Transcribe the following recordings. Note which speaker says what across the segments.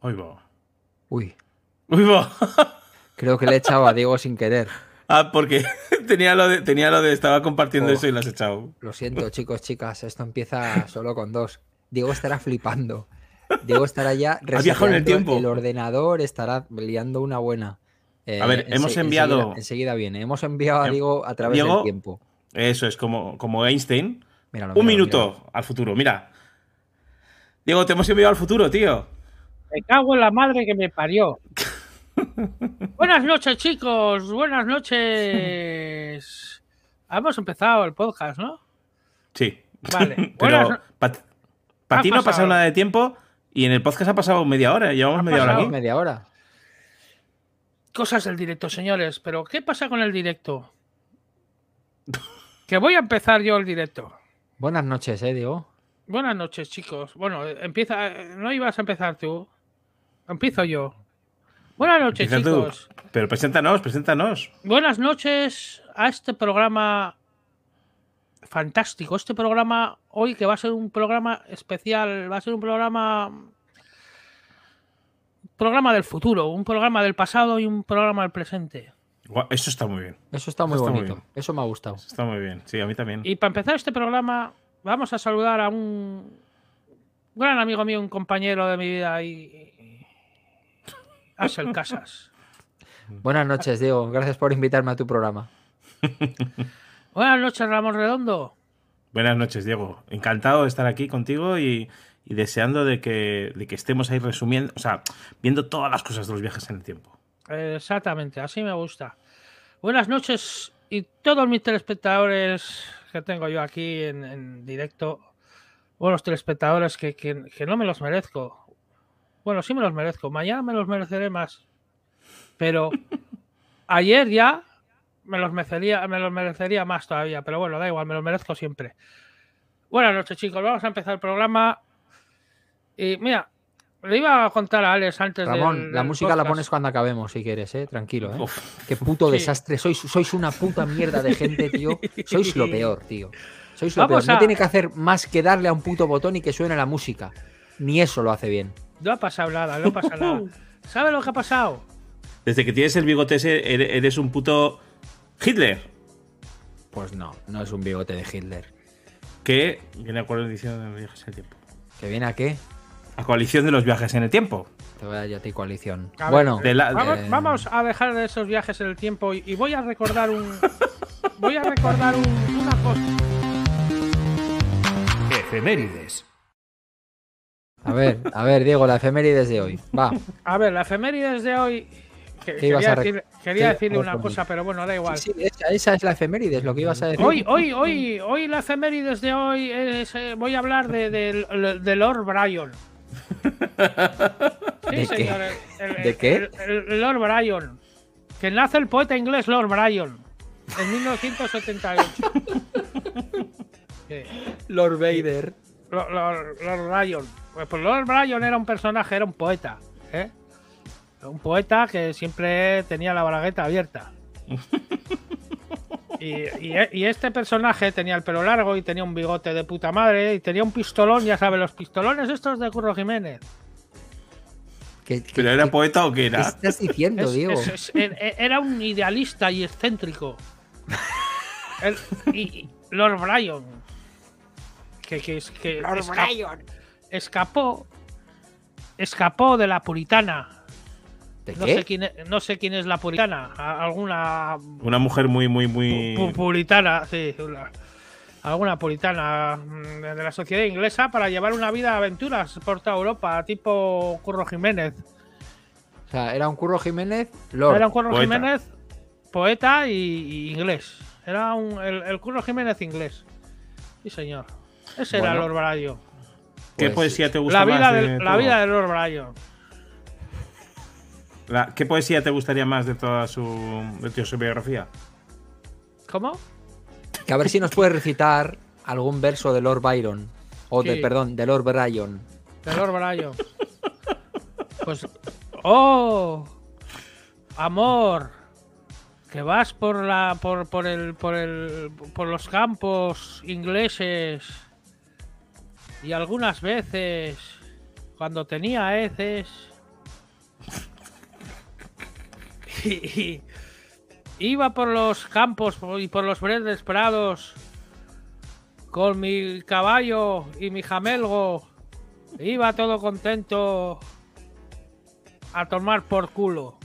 Speaker 1: Ahí va.
Speaker 2: Uy,
Speaker 1: Ahí va.
Speaker 2: creo que le he echado a Diego sin querer.
Speaker 1: Ah, porque tenía lo de, tenía lo de estaba compartiendo
Speaker 2: Oh.
Speaker 1: eso y lo has echado.
Speaker 2: Lo siento, chicos, chicas, esto empieza solo con dos. Diego estará flipando. Diego estará ya
Speaker 1: viajado en el
Speaker 2: reseteando
Speaker 1: tiempo.
Speaker 2: El ordenador estará liando una buena. Eh,
Speaker 1: A ver, hemos
Speaker 2: ense-
Speaker 1: enviado-
Speaker 2: Enseguida, enseguida viene. Hemos enviado a
Speaker 1: Em-
Speaker 2: Diego a través
Speaker 1: Diego-
Speaker 2: del tiempo.
Speaker 1: Eso es como, como Einstein.
Speaker 2: Míralo,
Speaker 1: Un
Speaker 2: míralo,
Speaker 1: minuto al futuro, mira. Diego, te hemos enviado al futuro, tío.
Speaker 3: Me cago en la madre que me parió. buenas noches, chicos. Buenas noches. Hemos empezado el podcast, ¿no?
Speaker 1: Sí.
Speaker 3: Vale. Buenas
Speaker 1: Pero
Speaker 3: no-
Speaker 1: para ti no ha pasado
Speaker 3: pasado.
Speaker 1: nada de tiempo y en el podcast ha pasado media hora. Llevamos
Speaker 3: Ha
Speaker 1: media hora
Speaker 2: míralo.
Speaker 1: aquí.
Speaker 3: pasado.
Speaker 2: Media hora.
Speaker 3: Cosas del directo, señores. Pero, ¿qué pasa con el directo? que voy a empezar yo el directo.
Speaker 2: Buenas noches, eh, Diego.
Speaker 3: Buenas noches, chicos. Bueno, eh, empieza. eh, No ibas a empezar tú. Empiezo yo. Buenas noches,
Speaker 1: Empieza tú.
Speaker 3: chicos.
Speaker 1: Pero preséntanos, preséntanos.
Speaker 3: Buenas noches a este programa fantástico. Este programa hoy que va a ser un programa especial, va a ser un programa programa del futuro, un programa del pasado y un programa del presente.
Speaker 1: Guau, Eso está muy bien.
Speaker 2: Eso está muy
Speaker 1: Está muy
Speaker 2: bonito.
Speaker 1: bien.
Speaker 2: Eso me ha gustado.
Speaker 1: Eso está muy bien. Sí, a mí también.
Speaker 3: Y para empezar este programa vamos a saludar a un gran amigo mío, un compañero de mi vida y Axel Casas.
Speaker 2: Buenas noches, Diego. Gracias por invitarme a tu programa.
Speaker 3: Buenas noches, Ramón Redondo.
Speaker 1: Buenas noches, Diego. Encantado de estar aquí contigo y, y deseando de que, de que estemos ahí resumiendo, o sea, viendo todas las cosas de los viajes en el tiempo.
Speaker 3: Exactamente, así me gusta. Buenas noches y todos mis telespectadores que tengo yo aquí en, en directo. Buenos telespectadores que, que- que no me los merezco. Bueno, sí me los merezco. Mañana me los mereceré más. Pero ayer ya me los merecería, me los merecería más todavía. Pero bueno, da igual, me los merezco siempre. Buenas noches, chicos. Vamos a empezar el programa. Y mira, le iba a contar a Alex antes
Speaker 2: Ramón,
Speaker 3: del-
Speaker 2: la
Speaker 3: del
Speaker 2: música la
Speaker 3: podcast.
Speaker 2: pones cuando acabemos, si quieres, eh. Tranquilo, eh.
Speaker 1: Uf,
Speaker 2: Qué puto
Speaker 3: Sí.
Speaker 2: desastre. Sois, sois una puta mierda de gente, tío. Sois lo peor, tío. Sois lo
Speaker 3: Vamos
Speaker 2: peor. No
Speaker 3: a-
Speaker 2: tiene que hacer más que darle a un puto botón y que suene la música. Ni eso lo hace bien.
Speaker 3: No ha pasado nada, no pasa nada. ¿Sabes lo que ha pasado?
Speaker 1: desde que tienes el bigote ese, ere- eres un puto Hitler.
Speaker 2: Pues no, no es un bigote de Hitler.
Speaker 1: Que viene a coalición de los viajes en el tiempo.
Speaker 2: ¿Que viene a qué?
Speaker 1: A coalición de los viajes en el tiempo.
Speaker 2: Te voy a dar yo a ti coalición.
Speaker 3: A ver,
Speaker 2: bueno,
Speaker 1: de la-
Speaker 3: Vamos,
Speaker 2: eh,
Speaker 3: vamos a dejar esos viajes en el tiempo y, y voy a recordar un. Voy a recordar un- una cosa.
Speaker 4: Efemérides.
Speaker 2: a ver, a ver, Diego, la efemérides de hoy. Va,
Speaker 3: A ver, la efemérides de hoy. que-
Speaker 2: ¿Qué ibas
Speaker 3: quería
Speaker 2: a rec-
Speaker 3: decir- quería
Speaker 2: qué-
Speaker 3: decirle una
Speaker 2: cómo?
Speaker 3: cosa, pero bueno, da igual.
Speaker 2: sí, sí, esa, esa es la efemérides, lo que ibas a decir.
Speaker 3: Hoy, hoy, hoy, hoy la efemérides de hoy es, eh, voy a hablar de, de- de Lord Bryon. Sí,
Speaker 2: ¿De qué?
Speaker 3: señores, el-
Speaker 2: ¿De
Speaker 3: el-
Speaker 2: qué?
Speaker 3: el- el Lord Bryon. Que nace el poeta inglés Lord Bryon en 1978. Sí,
Speaker 2: Lord Vader.
Speaker 3: Lo- Lord, Lord Bryon. Pues, pues Lord Bryon era un personaje, era un poeta. ¿eh? Un poeta que siempre tenía la bragueta abierta. Y, y- y este personaje tenía el pelo largo y tenía un bigote de puta madre y tenía un pistolón, ya sabes, los pistolones estos de Curro Jiménez.
Speaker 2: ¿Qué, qué-
Speaker 1: ¿Pero era
Speaker 2: qué-
Speaker 1: poeta o qué
Speaker 2: qué
Speaker 1: era?
Speaker 2: estás diciendo,
Speaker 3: Es-
Speaker 2: Diego?
Speaker 3: es- es- er- er- era un idealista y excéntrico. El- y, y Lord Bryan. Que, que es- que esca- escapó. Escapó de la puritana.
Speaker 2: ¿De
Speaker 3: No
Speaker 2: qué?
Speaker 3: sé, quién es, no sé quién es la puritana. a- Alguna
Speaker 1: Una mujer muy, muy, muy.
Speaker 3: pu- puritana, sí. una- alguna puritana mm, de la sociedad inglesa para llevar una vida de aventuras por toda Europa, tipo Curro Jiménez.
Speaker 2: O sea, era un curro Jiménez, Lord.
Speaker 3: Era un Curro
Speaker 1: poeta.
Speaker 3: Jiménez, poeta y, y inglés. Era un, el, el Curro Jiménez inglés. Sí, señor. Ese era
Speaker 1: Bueno.
Speaker 3: Lord Bryan.
Speaker 1: ¿Qué
Speaker 2: Pues-
Speaker 1: poesía te gusta
Speaker 3: La vida,
Speaker 1: más? de
Speaker 3: del- la
Speaker 1: todo?
Speaker 3: vida de Lord Bryan.
Speaker 1: La- ¿Qué poesía te gustaría más de toda su, de toda su biografía?
Speaker 3: ¿Cómo?
Speaker 2: Que a ver si nos puede recitar algún verso de Lord Byron. O de,
Speaker 3: Sí.
Speaker 2: perdón, de Lord Bryan.
Speaker 3: De Lord Bryan. Pues. ¡Oh! Amor. Que vas por la. por, por el. por el. por los campos ingleses. Y algunas veces. Cuando tenía heces. y- iba por los campos y por los verdes prados con mi caballo y mi jamelgo. Iba todo contento a tomar por culo.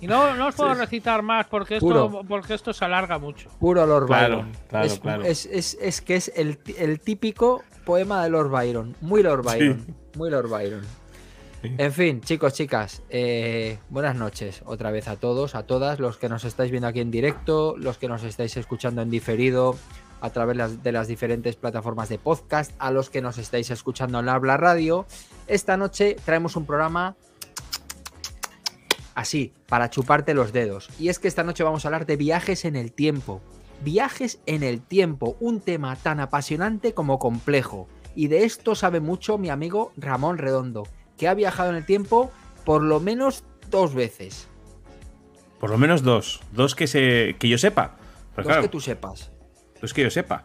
Speaker 3: Y no, no os puedo recitar más porque esto,
Speaker 2: Puro.
Speaker 3: porque esto se alarga mucho.
Speaker 2: Puro Lord
Speaker 1: Claro,
Speaker 2: Byron.
Speaker 1: claro,
Speaker 2: es,
Speaker 1: claro.
Speaker 2: Es, es- es que es el, ti- el típico poema de Lord Byron. Muy Lord Byron. Muy Lord Byron.
Speaker 1: Sí.
Speaker 2: En fin, chicos, chicas, eh, buenas noches otra vez a todos, a todas, los que nos estáis viendo aquí en directo, los que nos estáis escuchando en diferido a través las- de las diferentes plataformas de podcast, a los que nos estáis escuchando en la Habla Radio. Esta noche traemos un programa así, para chuparte los dedos. Y es que esta noche vamos a hablar de viajes en el tiempo. Viajes en el tiempo, un tema tan apasionante como complejo. Y de esto sabe mucho mi amigo Ramón Redondo, que ha viajado en el tiempo por lo menos dos veces.
Speaker 1: Por lo menos dos. Dos que, se, que yo sepa. Pero
Speaker 2: Dos
Speaker 1: Pues claro,
Speaker 2: que tú sepas.
Speaker 1: Pues que yo sepa.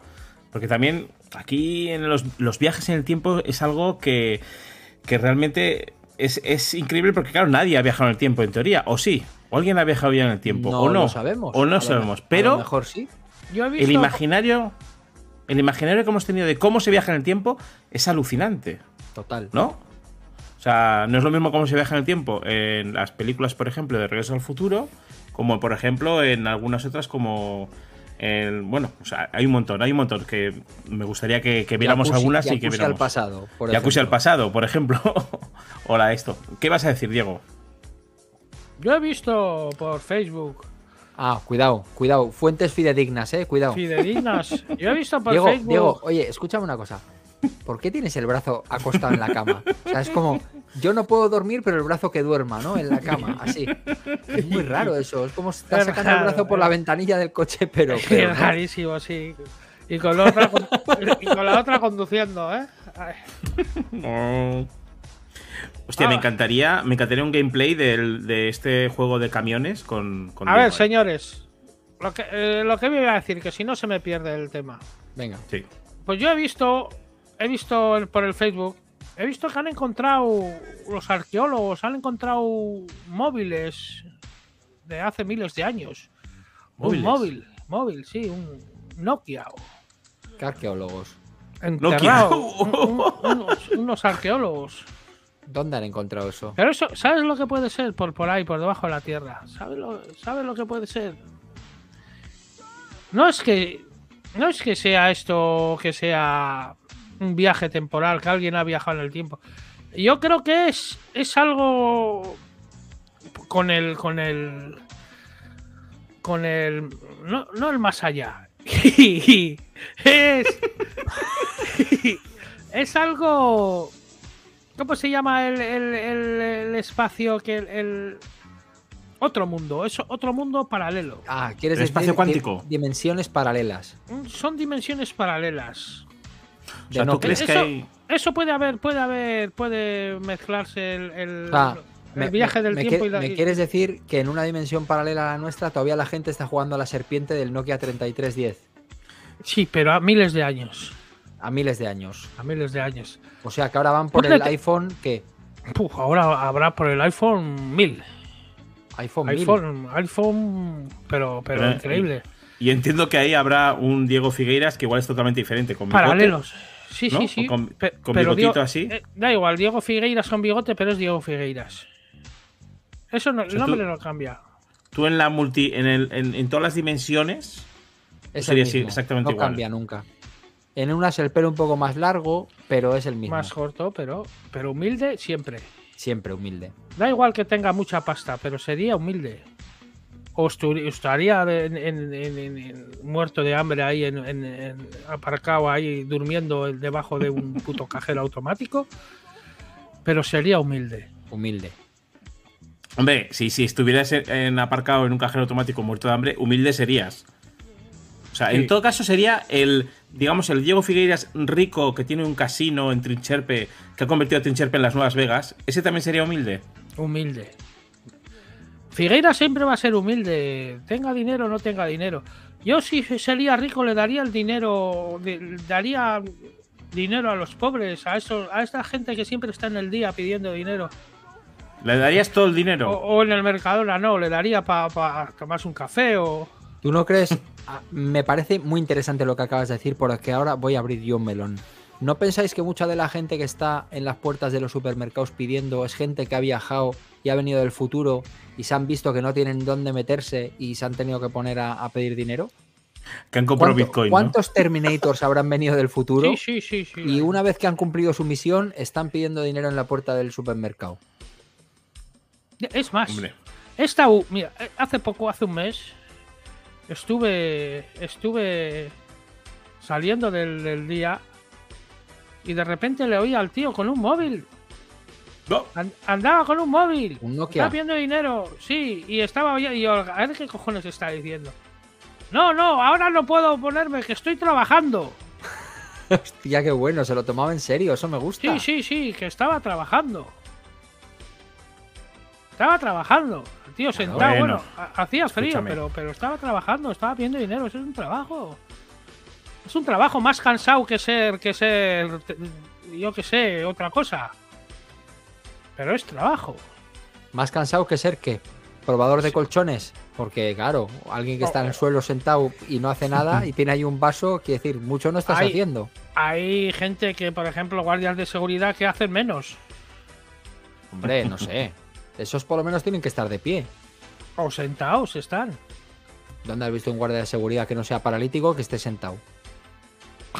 Speaker 1: Porque también aquí en los, los viajes en el tiempo es algo que, que realmente es, es increíble porque, claro, nadie ha viajado en el tiempo en teoría. O sí, o alguien ha viajado ya en el tiempo. o no.
Speaker 2: lo sabemos.
Speaker 1: O
Speaker 2: A
Speaker 1: no
Speaker 2: lo
Speaker 1: sabemos.
Speaker 2: me- a
Speaker 1: Pero
Speaker 2: lo mejor sí.
Speaker 3: Yo he
Speaker 1: el
Speaker 3: visto
Speaker 1: imaginario. El imaginario que hemos tenido de cómo se viaja en el tiempo es alucinante,
Speaker 2: Total.
Speaker 1: ¿no? O sea, no es lo mismo cómo se viaja en el tiempo en las películas, por ejemplo, de Regreso al Futuro, como por ejemplo en algunas otras como... el- bueno, o sea, hay un montón, hay un montón que me gustaría que, que viéramos
Speaker 2: Jacuzzi-
Speaker 1: algunas y que
Speaker 2: Jacuzzi
Speaker 1: viéramos.
Speaker 2: al pasado. Por
Speaker 1: Jacuzzi al
Speaker 2: ejemplo.
Speaker 1: pasado, por ejemplo. o la de esto. ¿Qué vas a decir, Diego?
Speaker 3: Yo he visto por Facebook
Speaker 2: Ah, cuidado, cuidado. Fuentes fidedignas, eh. Cuidado.
Speaker 3: fidedignas. Yo he visto por
Speaker 2: Diego,
Speaker 3: Facebook.
Speaker 2: Diego, oye, escúchame una cosa. ¿Por qué tienes el brazo acostado en la cama? O sea, es como, yo no puedo dormir, pero el brazo que duerma, ¿no? En la cama, así. Es muy raro eso. Es como si estás
Speaker 3: Es
Speaker 2: sacando el
Speaker 3: raro,
Speaker 2: brazo por
Speaker 3: eh.
Speaker 2: la ventanilla del coche, pero.
Speaker 3: Qué
Speaker 2: pero no.
Speaker 3: rarísimo, sí. Y con, la otra, y con la otra conduciendo, ¿eh? Ay,
Speaker 1: No. Hostia,
Speaker 3: Ah.
Speaker 1: me encantaría, me encantaría un gameplay del- de este juego de camiones con... con
Speaker 3: A
Speaker 1: Game
Speaker 3: ver,
Speaker 1: Boy.
Speaker 3: señores. Lo que, eh, lo que me iba a decir, que si no se me pierde el tema.
Speaker 2: Venga.
Speaker 1: Sí.
Speaker 3: Pues yo he visto, he visto el- por el Facebook, he visto que han encontrado los arqueólogos, han encontrado móviles de hace miles de años.
Speaker 1: Móviles.
Speaker 3: Un móvil, móvil, sí, un Nokia.
Speaker 2: ¿Qué arqueólogos?
Speaker 3: Enterrado.
Speaker 1: Nokia.
Speaker 3: Un- un- unos, unos arqueólogos.
Speaker 2: ¿Dónde han encontrado eso?
Speaker 3: Pero eso, ¿sabes lo que puede ser por, por ahí, por debajo de la tierra? ¿Sabes lo, sabes lo que puede ser? No es que. No es que sea esto que sea un viaje temporal, que alguien ha viajado en el tiempo. Yo creo que es, es algo con el. con el. con el. no, no el más allá. es. es algo. ¿Cómo se llama el, el- el- el espacio que el, el- otro mundo? Es otro mundo paralelo.
Speaker 2: Ah, ¿quieres
Speaker 1: El
Speaker 2: decir
Speaker 1: espacio
Speaker 2: di-
Speaker 1: cuántico.
Speaker 2: dimensiones paralelas.
Speaker 3: Mm, Son dimensiones paralelas.
Speaker 1: O sea,
Speaker 2: De
Speaker 1: ¿tú
Speaker 2: Nokia.
Speaker 1: crees que
Speaker 3: Eso-
Speaker 1: hay...?
Speaker 3: Eso puede haber, puede haber, puede mezclarse el, el-
Speaker 2: Ah,
Speaker 3: el viaje del
Speaker 2: me
Speaker 3: tiempo
Speaker 2: quie-
Speaker 3: y la.
Speaker 2: ¿Me
Speaker 3: y-
Speaker 2: quieres decir que en una dimensión paralela a la nuestra todavía la gente está jugando a la serpiente del Nokia 3310?
Speaker 3: Sí, pero a miles de años.
Speaker 2: A miles de años.
Speaker 3: A miles de años.
Speaker 2: O sea que ahora van por
Speaker 3: Ponle
Speaker 2: el
Speaker 3: que-
Speaker 2: iPhone que.
Speaker 3: Puf, ahora habrá por el iPhone 1000.
Speaker 2: iPhone, 1000.
Speaker 3: iPhone, iPhone, pero, pero
Speaker 1: Pero, eh,
Speaker 3: increíble.
Speaker 1: Y entiendo que ahí habrá un Diego Figueiras que igual es totalmente diferente. Con bigote,
Speaker 3: Paralelos. Sí,
Speaker 1: ¿no?
Speaker 3: sí, sí.
Speaker 1: Con-
Speaker 3: Pe-
Speaker 1: con
Speaker 3: pero
Speaker 1: bigotito
Speaker 3: Diego-
Speaker 1: así.
Speaker 3: eh, da igual, Diego Figueiras con bigote, pero es Diego Figueiras. Eso no,
Speaker 1: sea,
Speaker 3: el nombre
Speaker 1: tú-
Speaker 3: no cambia.
Speaker 1: Tú en la multi, en, el, en, en todas las dimensiones.
Speaker 2: Es
Speaker 1: Sería
Speaker 2: el
Speaker 1: así,
Speaker 2: mismo.
Speaker 1: exactamente
Speaker 2: no
Speaker 1: igual.
Speaker 2: cambia nunca. En una es el pelo un poco más largo, pero es el mismo.
Speaker 3: Más corto, pero, pero humilde siempre.
Speaker 2: Siempre humilde.
Speaker 3: Da igual que tenga mucha pasta, pero sería humilde. O estu- estaría de- en- en- en- en- en- muerto de hambre ahí, en, en- en- aparcado ahí, durmiendo debajo de un puto cajero automático. Pero sería humilde.
Speaker 2: Humilde.
Speaker 1: Hombre, si, si estuvieras en, en aparcado en un cajero automático muerto de hambre, humilde serías. O sea, en
Speaker 3: Sí.
Speaker 1: todo caso sería el, digamos, el Diego Figueiras rico que tiene un casino en Trincherpe, que ha convertido a Trincherpe en las Nuevas Vegas. Ese también sería humilde.
Speaker 3: Humilde. Figueira siempre va a ser humilde, tenga dinero o no tenga dinero. Yo si sería rico le daría el dinero, le- daría dinero a los pobres, a, eso, a esta gente que siempre está en el día pidiendo dinero.
Speaker 1: ¿Le darías todo el dinero?
Speaker 3: O, o en el Mercadona, no, le daría para pa tomarse un café o...
Speaker 2: ¿Tú no crees? Ah, Me parece muy interesante lo que acabas de decir, porque ahora voy a abrir yo un melón. ¿No pensáis que mucha de la gente que está en las puertas de los supermercados pidiendo es gente que ha viajado y ha venido del futuro y se han visto que no tienen dónde meterse y se han tenido que poner a, a pedir dinero?
Speaker 1: Que han comprado Bitcoin.
Speaker 2: ¿Cuántos ¿no? Terminators habrán venido del futuro?
Speaker 3: Sí, sí, sí, sí,
Speaker 2: Y una vez que han cumplido su misión, están pidiendo dinero en la puerta del supermercado.
Speaker 3: Es más, Hombre. esta, mira, eh, hace poco, hace un mes, estuve, estuve saliendo del, del día y de repente le oía al tío con un móvil.
Speaker 1: No.
Speaker 3: And andaba con un móvil.
Speaker 2: Un Nokia.
Speaker 3: Estaba pidiendo dinero, sí. Y estaba y yo, a ver qué cojones está diciendo. No, no, ahora no puedo ponerme, que estoy trabajando.
Speaker 2: Hostia, qué bueno, se lo tomaba en serio, eso me gusta.
Speaker 3: Sí, sí, sí, que estaba trabajando. Estaba trabajando. El tío claro, sentado, Ah, bueno, bueno hacía frío, escúchame. pero, pero estaba trabajando, estaba pidiendo dinero, eso es un trabajo es un trabajo más cansado que ser, que ser, yo que sé, otra cosa. Pero es trabajo.
Speaker 2: ¿Más cansado que ser qué? ¿Probador de colchones? Porque, claro, alguien que está en el suelo sentado y no hace nada y tiene ahí un vaso, quiere decir, mucho no estás
Speaker 3: hay,
Speaker 2: haciendo.
Speaker 3: Hay gente que, por ejemplo, guardias de seguridad que hacen menos.
Speaker 2: Hombre, no sé. Esos por lo menos tienen que estar de pie.
Speaker 3: O sentados están.
Speaker 2: ¿Dónde has visto un guardia de seguridad que no sea paralítico que esté sentado?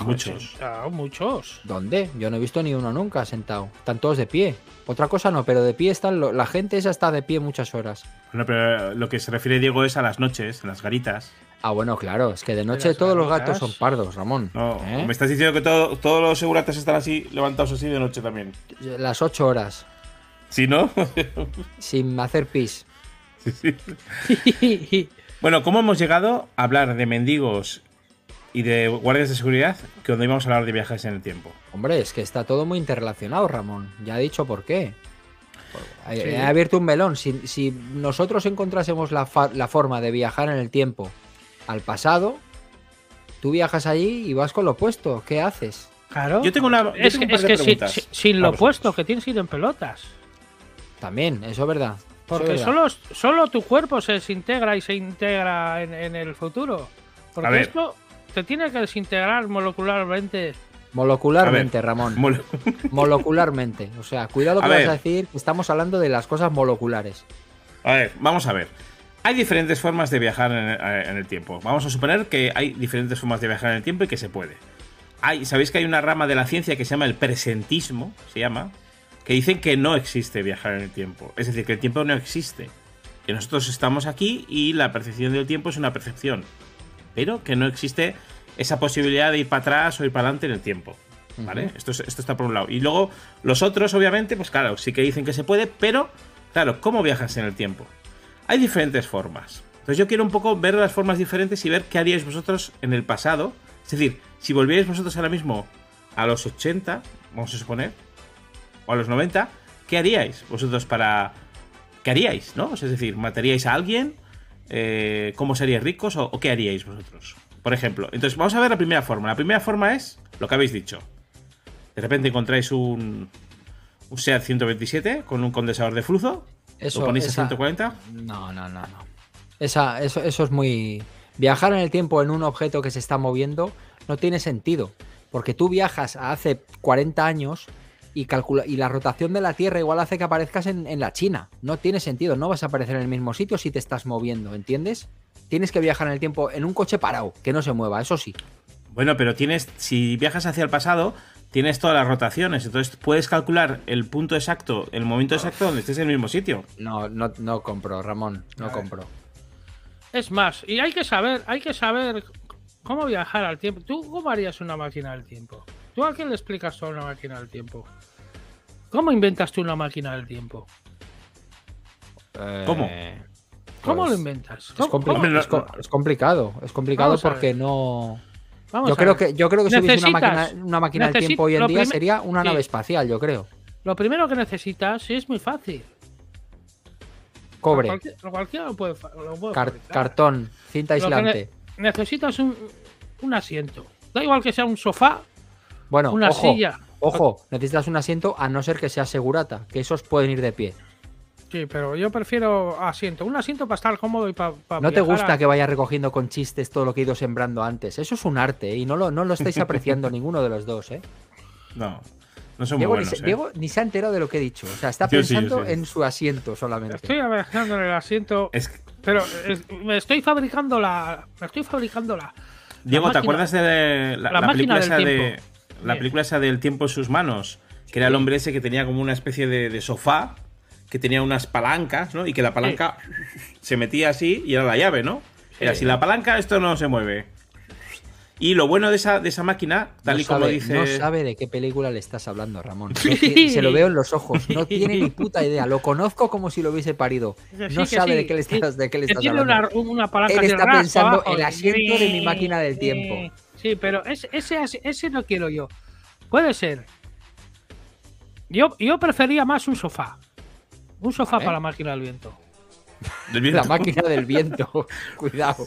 Speaker 1: Muchos.
Speaker 3: Sentado, muchos.
Speaker 2: ¿Dónde? Yo no he visto ni uno nunca sentado. Están todos de pie. Otra cosa no, pero de pie están. Lo... La gente esa está de pie muchas horas.
Speaker 1: Bueno, pero lo que se refiere Diego es a las noches, en las garitas.
Speaker 2: Ah, bueno, claro, es que de noche todos garitas? los gatos son pardos, Ramón.
Speaker 1: No, ¿eh? me estás diciendo que todo, todos los seguratas están así, levantados así de noche también.
Speaker 2: Las ocho horas.
Speaker 1: ¿Sí, no?
Speaker 2: Sin hacer pis.
Speaker 1: Sí, sí. bueno, ¿cómo hemos llegado a hablar de mendigos y de guardias de seguridad que donde íbamos a hablar de viajes en el tiempo.
Speaker 2: Hombre, es que está todo muy interrelacionado, Ramón. Ya he dicho por qué. Sí. He abierto un melón. Si, si nosotros encontrásemos la, la, forma de viajar en el tiempo al pasado, tú viajas allí y vas con lo opuesto. ¿Qué haces?
Speaker 3: Claro.
Speaker 1: Yo tengo una. Yo
Speaker 3: es,
Speaker 1: tengo
Speaker 3: que, es que si, si, sin lo opuesto, que tienes que ir en pelotas.
Speaker 2: También, eso es verdad.
Speaker 3: Porque
Speaker 2: es
Speaker 3: verdad. Solo, solo tu cuerpo se desintegra y se integra en, en el futuro. Porque a ver. esto, te tiene que desintegrar molecularmente.
Speaker 2: Molecularmente, Ramón. Mol molecularmente. O sea, cuidado que a vas ver. a decir, estamos hablando de las cosas moleculares.
Speaker 1: A ver, vamos a ver. Hay diferentes formas de viajar en el, en el, tiempo. Vamos a suponer que hay diferentes formas de viajar en el tiempo y que se puede. Hay, Sabéis que hay una rama de la ciencia que se llama el presentismo, se llama, que dicen que no existe viajar en el tiempo. Es decir, que el tiempo no existe. Que nosotros estamos aquí y la percepción del tiempo es una percepción pero que no existe esa posibilidad de ir para atrás o ir para adelante en el tiempo. ¿Vale? Uh -huh. esto, es, esto, está por un lado. Y luego, los otros, obviamente, pues claro, sí que dicen que se puede, pero, claro, ¿cómo viajas en el tiempo? Hay diferentes formas. Entonces yo quiero un poco ver las formas diferentes y ver qué haríais vosotros en el pasado. Es decir, si volvierais vosotros ahora mismo a los 80, vamos a suponer, o a los 90, ¿qué haríais vosotros para... ¿Qué haríais? ¿No? Es decir, ¿mataríais a alguien? Eh, cómo seríais ricos o, o, qué haríais vosotros. Por ejemplo, entonces vamos a ver la primera forma. La primera forma es lo que habéis dicho. De repente encontráis un, un SEAT 127 con un condensador de flujo.
Speaker 2: Eso,
Speaker 1: ¿Lo ponéis
Speaker 2: esa...
Speaker 1: a 140?
Speaker 2: No, no, no. no. Esa, eso, eso es muy... Viajar en el tiempo en un objeto que se está moviendo no tiene sentido. Porque tú viajas a hace 40 años y, calcula, y la rotación de la Tierra igual hace que aparezcas en, en, la China. No tiene sentido, no vas a aparecer en el mismo sitio si te estás moviendo, ¿entiendes? Tienes que viajar en el tiempo en un coche parado, que no se mueva, eso sí.
Speaker 1: Bueno, pero tienes, si viajas hacia el pasado, tienes todas las rotaciones, entonces puedes calcular el punto exacto, el momento exacto donde estés en el mismo sitio.
Speaker 2: No, no, no compro, Ramón, no compro.
Speaker 3: Es más, y hay que saber, hay que saber cómo viajar al tiempo. ¿Tú cómo harías una máquina del tiempo? ¿Tú a quién le explicas a una máquina del tiempo? ¿Cómo inventas tú una máquina del tiempo?
Speaker 1: Eh, ¿Cómo?
Speaker 3: ¿Cómo pues, lo inventas?
Speaker 2: Es, compli ¿Cómo? Es, co es, complicado. Es complicado Vamos porque no. Vamos yo, creo que, yo creo que si hubiese una máquina, una máquina del tiempo hoy en día sería una sí. nave espacial, yo creo.
Speaker 3: Lo primero que necesitas es muy fácil.
Speaker 2: Cobre.
Speaker 3: Cualquiera, cualquiera lo puede, lo puede
Speaker 2: Car fabricar. Cartón, cinta aislante.
Speaker 3: Ne necesitas un, un asiento. Da igual que sea un sofá
Speaker 2: Bueno,
Speaker 3: una
Speaker 2: ojo,
Speaker 3: silla.
Speaker 2: ojo, necesitas un asiento a no ser que sea segurata, que esos pueden ir de pie.
Speaker 3: Sí, pero yo prefiero asiento. Un asiento para estar cómodo y para.
Speaker 2: No te gusta que vaya recogiendo con chistes todo lo que he ido sembrando antes. Eso es un arte ¿eh? y no lo, no lo estáis apreciando ninguno de los dos. ¿eh?
Speaker 1: No, no son
Speaker 2: Diego,
Speaker 1: muy
Speaker 2: ni
Speaker 1: buenos.
Speaker 2: se,
Speaker 1: eh.
Speaker 2: Diego ni se ha enterado de lo que he dicho. O sea, está
Speaker 1: Yo sí, yo
Speaker 2: pensando
Speaker 1: sí.
Speaker 2: en su asiento solamente.
Speaker 3: Estoy avanzando en el asiento.
Speaker 1: Es que-
Speaker 3: Pero es- me estoy fabricando la. Me estoy fabricando la.
Speaker 1: Diego, ¿te
Speaker 3: máquina-
Speaker 1: acuerdas de la,
Speaker 3: la
Speaker 1: la película
Speaker 3: máquina del
Speaker 1: esa de.
Speaker 3: tiempo.
Speaker 1: La
Speaker 3: Sí.
Speaker 1: película esa del tiempo en sus manos? Que era el hombre ese que tenía como una especie de, de sofá, que tenía unas palancas, ¿no? Y que la palanca se metía así y era la llave, ¿no? Era
Speaker 2: Sí.
Speaker 1: si la palanca, esto no se mueve. Y lo bueno de esa, de esa máquina, tal
Speaker 2: no
Speaker 1: y como
Speaker 2: sabe,
Speaker 1: dice.
Speaker 2: no sabe de qué película le estás hablando, Ramón. No tiene- se lo veo en los ojos. No tiene ni puta idea. Lo conozco como si lo hubiese parido.
Speaker 3: Que sí,
Speaker 2: No
Speaker 3: que
Speaker 2: sabe
Speaker 3: sí,
Speaker 2: de qué le
Speaker 3: que-
Speaker 2: estás, de qué le
Speaker 3: que
Speaker 2: estás
Speaker 3: tiene
Speaker 2: hablando.
Speaker 3: una, una palanca
Speaker 2: Él
Speaker 3: así
Speaker 2: está
Speaker 3: ras
Speaker 2: pensando
Speaker 3: abajo.
Speaker 2: el asiento de mi máquina del
Speaker 3: Sí,
Speaker 2: tiempo.
Speaker 3: Sí, pero ese, ese, as- ese no quiero yo. Puede ser. Yo, yo prefería más un sofá. Un sofá
Speaker 2: Vale.
Speaker 3: para la máquina del viento.
Speaker 1: del
Speaker 2: La
Speaker 1: viento.
Speaker 2: máquina del viento. Cuidado.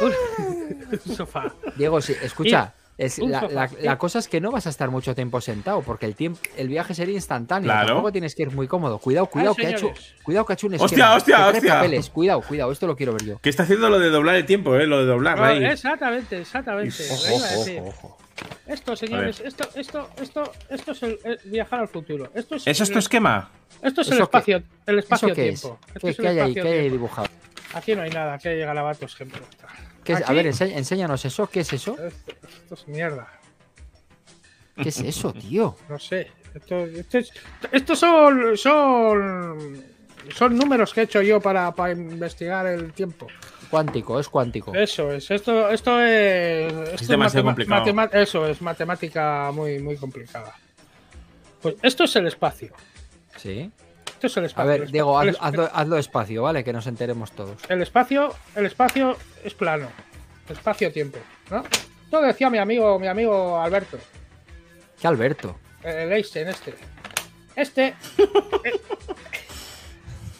Speaker 3: Un sofá.
Speaker 2: Diego, sí, escucha. es
Speaker 3: un
Speaker 2: la,
Speaker 3: sofá, ¿eh?
Speaker 2: la-
Speaker 3: sí.
Speaker 2: la cosa es que no vas a estar mucho tiempo sentado porque el tiempo, el viaje sería instantáneo.
Speaker 1: Claro.
Speaker 2: Tampoco tienes que ir muy cómodo. Cuidado, cuidado que ha hecho,
Speaker 3: Ah, señores.
Speaker 2: cuidado que ha hecho un
Speaker 1: Hostia,
Speaker 2: esquema,
Speaker 1: hostia,
Speaker 2: que trae
Speaker 1: hostia.
Speaker 2: papeles. Cuidado, cuidado. Esto lo quiero ver yo.
Speaker 1: Que está haciendo lo de doblar el tiempo, ¿eh? Lo de doblar
Speaker 3: Ah,
Speaker 1: ahí.
Speaker 3: exactamente, exactamente.
Speaker 1: Ojo,
Speaker 3: Lo iba a decir.
Speaker 2: ojo.
Speaker 3: Esto, señores, esto, esto, esto, esto es el, el viajar al futuro. Esto es,
Speaker 1: ¿Eso es tu
Speaker 3: el,
Speaker 1: esquema?
Speaker 3: esto es el
Speaker 2: ¿Eso qué?
Speaker 3: espacio, el
Speaker 2: ¿Eso qué es?
Speaker 3: espacio-tiempo. Esto
Speaker 2: ¿Qué,
Speaker 3: es el
Speaker 2: qué hay ahí? ¿Qué hay ahí
Speaker 3: espacio-tiempo.
Speaker 2: dibujado?
Speaker 3: Aquí no hay nada, aquí hay garabatos que
Speaker 2: ¿Qué es? A
Speaker 3: Aquí-
Speaker 2: ver, ense- enséñanos eso. ¿Qué es eso?
Speaker 3: Esto, esto es mierda.
Speaker 2: ¿Qué es eso, tío?
Speaker 3: No sé. Esto, esto es- estos son, son, son números que he hecho yo para, para investigar el tiempo.
Speaker 2: Cuántico, es cuántico.
Speaker 3: Eso es. Esto, esto es. esto es
Speaker 1: demasiado
Speaker 3: matema-
Speaker 1: complicado.
Speaker 3: matema- eso es matemática muy, muy complicada. Pues esto es el espacio.
Speaker 2: Sí.
Speaker 3: Esto es el
Speaker 2: A
Speaker 3: espacio. El
Speaker 2: ver,
Speaker 3: espa-
Speaker 2: Diego,
Speaker 3: el
Speaker 2: haz-
Speaker 3: espa-
Speaker 2: hazlo, hazlo despacio, ¿vale? Que nos enteremos todos.
Speaker 3: El espacio, el espacio es plano. Espacio-tiempo. ¿no? Esto decía mi amigo, mi amigo Alberto.
Speaker 2: ¿Qué Alberto?
Speaker 3: El Einstein, este. Este. eh,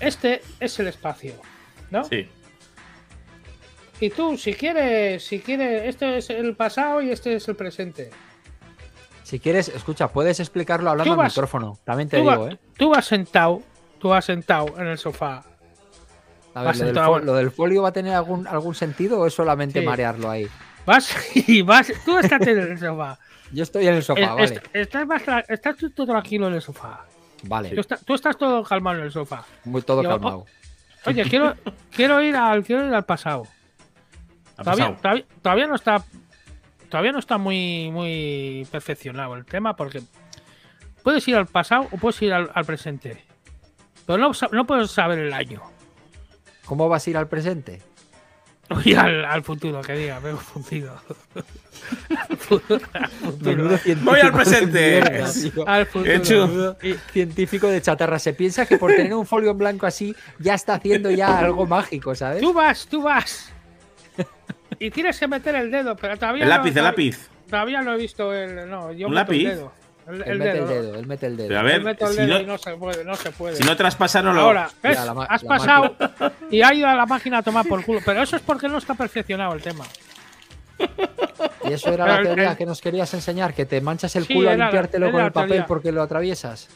Speaker 3: este es el espacio. ¿No?
Speaker 1: Sí.
Speaker 3: Y tú, si quieres, si quieres, este es el pasado y este es el presente.
Speaker 2: Si quieres, escucha, puedes explicarlo hablando
Speaker 3: Tú
Speaker 2: al
Speaker 3: vas-
Speaker 2: micrófono. También te
Speaker 3: Tú,
Speaker 2: digo,
Speaker 3: vas-
Speaker 2: ¿eh?
Speaker 3: tú vas sentado, tú vas sentado en el sofá.
Speaker 2: A ver, lo
Speaker 3: vas
Speaker 2: del,
Speaker 3: sentado.
Speaker 2: fo- lo del folio va a tener algún, algún sentido o es solamente
Speaker 3: Sí.
Speaker 2: marearlo ahí?
Speaker 3: Vas y vas, tú estás en el sofá.
Speaker 2: Yo estoy en el sofá,
Speaker 3: Es-
Speaker 2: vale.
Speaker 3: est- estás, más tra- estás tú todo tranquilo en el sofá.
Speaker 2: Vale,
Speaker 3: Tú, está- tú estás todo calmado en el sofá.
Speaker 2: muy todo
Speaker 3: yo-
Speaker 2: calmado.
Speaker 3: Oye, quiero, quiero ir al, quiero ir al pasado.
Speaker 1: Ha
Speaker 3: Todavía,
Speaker 1: pasado.
Speaker 3: todavía, todavía no está todavía no está muy muy perfeccionado el tema porque puedes ir al pasado o puedes ir al, al presente pero no, sa- no puedes saber el año
Speaker 2: ¿Cómo vas a ir al presente?
Speaker 3: o ir al, al futuro que diga me he confundido al futuro, al ah, futuro,
Speaker 2: Menudo científico
Speaker 1: Voy al
Speaker 2: de
Speaker 1: presente.
Speaker 2: mierda, tío.
Speaker 3: al futuro.
Speaker 1: He hecho-
Speaker 2: Menudo Científico de chatarra. Se piensa que por tener un folio en blanco así ya está haciendo ya algo mágico, ¿sabes?
Speaker 3: tú vas tú vas y tienes que meter el dedo pero todavía
Speaker 1: El
Speaker 3: no-
Speaker 1: lápiz, el
Speaker 3: todavía-
Speaker 1: lápiz.
Speaker 3: todavía no he visto el no yo
Speaker 1: ¿Un
Speaker 3: meto el
Speaker 1: lápiz?
Speaker 3: dedo el,
Speaker 2: Él
Speaker 3: el
Speaker 2: mete
Speaker 3: dedo,
Speaker 2: el dedo, él mete el dedo.
Speaker 1: Pero a
Speaker 3: Yo
Speaker 1: ver,
Speaker 3: meto el
Speaker 1: si
Speaker 3: dedo
Speaker 1: no,
Speaker 3: y no se puede, no se puede.
Speaker 1: si no traspasa, no lo.
Speaker 3: Ahora, ¿ves?
Speaker 2: Mira, la ma-
Speaker 3: Has
Speaker 2: la
Speaker 3: pasado y ha ido a la máquina a tomar por culo. Pero eso es porque no está perfeccionado el tema.
Speaker 2: Y eso era la
Speaker 3: Pero el-
Speaker 2: teoría
Speaker 3: el-
Speaker 2: que nos querías enseñar, que te manchas el
Speaker 3: Sí,
Speaker 2: culo al
Speaker 3: era la-
Speaker 2: limpiártelo
Speaker 3: era
Speaker 2: con
Speaker 3: la
Speaker 2: el papel
Speaker 3: teoría.
Speaker 2: porque lo atraviesas.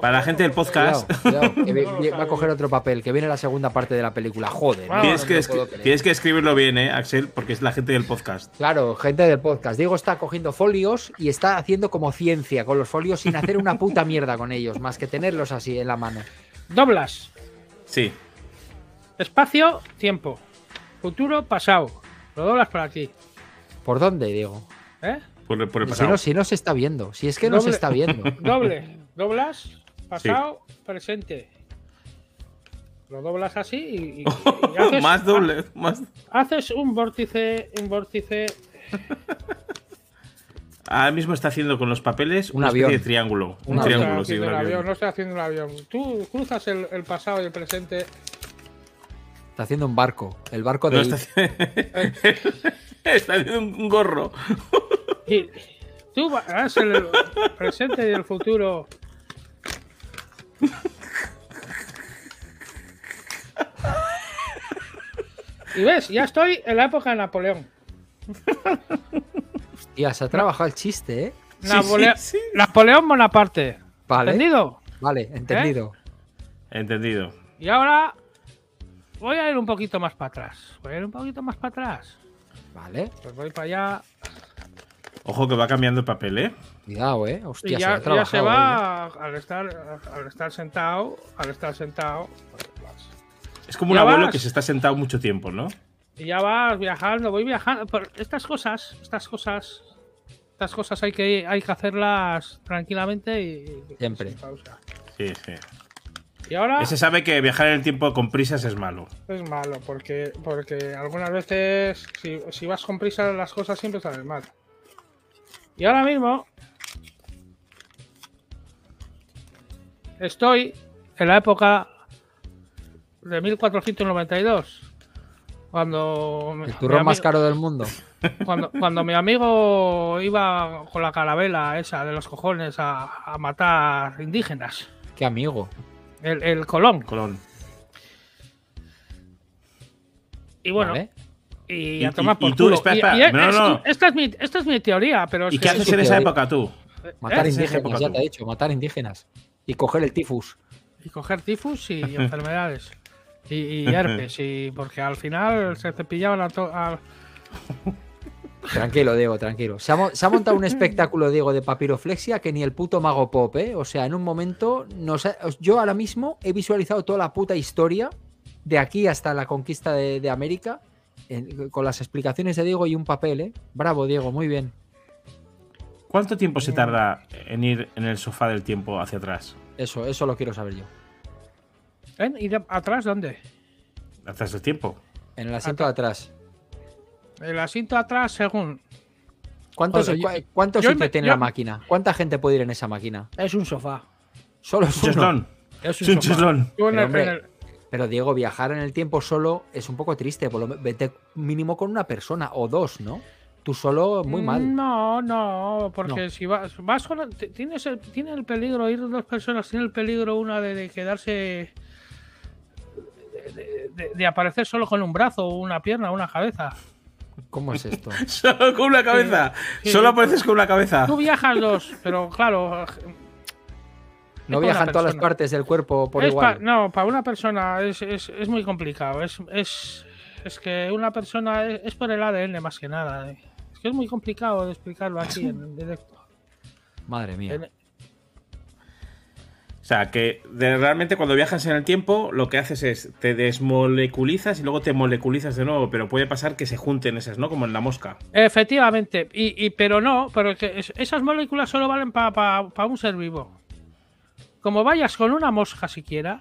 Speaker 1: Para la gente del podcast,
Speaker 2: Cuidado, cuidado, que vi-
Speaker 3: No lo
Speaker 2: vi- va a
Speaker 3: sabía.
Speaker 2: coger otro papel, que viene la segunda parte de la película. Joder,
Speaker 3: Vamos,
Speaker 1: tienes,
Speaker 2: no
Speaker 1: que
Speaker 2: me Ah, lo
Speaker 1: escri-
Speaker 2: puedo creer.
Speaker 1: tienes que escribirlo bien, ¿eh, Axel? Porque es la gente del podcast.
Speaker 2: Claro, gente del podcast. Diego está cogiendo folios y está haciendo como ciencia con los folios sin hacer una puta mierda con ellos, más que tenerlos así en la mano.
Speaker 3: Doblas.
Speaker 1: Sí.
Speaker 3: Espacio, tiempo. Futuro, pasado. Lo doblas por aquí.
Speaker 2: ¿Por dónde, Diego?
Speaker 3: ¿eh?
Speaker 1: Por, por el
Speaker 2: Si
Speaker 1: pasado.
Speaker 2: no, si no se está viendo, si es que no se
Speaker 3: Doble-
Speaker 2: está viendo.
Speaker 3: Doble. Doblas, pasado, presente. Lo doblas así y, y- y haces,
Speaker 1: más doble.
Speaker 2: Ah.
Speaker 1: Más...
Speaker 3: haces un vórtice, un vórtice.
Speaker 1: Ahora mismo está haciendo con los papeles
Speaker 2: Un
Speaker 1: una especie
Speaker 2: avión.
Speaker 1: de triángulo. Un,
Speaker 2: Un avión.
Speaker 1: triángulo,
Speaker 3: no estoy
Speaker 1: sí,
Speaker 3: haciendo
Speaker 1: un
Speaker 3: un
Speaker 1: avión.
Speaker 3: avión, no estoy haciendo un avión. Tú cruzas el, el pasado y el presente.
Speaker 2: Está haciendo un barco, el barco de.
Speaker 1: No,
Speaker 2: It.
Speaker 1: está, haciendo... está haciendo un un gorro.
Speaker 3: Y tú vas el presente y el futuro. Y ves, ya estoy en la época de Napoleón.
Speaker 2: Tía, se ha trabajado el chiste, ¿eh?
Speaker 1: Sí,
Speaker 3: Napoleo-
Speaker 1: sí, sí.
Speaker 3: Napoleón Bonaparte.
Speaker 2: Vale.
Speaker 3: ¿Entendido? ¿Eh?
Speaker 2: Vale, entendido.
Speaker 1: Entendido.
Speaker 3: Y ahora voy a ir un poquito más para atrás. Voy a ir un poquito más para atrás.
Speaker 2: Vale.
Speaker 3: Pues voy para allá.
Speaker 1: Ojo que va cambiando el papel, ¿eh?
Speaker 2: Cuidado, eh.
Speaker 3: Y
Speaker 2: Hostia, se
Speaker 3: ya,
Speaker 2: ha
Speaker 3: ya
Speaker 2: trabajado.
Speaker 3: se
Speaker 2: ¿eh?
Speaker 3: va al estar, al estar sentado. Al estar sentado. pues,
Speaker 1: Es como un
Speaker 3: Ya
Speaker 1: abuelo
Speaker 3: vas.
Speaker 1: que se está sentado mucho tiempo, ¿no?
Speaker 3: Y ya vas viajando, voy viajando. Pero estas cosas, estas cosas, estas cosas hay que, hay que hacerlas tranquilamente y.
Speaker 2: eh, Siempre.
Speaker 3: sin pausa.
Speaker 1: Sí, sí.
Speaker 3: Y
Speaker 2: Ah.
Speaker 3: ahora
Speaker 1: Ese sabe que viajar en el tiempo con prisas es malo.
Speaker 3: es malo, porque, porque algunas veces, si, si vas con prisa, las cosas siempre salen mal. Y ahora mismo. Estoy en la época de 1492. Cuando. mi-
Speaker 2: El
Speaker 3: mi
Speaker 2: turrón más
Speaker 3: ami-
Speaker 2: caro del mundo.
Speaker 3: Cuando, cuando mi amigo iba con la carabela esa de los cojones a, a matar indígenas,
Speaker 2: Qué amigo.
Speaker 3: el, el Colón.
Speaker 1: Colón.
Speaker 3: Y bueno, ¿eh?
Speaker 2: Vale.
Speaker 3: y,
Speaker 1: Y-
Speaker 3: a tomar
Speaker 1: y-
Speaker 3: por
Speaker 1: y tú,
Speaker 3: culo.
Speaker 1: espera,
Speaker 3: Y-
Speaker 1: espera,
Speaker 3: y es-
Speaker 1: no,
Speaker 3: es-
Speaker 1: no.
Speaker 3: Esta, es mi, esta es mi teoría, pero
Speaker 1: ¿Y
Speaker 3: es
Speaker 1: qué
Speaker 3: que-
Speaker 1: haces
Speaker 2: Pues sí,
Speaker 1: en
Speaker 2: sí,
Speaker 1: esa
Speaker 2: sí.
Speaker 1: época tú?
Speaker 2: Matar
Speaker 1: ¿Eh?
Speaker 2: indígenas, ya
Speaker 1: Ese
Speaker 2: te he dicho. Matar indígenas. Y coger el tifus.
Speaker 3: y coger tifus y enfermedades. Y, y herpes, y porque al final se cepillaban a to- a-
Speaker 2: Tranquilo, Diego, tranquilo. Se ha, mo- se ha montado un espectáculo, Diego, de papiroflexia que ni el puto mago pop, ¿eh? O sea, en un momento, nos ha- os- yo ahora mismo he visualizado toda la puta historia de aquí hasta la conquista de, de América en- con las explicaciones de Diego y un papel, ¿eh? Bravo, Diego, muy bien.
Speaker 1: ¿Cuánto tiempo se tarda en ir en el sofá del tiempo hacia atrás?
Speaker 2: Eso, eso lo quiero saber yo.
Speaker 3: ¿Eh? ¿Y de- atrás dónde?
Speaker 1: ¿Atrás del tiempo?
Speaker 2: En el asiento de atrás.
Speaker 3: El asiento atrás, según.
Speaker 2: ¿Cuántos,
Speaker 3: Joder, yo-
Speaker 2: cua- ¿cuántos
Speaker 3: yo
Speaker 2: sitios
Speaker 3: inve-
Speaker 2: tiene
Speaker 3: yo-
Speaker 2: la máquina? ¿Cuánta gente puede ir en esa máquina?
Speaker 3: Es un sofá.
Speaker 2: Solo
Speaker 1: Un
Speaker 2: es uno.
Speaker 1: cheslón.
Speaker 3: Es
Speaker 1: Es un cheslón.
Speaker 3: Tú en
Speaker 2: Pero,
Speaker 3: el-
Speaker 2: hombre,
Speaker 3: en el-
Speaker 2: Pero Diego, viajar en el tiempo solo es un poco triste. Por lo me- vete mínimo con una persona o dos, ¿no? Tú solo, muy mal.
Speaker 3: Mm, No, no, porque
Speaker 2: No.
Speaker 3: si vas, vas con- t- tienes el, tiene el peligro de ir dos personas, tiene el peligro una de, de quedarse de, de- de- de aparecer solo con un brazo, una pierna, una cabeza.
Speaker 2: ¿Cómo es esto?
Speaker 1: Solo con una cabeza.
Speaker 3: Sí, sí.
Speaker 1: Solo apareces con una cabeza.
Speaker 3: Tú viajas dos, pero claro,
Speaker 2: No
Speaker 3: con
Speaker 2: viajan
Speaker 3: la
Speaker 2: todas las
Speaker 3: persona.
Speaker 2: partes del cuerpo por
Speaker 3: es
Speaker 2: igual.
Speaker 3: pa- no, para una persona es, es- es muy complicado. Es, es, es que una persona es, es por el ADN más que nada. eh. Es que es muy complicado de explicarlo aquí en directo.
Speaker 2: Madre mía.
Speaker 3: En-
Speaker 1: O sea, que de- realmente cuando viajas en el tiempo, lo que haces es te desmoleculizas y luego te moleculizas de nuevo, pero puede pasar que se junten esas, ¿no? Como en la mosca.
Speaker 3: Efectivamente, y, y- pero no, pero que es- esas moléculas solo valen para un ser vivo. Como vayas con una mosca siquiera,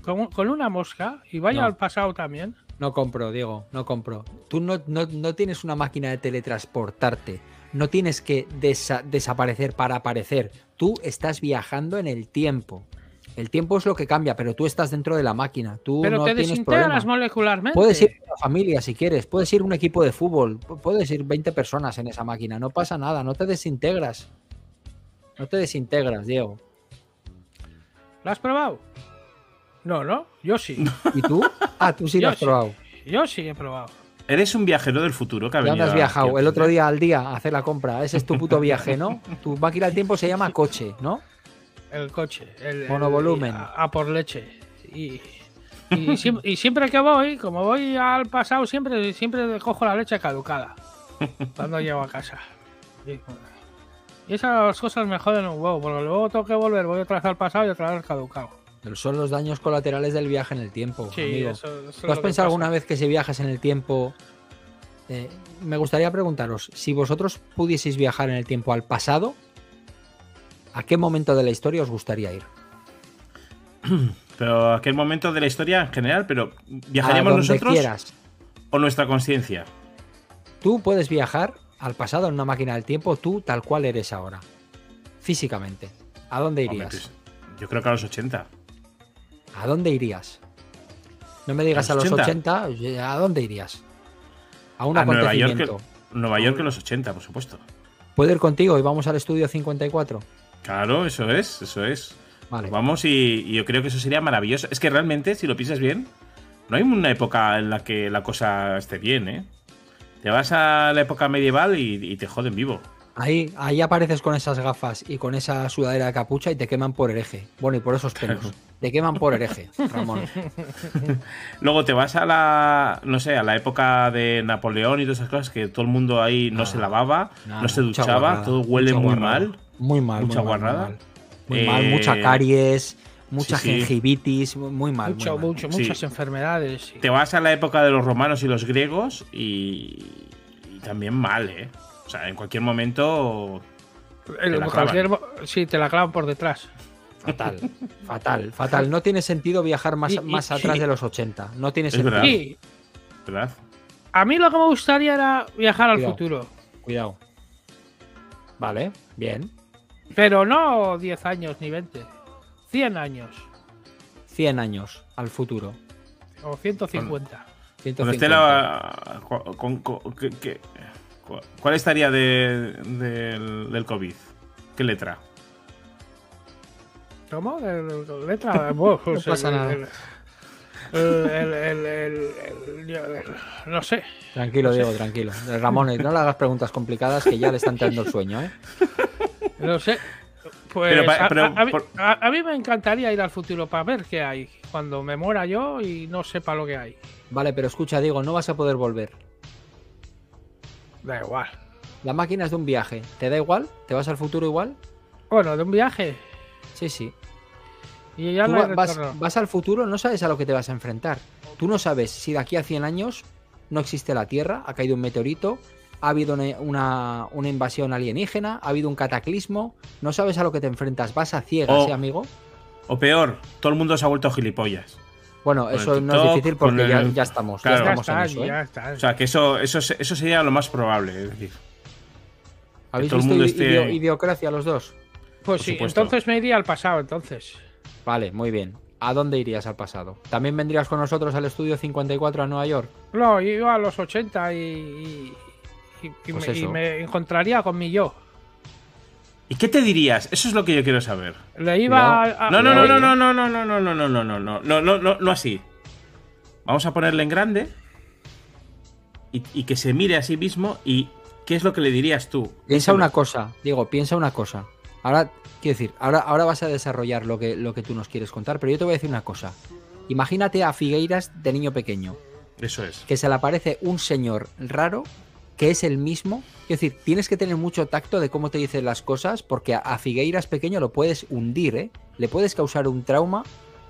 Speaker 3: con, un- con una mosca, y vaya
Speaker 2: No.
Speaker 3: al pasado también,
Speaker 2: No compro, Diego, no compro. Tú no, no- no tienes una máquina de teletransportarte. No tienes que desa- desaparecer para aparecer. Tú estás viajando en el tiempo. El tiempo es lo que cambia, pero tú estás dentro de la máquina. Tú
Speaker 3: pero
Speaker 2: no
Speaker 3: te
Speaker 2: tienes
Speaker 3: desintegras
Speaker 2: problema.
Speaker 3: molecularmente.
Speaker 2: Puedes ir con la familia si quieres, puedes ir un equipo de fútbol, pu- puedes ir 20 personas en esa máquina, no pasa nada, no te desintegras. No te desintegras, Diego.
Speaker 3: ¿Lo has probado? No, no, yo sí,
Speaker 2: ¿Y tú? Ah, tú sí lo
Speaker 3: Yo
Speaker 2: has
Speaker 3: sí.
Speaker 2: probado.
Speaker 3: yo sí he probado.
Speaker 1: Eres un viajero del futuro que ha
Speaker 2: Ya
Speaker 1: venido
Speaker 2: andas
Speaker 1: al
Speaker 2: viajado
Speaker 1: tiempo,
Speaker 2: el otro
Speaker 1: ¿eh?
Speaker 2: día al día a hacer la compra. Ese es tu puto viaje, ¿no? Tu máquina del tiempo se llama coche, ¿no?
Speaker 3: El coche, el, el-
Speaker 2: Monovolumen.
Speaker 3: A, a por leche. Y, y siem- y siempre que voy, como voy al pasado, siempre, siempre cojo la leche caducada. Cuando llego a casa. Y, y esas cosas me joden un huevo, porque luego tengo que volver, voy otra vez al pasado y otra vez al caducado.
Speaker 2: Pero son los daños colaterales del viaje en el tiempo,
Speaker 3: Sí,
Speaker 2: Pues, amigo.
Speaker 3: eso- eso es
Speaker 2: ¿Tú
Speaker 3: lo
Speaker 2: has
Speaker 3: que
Speaker 2: pensado
Speaker 3: pasa.
Speaker 2: alguna vez que si viajas en el tiempo... eh, me gustaría preguntaros, si vosotros pudieseis viajar en el tiempo al pasado, ¿a qué momento de la historia os gustaría ir?
Speaker 1: Pero aquel momento de la historia en general, pero ¿viajaríamos
Speaker 2: a donde
Speaker 1: nosotros
Speaker 2: quieras.
Speaker 1: o nuestra conciencia?
Speaker 2: Tú puedes viajar al pasado en una máquina del tiempo, tú tal cual eres ahora, físicamente. ¿A dónde
Speaker 1: Hombre,
Speaker 2: irías?
Speaker 1: pues, yo creo que a los 80.
Speaker 2: ¿A dónde irías? No me digas a
Speaker 1: ¿A
Speaker 2: los
Speaker 1: los
Speaker 2: 80, oye, ¿a dónde irías? A un
Speaker 1: a Nueva York,
Speaker 2: acontecimiento.
Speaker 1: que- Nueva York en los 80, por supuesto.
Speaker 2: ¿Puedo ir contigo y vamos al estudio 54?
Speaker 1: Claro, eso es, eso es.
Speaker 2: Vale.
Speaker 1: Vamos y, y yo creo que eso sería maravilloso. Es que realmente, si lo piensas bien, no hay una época en la que la cosa esté bien, ¿eh? Te vas a la época medieval y, y te joden vivo.
Speaker 2: Ahí, ahí apareces con esas gafas y con esa sudadera de capucha y te queman por hereje. Bueno, y por esos pelos. Te queman por hereje, Ramón.
Speaker 1: Luego te vas a la, no sé, a la época de Napoleón y todas esas cosas que todo el mundo ahí no
Speaker 2: Nada,
Speaker 1: se lavaba,
Speaker 2: Ah, nada,
Speaker 1: no se
Speaker 2: mucha
Speaker 1: duchaba,
Speaker 2: guarrada,
Speaker 1: todo huele
Speaker 2: mucha
Speaker 1: muy
Speaker 2: guarrada.
Speaker 1: mal.
Speaker 2: Muy mal.
Speaker 1: Mucha
Speaker 2: muy mal, muy
Speaker 1: guarrada.
Speaker 2: mal. Muy mal,
Speaker 1: Eh,
Speaker 2: mucha caries, mucha
Speaker 1: sí, sí.
Speaker 2: gingivitis, muy mal. muy
Speaker 3: Mucho,
Speaker 2: mal.
Speaker 3: mucho,
Speaker 1: Sí.
Speaker 3: muchas enfermedades. y-
Speaker 1: Te vas a la época de los romanos y los griegos y, y también mal, ¿eh? O sea, en cualquier momento
Speaker 3: en
Speaker 1: la
Speaker 3: cualquier mo- sí, te la clavan por detrás.
Speaker 2: Fatal, fatal, fatal. No tiene sentido viajar más,
Speaker 3: Y- y-
Speaker 2: más atrás
Speaker 3: y-
Speaker 2: de los 80. No tiene
Speaker 1: Es
Speaker 2: sentido.
Speaker 1: verdad.
Speaker 3: Y
Speaker 1: ¿verdad?
Speaker 3: a mí lo que me gustaría era viajar al
Speaker 2: Cuidado.
Speaker 3: futuro.
Speaker 2: Cuidado. Vale, bien.
Speaker 3: Pero no 10 años ni 20. 100 años.
Speaker 2: 100 años al futuro.
Speaker 3: O 150.
Speaker 1: Cuando
Speaker 2: 150.
Speaker 1: esté la- cu- con- con- que- que- cu- ¿Cuál estaría de- del, del COVID? ¿Qué letra?
Speaker 3: ¿Cómo? El- el- Letra. bueno,
Speaker 2: No
Speaker 3: pues,
Speaker 2: pasa
Speaker 3: el-
Speaker 2: nada.
Speaker 3: el- el- el- el- el- el- el- no sé.
Speaker 2: Tranquilo, Diego, tranquilo. Ramón, no le hagas preguntas complicadas que ya le están entrando el sueño, ¿eh?
Speaker 3: No sé. Pues
Speaker 1: Pero pa-
Speaker 3: a- a-
Speaker 1: pero
Speaker 3: a, mí-
Speaker 1: por-
Speaker 3: a- a mí me encantaría ir al futuro para ver qué hay cuando me muera yo y no sepa lo que hay.
Speaker 2: Vale, pero escucha, Diego, no vas a poder volver.
Speaker 3: Da igual.
Speaker 2: La máquina es de un viaje. ¿Te da igual? ¿Te vas al futuro igual?
Speaker 3: Bueno, de un viaje.
Speaker 2: Sí, sí.
Speaker 3: Y ya
Speaker 2: Tú
Speaker 3: no hay
Speaker 2: va- vas,
Speaker 3: retorno.
Speaker 2: vas al futuro, no sabes a lo que te vas a enfrentar. Tú no sabes si de aquí a 100 años no existe la Tierra, ha caído un meteorito, ha habido una, una- una invasión alienígena, ha habido un cataclismo, no sabes a lo que te enfrentas, vas a ciegas,
Speaker 1: Oh.
Speaker 2: ¿eh, amigo?
Speaker 1: O peor, todo el mundo se ha vuelto gilipollas.
Speaker 2: Bueno,
Speaker 1: Con el
Speaker 2: eso no es
Speaker 1: TikTok,
Speaker 2: difícil
Speaker 1: con
Speaker 2: porque ya,
Speaker 1: el-
Speaker 2: ya estamos,
Speaker 1: claro.
Speaker 2: ya
Speaker 3: Ya
Speaker 2: estamos en
Speaker 3: está,
Speaker 2: eso, ¿eh?
Speaker 3: ya está.
Speaker 1: O sea, que eso, eso, se- eso sería lo más probable. Es decir,
Speaker 2: ¿Habéis
Speaker 1: todo el
Speaker 2: visto
Speaker 1: mundo
Speaker 2: idi-
Speaker 1: esté-
Speaker 2: idio- idiocracia los dos?
Speaker 1: por
Speaker 3: pues sí,
Speaker 1: supuesto.
Speaker 3: entonces me iría al pasado, entonces.
Speaker 2: Vale, muy bien. ¿A dónde irías al pasado? ¿También vendrías con nosotros al estudio 54 a Nueva York?
Speaker 3: No, yo iba a los 80 y, y, y
Speaker 2: Pues
Speaker 3: me, y
Speaker 2: eso.
Speaker 3: me encontraría con mi yo.
Speaker 1: ¿Y qué te dirías? Eso es lo que yo quiero saber.
Speaker 3: Le iba a, a-
Speaker 1: No, no,
Speaker 2: ya
Speaker 1: no,
Speaker 2: voy,
Speaker 1: no,
Speaker 2: ¿eh?
Speaker 1: no, no, no, no, no, no, no, no, no, no, no, no, no, no así. Vamos a ponerle en grande y, y que se mire a sí mismo y qué es lo que le dirías tú.
Speaker 2: Piensa
Speaker 1: Díselo.
Speaker 2: una cosa, Diego, piensa una cosa. Ahora, quiero decir, ahora, ahora vas a desarrollar lo que, lo que tú nos quieres contar, pero yo te voy a decir una cosa. Imagínate a Figueiras de niño pequeño,
Speaker 1: Eso es.
Speaker 2: que se le aparece un señor raro que es el mismo. Quiero decir, tienes que tener mucho tacto de cómo te dicen las cosas, porque a, a Figueiras pequeño lo puedes hundir, ¿eh? Le puedes causar un trauma.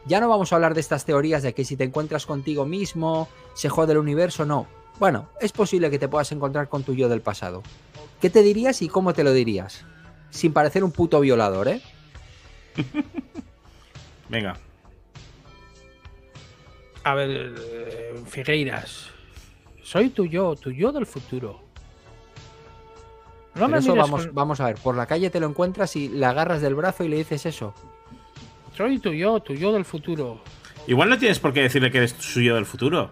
Speaker 2: Ya no vamos a hablar de estas teorías de que si te encuentras contigo mismo, se jode el universo, no. Bueno, es posible que te puedas encontrar con tu yo del pasado. ¿Qué te dirías y cómo te lo dirías? Sin parecer un puto violador, ¿eh?
Speaker 1: Venga.
Speaker 3: a ver, eh, Figueiras. Soy tu yo, tu yo del futuro. No
Speaker 2: Pero
Speaker 3: me
Speaker 2: eso
Speaker 3: mires
Speaker 2: vamos,
Speaker 3: con-
Speaker 2: vamos a ver, por la calle te lo encuentras y la agarras del brazo y le dices eso.
Speaker 3: Soy tu yo, tu yo del futuro.
Speaker 1: Igual no tienes por qué decirle que eres suyo del futuro.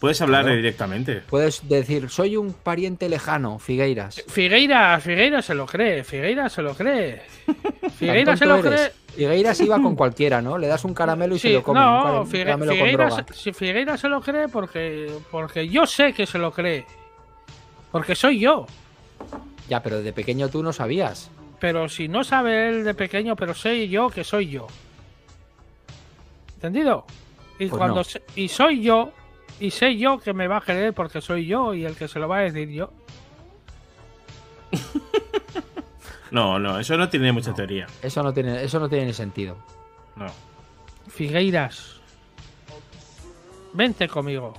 Speaker 1: Puedes hablarle
Speaker 2: Claro.
Speaker 1: directamente.
Speaker 2: Puedes decir, soy un pariente lejano, Figueiras.
Speaker 3: Figueiras, Figueiras se lo cree, Figueiras se lo cree.
Speaker 2: Tan
Speaker 3: Figueiras se lo
Speaker 2: tonto
Speaker 3: cree.
Speaker 2: eres. Figueiras iba con cualquiera, ¿no? Le das un caramelo y
Speaker 3: Sí,
Speaker 2: se lo come. un cara-
Speaker 3: no,
Speaker 2: un
Speaker 3: Figue-
Speaker 2: caramelo con
Speaker 3: Figueiras,
Speaker 2: droga.
Speaker 3: si Figueiras se lo cree porque, porque yo sé que se lo cree. Porque soy yo.
Speaker 2: Ya, pero de pequeño tú no sabías.
Speaker 3: Pero si no sabe él de pequeño, pero sé yo que soy yo. ¿Entendido? Y
Speaker 2: Pues
Speaker 3: cuando
Speaker 2: no.
Speaker 3: se- y soy yo, y sé yo que me va a querer porque soy yo y el que se lo va a decir yo.
Speaker 1: No, no, eso no tiene mucha teoría.
Speaker 2: Eso no tiene, eso no tiene ni sentido.
Speaker 1: No.
Speaker 3: Figueiras, vente conmigo.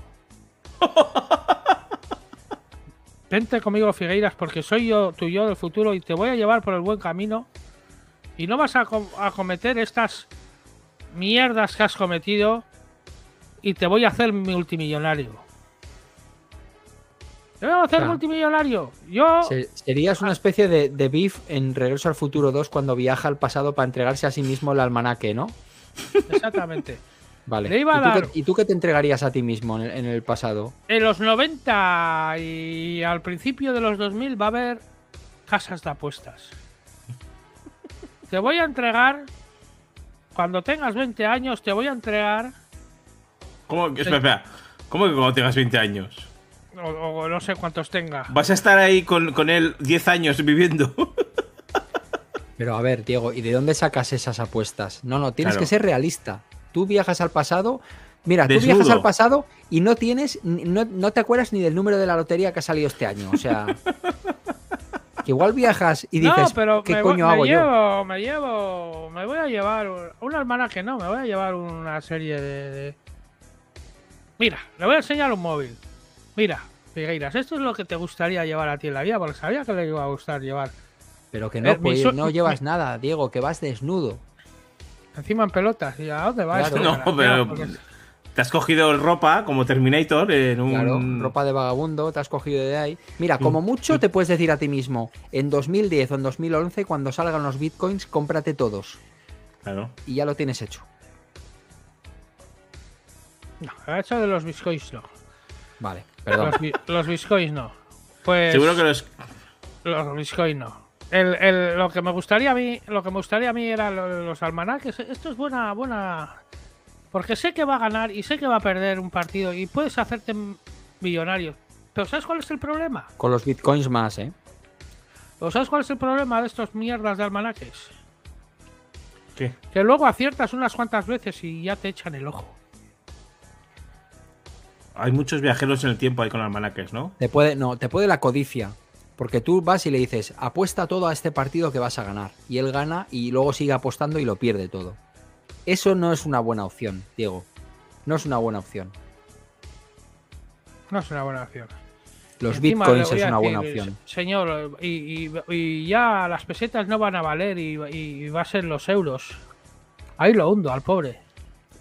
Speaker 3: Vente conmigo, Figueiras, porque soy yo, tu yo del futuro y te voy a llevar por el buen camino. Y no vas a, com- a cometer estas mierdas que has cometido y te voy a hacer multimillonario. Te voy a hacer
Speaker 2: Ah.
Speaker 3: multimillonario. Yo,
Speaker 2: Se- serías una especie de, de beef en Regreso al Futuro 2 cuando viaja al pasado para entregarse a sí mismo el almanaque, ¿no?
Speaker 3: exactamente.
Speaker 2: Vale.
Speaker 3: Le iba a
Speaker 2: ¿Y, tú
Speaker 3: dar-
Speaker 2: qué, y tú qué te entregarías a ti mismo en el, en el pasado?
Speaker 3: En los 90 y al principio de los 2000 va a haber casas de apuestas. Te voy a entregar, cuando tengas 20 años, te voy a entregar...
Speaker 1: ¿Cómo? que- Espera, espera. ¿Cómo que cuando tengas 20 años?
Speaker 3: O, o no sé cuántos tenga.
Speaker 1: Vas a estar ahí con, con él 10 años viviendo.
Speaker 2: Pero a ver, Diego, ¿y de dónde sacas esas apuestas? No, no, tienes
Speaker 1: Claro.
Speaker 2: que ser realista. Tú viajas al pasado. Mira,
Speaker 1: Desnudo.
Speaker 2: tú viajas al pasado y no tienes, ni- no, no te acuerdas ni del número de la lotería que ha salido este año. O sea, que igual viajas y dices,
Speaker 3: no, pero
Speaker 2: ¿qué
Speaker 3: me, voy-
Speaker 2: coño
Speaker 3: me
Speaker 2: hago yo?
Speaker 3: llevo, me llevo, me voy a llevar un, un almanaque, no, me voy a llevar una serie de, de- Mira, le voy a enseñar un móvil. Mira, Figueiras, esto es lo que te gustaría llevar a ti en la vida, porque sabía que le iba a gustar llevar.
Speaker 2: Pero que no,
Speaker 3: Eh, mi
Speaker 2: pues,
Speaker 3: so-
Speaker 2: no llevas nada, Diego, que vas desnudo.
Speaker 3: Encima en pelotas, ¿y a dónde vas?
Speaker 2: Claro.
Speaker 1: No, pero- Te has cogido ropa como Terminator en un.
Speaker 2: Claro, ropa de vagabundo, te has cogido de ahí. Mira, como mucho te puedes decir a ti mismo, en 2010 o en 2011, cuando salgan los bitcoins, cómprate todos.
Speaker 1: Claro.
Speaker 2: Y ya lo tienes hecho.
Speaker 3: No, eso de los biscoits no.
Speaker 2: Vale, perdón.
Speaker 3: Los, bi- los biscoits no. Pues
Speaker 1: Seguro que los.
Speaker 3: los biscoits no. El, el- lo que me gustaría a mí, lo que me gustaría a mí era lo- los almanaques. Esto es buena, buena. Porque sé que va a ganar y sé que va a perder un partido y puedes hacerte m- millonario. Pero ¿sabes cuál es el problema?
Speaker 2: Con los bitcoins más, ¿eh?
Speaker 3: ¿O sabes cuál es el problema de estos mierdas de almanaques?
Speaker 1: ¿Qué?
Speaker 3: Que luego aciertas unas cuantas veces y ya te echan el ojo.
Speaker 1: Hay muchos viajeros en el tiempo ahí con almanaques, ¿no?
Speaker 2: Te puede, no, te puede la codicia. Porque tú vas y le dices, apuesta todo a este partido que vas a ganar. Y él gana y luego sigue apostando y lo pierde todo. Eso no es una buena opción, Diego. No es una buena opción.
Speaker 3: No es una buena acción.
Speaker 2: Los
Speaker 3: Encima
Speaker 2: bitcoins
Speaker 3: le voy
Speaker 2: es
Speaker 3: a
Speaker 2: una buena
Speaker 3: decir,
Speaker 2: opción.
Speaker 3: "Se- Señor, y, y- y ya las pesetas no van a valer y, y va a ser los euros. Ahí lo hundo al pobre.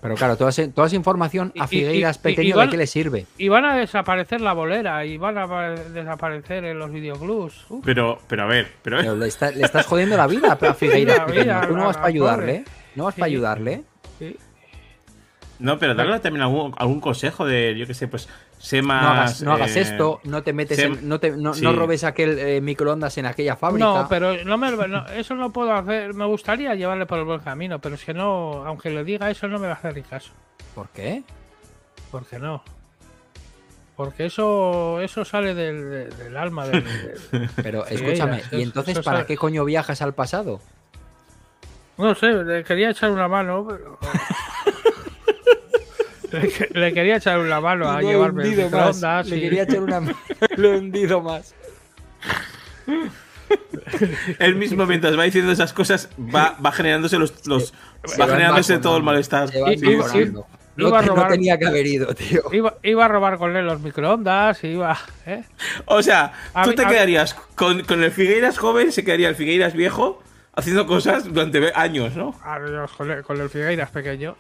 Speaker 2: Pero claro, toda, esa- toda esa información
Speaker 3: Y-
Speaker 2: a
Speaker 3: y-
Speaker 2: Figueiras
Speaker 3: y- y-
Speaker 2: pequeño
Speaker 3: igual-
Speaker 2: de qué le sirve.
Speaker 3: Y van a desaparecer la bolera y van a va- desaparecer en los videoclubs. Uf,
Speaker 1: Pero, pero a ver, pero.
Speaker 2: Pero le, está- le estás jodiendo la vida a Figueiras
Speaker 3: La
Speaker 2: pequeño.
Speaker 3: vida,
Speaker 2: Tú no
Speaker 3: la-
Speaker 2: vas
Speaker 3: la
Speaker 2: para ayudarle.
Speaker 3: pobre.
Speaker 2: ¿eh? No vas para
Speaker 3: Sí.
Speaker 2: ayudarle.
Speaker 3: sí.
Speaker 1: No, pero darle también algún, algún consejo de, yo qué sé, pues, sé más.
Speaker 2: No hagas, no hagas
Speaker 1: eh,
Speaker 2: esto, no te metes
Speaker 1: se-
Speaker 2: en- no, te, no,
Speaker 1: sí.
Speaker 2: no robes aquel eh, microondas en aquella fábrica.
Speaker 3: No, pero no me, no, eso no puedo hacer. Me gustaría llevarle por el buen camino, pero es que no, aunque le diga eso, no me va a hacer ni caso.
Speaker 2: ¿Por qué?
Speaker 3: ¿Por qué no? Porque eso, eso sale del, del- del alma del- del,
Speaker 2: Pero
Speaker 3: Sí,
Speaker 2: escúchame,
Speaker 3: eso-
Speaker 2: ¿y entonces
Speaker 3: eso
Speaker 2: para
Speaker 3: sabe.
Speaker 2: qué coño viajas al pasado?
Speaker 3: No sé, le quería echar una mano, pero. le, que- le quería echar una mano a llevarme el microondas.
Speaker 2: Le
Speaker 3: y-
Speaker 2: quería echar una mano, lo he hundido más.
Speaker 1: Él mismo, mientras va diciendo esas cosas, va, va generándose los. los
Speaker 2: Se
Speaker 1: va
Speaker 2: van
Speaker 1: generándose
Speaker 2: vacunando,
Speaker 1: todo el malestar.
Speaker 2: se van
Speaker 1: Sí, sí.
Speaker 2: mejorando.
Speaker 3: Iba
Speaker 2: No,
Speaker 3: a
Speaker 2: te- no
Speaker 3: robar-
Speaker 2: tenía que haber ido, tío.
Speaker 3: Iba, iba a robar con él los microondas, y iba. ¿eh?
Speaker 1: O sea,
Speaker 3: A
Speaker 1: tú
Speaker 3: mí-
Speaker 1: te
Speaker 3: a-
Speaker 1: quedarías con, con el Figueiras joven, se quedaría el Figueiras viejo haciendo cosas durante ve- años, ¿no?
Speaker 3: Adiós, con, el, con el Figueiras pequeño.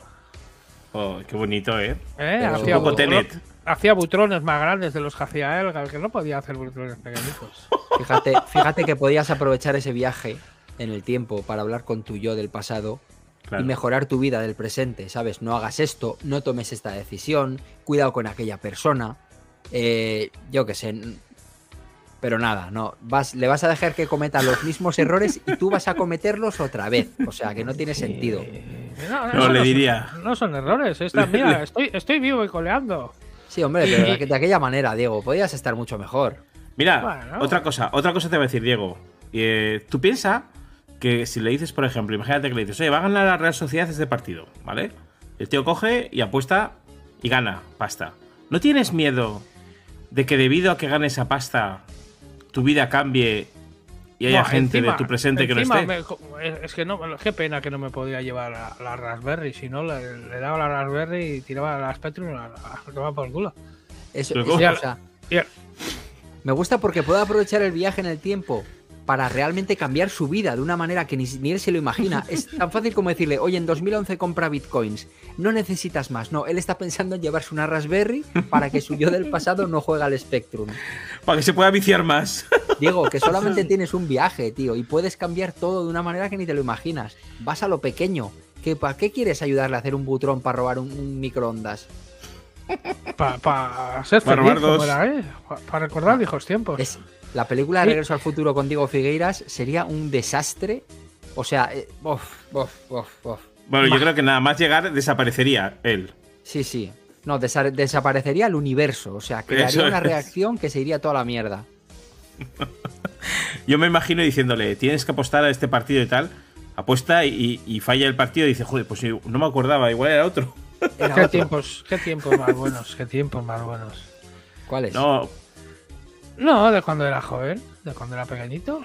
Speaker 1: Oh, qué bonito, ¿eh?
Speaker 3: ¿eh?
Speaker 2: Pero-
Speaker 3: Hacía,
Speaker 2: Un poco
Speaker 3: bu-
Speaker 1: Tenet.
Speaker 3: hacía butrones más grandes de los que hacía él, que no podía hacer butrones pequeñitos.
Speaker 2: Fíjate, fíjate que podías aprovechar ese viaje en el tiempo para hablar con tu yo del pasado
Speaker 1: Claro.
Speaker 2: y mejorar tu vida del presente, ¿sabes? No hagas esto, no tomes esta decisión, cuidado con aquella persona, eh, yo qué sé. n- Pero nada, no, vas, le vas a dejar que cometa los mismos errores y tú vas a cometerlos otra vez. O sea, que no tiene sentido.
Speaker 3: No,
Speaker 1: No,
Speaker 3: eso
Speaker 1: le
Speaker 3: son-
Speaker 1: diría.
Speaker 3: No son errores, esta mira, estoy, estoy vivo y coleando.
Speaker 2: Sí, hombre, pero de, de aquella manera, Diego, podías estar mucho mejor.
Speaker 1: Mira,
Speaker 3: Bueno.
Speaker 1: otra cosa, otra cosa te voy a decir, Diego. Eh, Tú piensa que si le dices, por ejemplo, imagínate que le dices, oye, va a ganar la Real Sociedad este partido, ¿vale? El tío coge y apuesta y gana pasta. ¿No tienes miedo de que debido a que gane esa pasta, tu vida cambie y haya
Speaker 3: No,
Speaker 1: gente
Speaker 3: encima-
Speaker 1: de tu presente que no
Speaker 3: encima
Speaker 1: esté?
Speaker 3: me co- es- es que no, bueno, qué pena que no me podía llevar la, la Raspberry, si no le, le daba la Raspberry y tiraba la Spectrum y la, la tomaba por el culo.
Speaker 2: Eso,
Speaker 1: Pero
Speaker 2: eso,
Speaker 1: ¿cómo?
Speaker 2: o sea,
Speaker 3: Y-
Speaker 2: Me gusta porque puede aprovechar el viaje en el tiempo para realmente cambiar su vida de una manera que ni, ni él se lo imagina. Es tan fácil como decirle, oye, en 2011 compra bitcoins, no necesitas más. No, él está pensando en llevarse una Raspberry para que su yo del pasado no juegue al Spectrum.
Speaker 1: Para que se pueda viciar más.
Speaker 2: Diego, que solamente tienes un viaje, tío, y puedes cambiar todo de una manera que ni te lo imaginas. Vas a lo pequeño. ¿Que, ¿Para qué quieres ayudarle a hacer un butrón para robar un, un microondas?
Speaker 3: Para pa ser
Speaker 1: Para robar
Speaker 3: feliz,
Speaker 1: dos.
Speaker 3: como era, ¿eh? Para recordar viejos tiempos.
Speaker 2: Es, la película de
Speaker 3: Sí.
Speaker 2: Regreso al Futuro con Diego Figueiras sería un desastre. O sea, eh, uf, uf, uf, uf.
Speaker 1: Bueno, yo creo que nada más llegar desaparecería él.
Speaker 2: Sí, sí. No, desa- desaparecería el universo. O sea,
Speaker 1: Eso
Speaker 2: crearía una
Speaker 1: es.
Speaker 2: reacción que se iría toda la mierda.
Speaker 1: Yo me imagino diciéndole, tienes que apostar a este partido y tal. Apuesta y, y falla el partido y dice, joder, pues yo no me acordaba, igual era otro.
Speaker 2: Era
Speaker 3: ¿Qué
Speaker 2: otro.
Speaker 3: tiempos, qué tiempos más buenos, qué tiempos más buenos.
Speaker 2: ¿Cuál es?
Speaker 1: No,
Speaker 3: No, de cuando era joven, de cuando era pequeñito.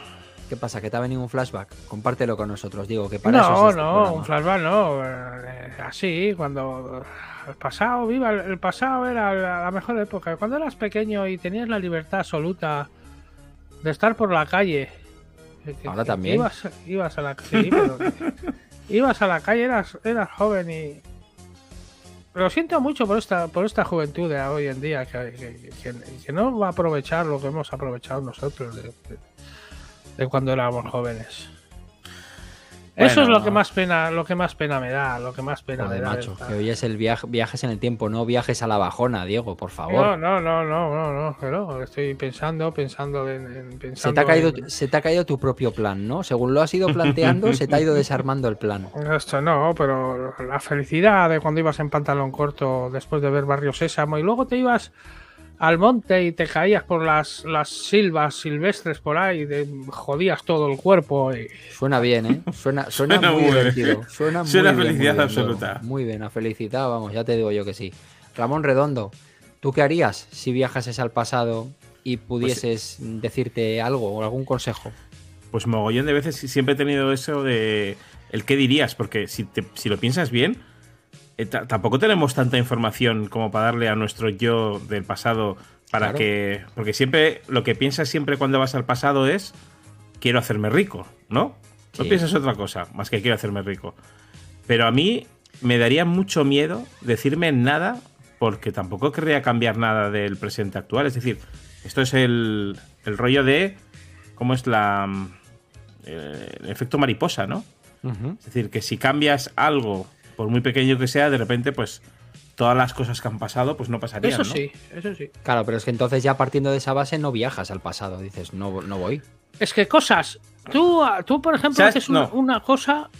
Speaker 2: ¿Qué pasa? ¿Que te ha venido un flashback? Compártelo con nosotros, digo, que para eso
Speaker 3: No,
Speaker 2: es este
Speaker 3: no,
Speaker 2: programa.
Speaker 3: un flashback no. eh, así, cuando el pasado, viva, el, el pasado era la, la mejor época. Cuando eras pequeño y tenías la libertad absoluta de estar por la calle. eh, que- que-
Speaker 2: Ahora
Speaker 3: que
Speaker 2: también.
Speaker 3: Ibas, ibas a la sí, pero que- ibas a la calle, eras, eras joven y. Lo siento mucho por esta, por esta juventud de hoy en día que, que- que- que no va a aprovechar lo que hemos aprovechado nosotros de- de- de cuando éramos jóvenes. Eso es
Speaker 1: Bueno.
Speaker 3: lo que más pena, lo que más pena me da, lo que más pena me
Speaker 2: Joder,
Speaker 3: da.
Speaker 2: macho,
Speaker 3: esta-
Speaker 2: que hoy es el viaje, viajes en el tiempo, no viajes a la bajona, Diego, por favor.
Speaker 3: No, no, no, no, no, no, que no, Estoy pensando, pensando en, en-
Speaker 2: se,
Speaker 3: pensando
Speaker 2: te ha caído,
Speaker 3: en-
Speaker 2: se te ha caído tu propio plan, ¿no? Según lo has ido planteando, se te ha ido desarmando el plan.
Speaker 3: Esto no, pero la felicidad de cuando ibas en pantalón corto después de ver Barrio Sésamo y luego te ibas al monte y te caías por las, las silvas silvestres por ahí, te jodías todo el cuerpo y
Speaker 2: Suena bien, ¿eh? Suena, suena,
Speaker 1: Suena
Speaker 2: muy
Speaker 1: muy bien.
Speaker 2: divertido. Suena, muy
Speaker 1: Suena
Speaker 2: bien, muy
Speaker 1: felicidad
Speaker 2: bien,
Speaker 1: absoluta.
Speaker 2: Diego. Muy bien, a felicidad, vamos, ya te digo yo que sí. Ramón Redondo, ¿tú qué harías si viajases al pasado y pudieses decirte algo o algún consejo?
Speaker 1: pues mogollón de veces siempre he tenido eso de el qué dirías, porque si, te- si lo piensas bien, eh, ta- tampoco tenemos tanta información como para darle a nuestro yo del pasado para
Speaker 2: Claro.
Speaker 1: que... Porque siempre, lo que piensas siempre cuando vas al pasado es, quiero hacerme rico, ¿no?
Speaker 2: Sí.
Speaker 1: No piensas otra cosa, más que quiero hacerme rico. Pero a mí me daría mucho miedo decirme nada porque tampoco querría cambiar nada del presente actual. Es decir, esto es el, el rollo de... ¿Cómo es la... mm, eh, el efecto mariposa, ¿no? Es decir, que si cambias algo, por muy pequeño que sea, de repente, pues todas las cosas que han pasado, pues no pasarían.
Speaker 3: eso
Speaker 1: ¿no?
Speaker 3: sí, eso sí.
Speaker 2: Claro, pero es que entonces ya partiendo de esa base no viajas al pasado, dices, no, no voy.
Speaker 3: Es que cosas. Tú, ah, tú por ejemplo,
Speaker 1: ¿Sabes?
Speaker 3: haces una,
Speaker 1: No.
Speaker 3: una cosa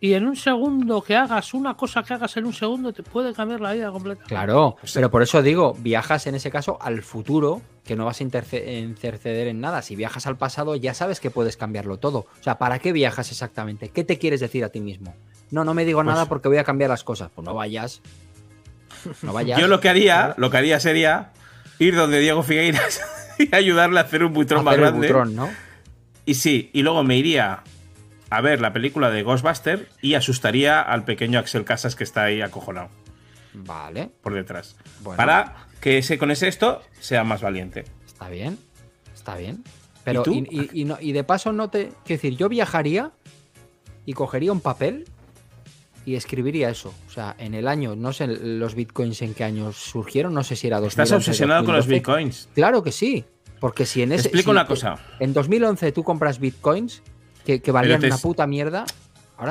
Speaker 3: y en un segundo que hagas, una cosa que hagas en un segundo, te puede cambiar la vida completa.
Speaker 2: Claro,
Speaker 1: Pues sí.
Speaker 2: pero por eso digo, viajas en ese caso al futuro, que no vas a interce- interceder en nada. Si viajas al pasado, ya sabes que puedes cambiarlo todo. O sea, ¿para qué viajas exactamente? ¿Qué te quieres decir a ti mismo? No, no me digo
Speaker 1: Pues-
Speaker 2: nada porque voy a cambiar las cosas. Pues no vayas. No vayas.
Speaker 1: Yo lo que haría, lo que haría sería ir donde Diego Figueiras y ayudarle a hacer un butrón
Speaker 2: Hacer
Speaker 1: más
Speaker 2: el
Speaker 1: grande.
Speaker 2: butrón, ¿no?
Speaker 1: Y sí, y luego me iría a ver la película de Ghostbuster y asustaría al pequeño Axel Casas que está ahí acojonado
Speaker 2: Vale,
Speaker 1: por detrás.
Speaker 2: Bueno.
Speaker 1: Para que ese con ese esto sea más valiente.
Speaker 2: está bien. Está bien. Pero,
Speaker 1: tú?
Speaker 2: y, y- y no- y de paso no te. Quiero decir, yo viajaría y cogería un papel y escribiría eso. O sea, en el año, no sé los bitcoins en qué años surgieron, Pues no sé si era 2011.
Speaker 1: Estás obsesionado con los
Speaker 2: 2012.
Speaker 1: bitcoins.
Speaker 2: Claro que sí, porque si en
Speaker 1: Te
Speaker 2: ese.
Speaker 1: explico
Speaker 2: si
Speaker 1: una
Speaker 2: te-
Speaker 1: cosa.
Speaker 2: En 2011 tú compras bitcoins que, que valían
Speaker 1: te
Speaker 2: una
Speaker 1: es-
Speaker 2: puta mierda, ahora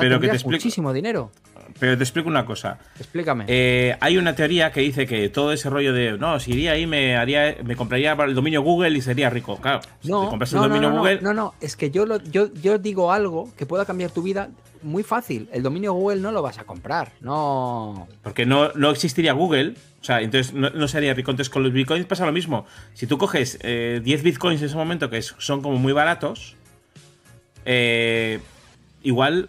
Speaker 1: pero que te
Speaker 2: tendrías
Speaker 1: explico-
Speaker 2: muchísimo dinero.
Speaker 1: Pero te explico una cosa.
Speaker 2: Explícame.
Speaker 1: Eh, hay una teoría que dice que todo ese rollo de no, si iría ahí me haría, me compraría el dominio Google y sería rico. Claro, si te
Speaker 2: no, no,
Speaker 1: compras
Speaker 2: no,
Speaker 1: el dominio
Speaker 2: no, no,
Speaker 1: Google,
Speaker 2: no, no, es que yo, lo- yo, yo digo algo que pueda cambiar tu vida muy fácil. El dominio Google no lo vas a comprar, no.
Speaker 1: porque no, no existiría Google, o sea, entonces no, no sería rico. Entonces con los bitcoins pasa lo mismo. Si tú coges eh, 10 bitcoins en ese momento, que es- son como muy baratos, eh, igual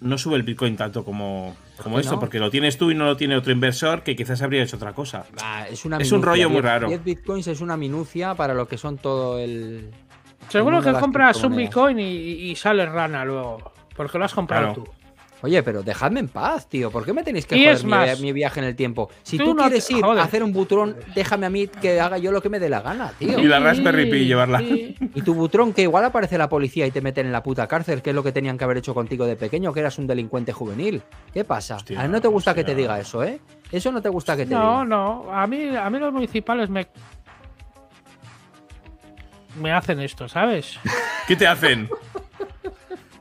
Speaker 1: no sube el bitcoin tanto como, como
Speaker 2: qué
Speaker 1: esto,
Speaker 2: no?
Speaker 1: porque lo tienes tú y no lo tiene otro inversor que quizás habría hecho otra cosa.
Speaker 2: Ah, es una
Speaker 1: Es un
Speaker 2: minucia.
Speaker 1: rollo muy
Speaker 2: Diez-
Speaker 1: raro.
Speaker 2: 10 bitcoins es una minucia para lo que son todo el. el
Speaker 3: Seguro
Speaker 2: mundo de
Speaker 3: que
Speaker 2: las
Speaker 3: compras un
Speaker 2: criptomonedas.
Speaker 3: Bitcoin y, y sale rana luego. Porque lo has comprado
Speaker 1: Claro.
Speaker 3: tú.
Speaker 2: Oye, pero dejadme en paz, tío. ¿Por qué me tenéis que
Speaker 3: Y
Speaker 2: joder
Speaker 3: es
Speaker 2: mi,
Speaker 3: más,
Speaker 2: vi- mi viaje en el tiempo? Si tú,
Speaker 3: tú no te-
Speaker 2: quieres ir
Speaker 3: joder.
Speaker 2: a hacer un butrón, déjame a mí que haga yo lo que me dé la gana, tío.
Speaker 1: Y la Raspberry Pi llevarla.
Speaker 3: Sí.
Speaker 2: Y tu butrón, que igual aparece la policía y te meten en la puta cárcel, que es lo que tenían que haber hecho contigo de pequeño, que eras un delincuente juvenil. ¿Qué pasa?
Speaker 1: Hostia,
Speaker 2: a no te gusta que
Speaker 1: hostia.
Speaker 2: te diga eso, ¿eh? Eso no te gusta que te
Speaker 3: No,
Speaker 2: diga.
Speaker 3: no. A mí, a mí los municipales me. Me hacen esto, ¿sabes?
Speaker 1: ¿Qué te hacen?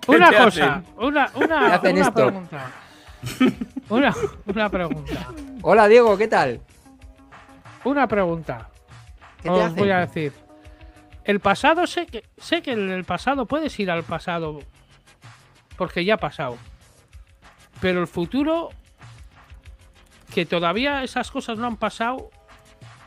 Speaker 1: ¿Qué
Speaker 3: Una
Speaker 1: te
Speaker 3: cosa,
Speaker 1: hacen?
Speaker 3: una,
Speaker 2: ¿Qué
Speaker 3: una,
Speaker 2: hacen
Speaker 3: una
Speaker 2: esto?
Speaker 3: pregunta. Una, una pregunta.
Speaker 2: Hola, Diego, ¿qué tal?
Speaker 3: Una pregunta.
Speaker 2: ¿Qué
Speaker 3: os
Speaker 2: te hacen?
Speaker 3: Oh, voy a decir. El pasado, sé que, sé que en el pasado puedes ir al pasado. Porque ya ha pasado. Pero el futuro. que todavía esas cosas no han pasado,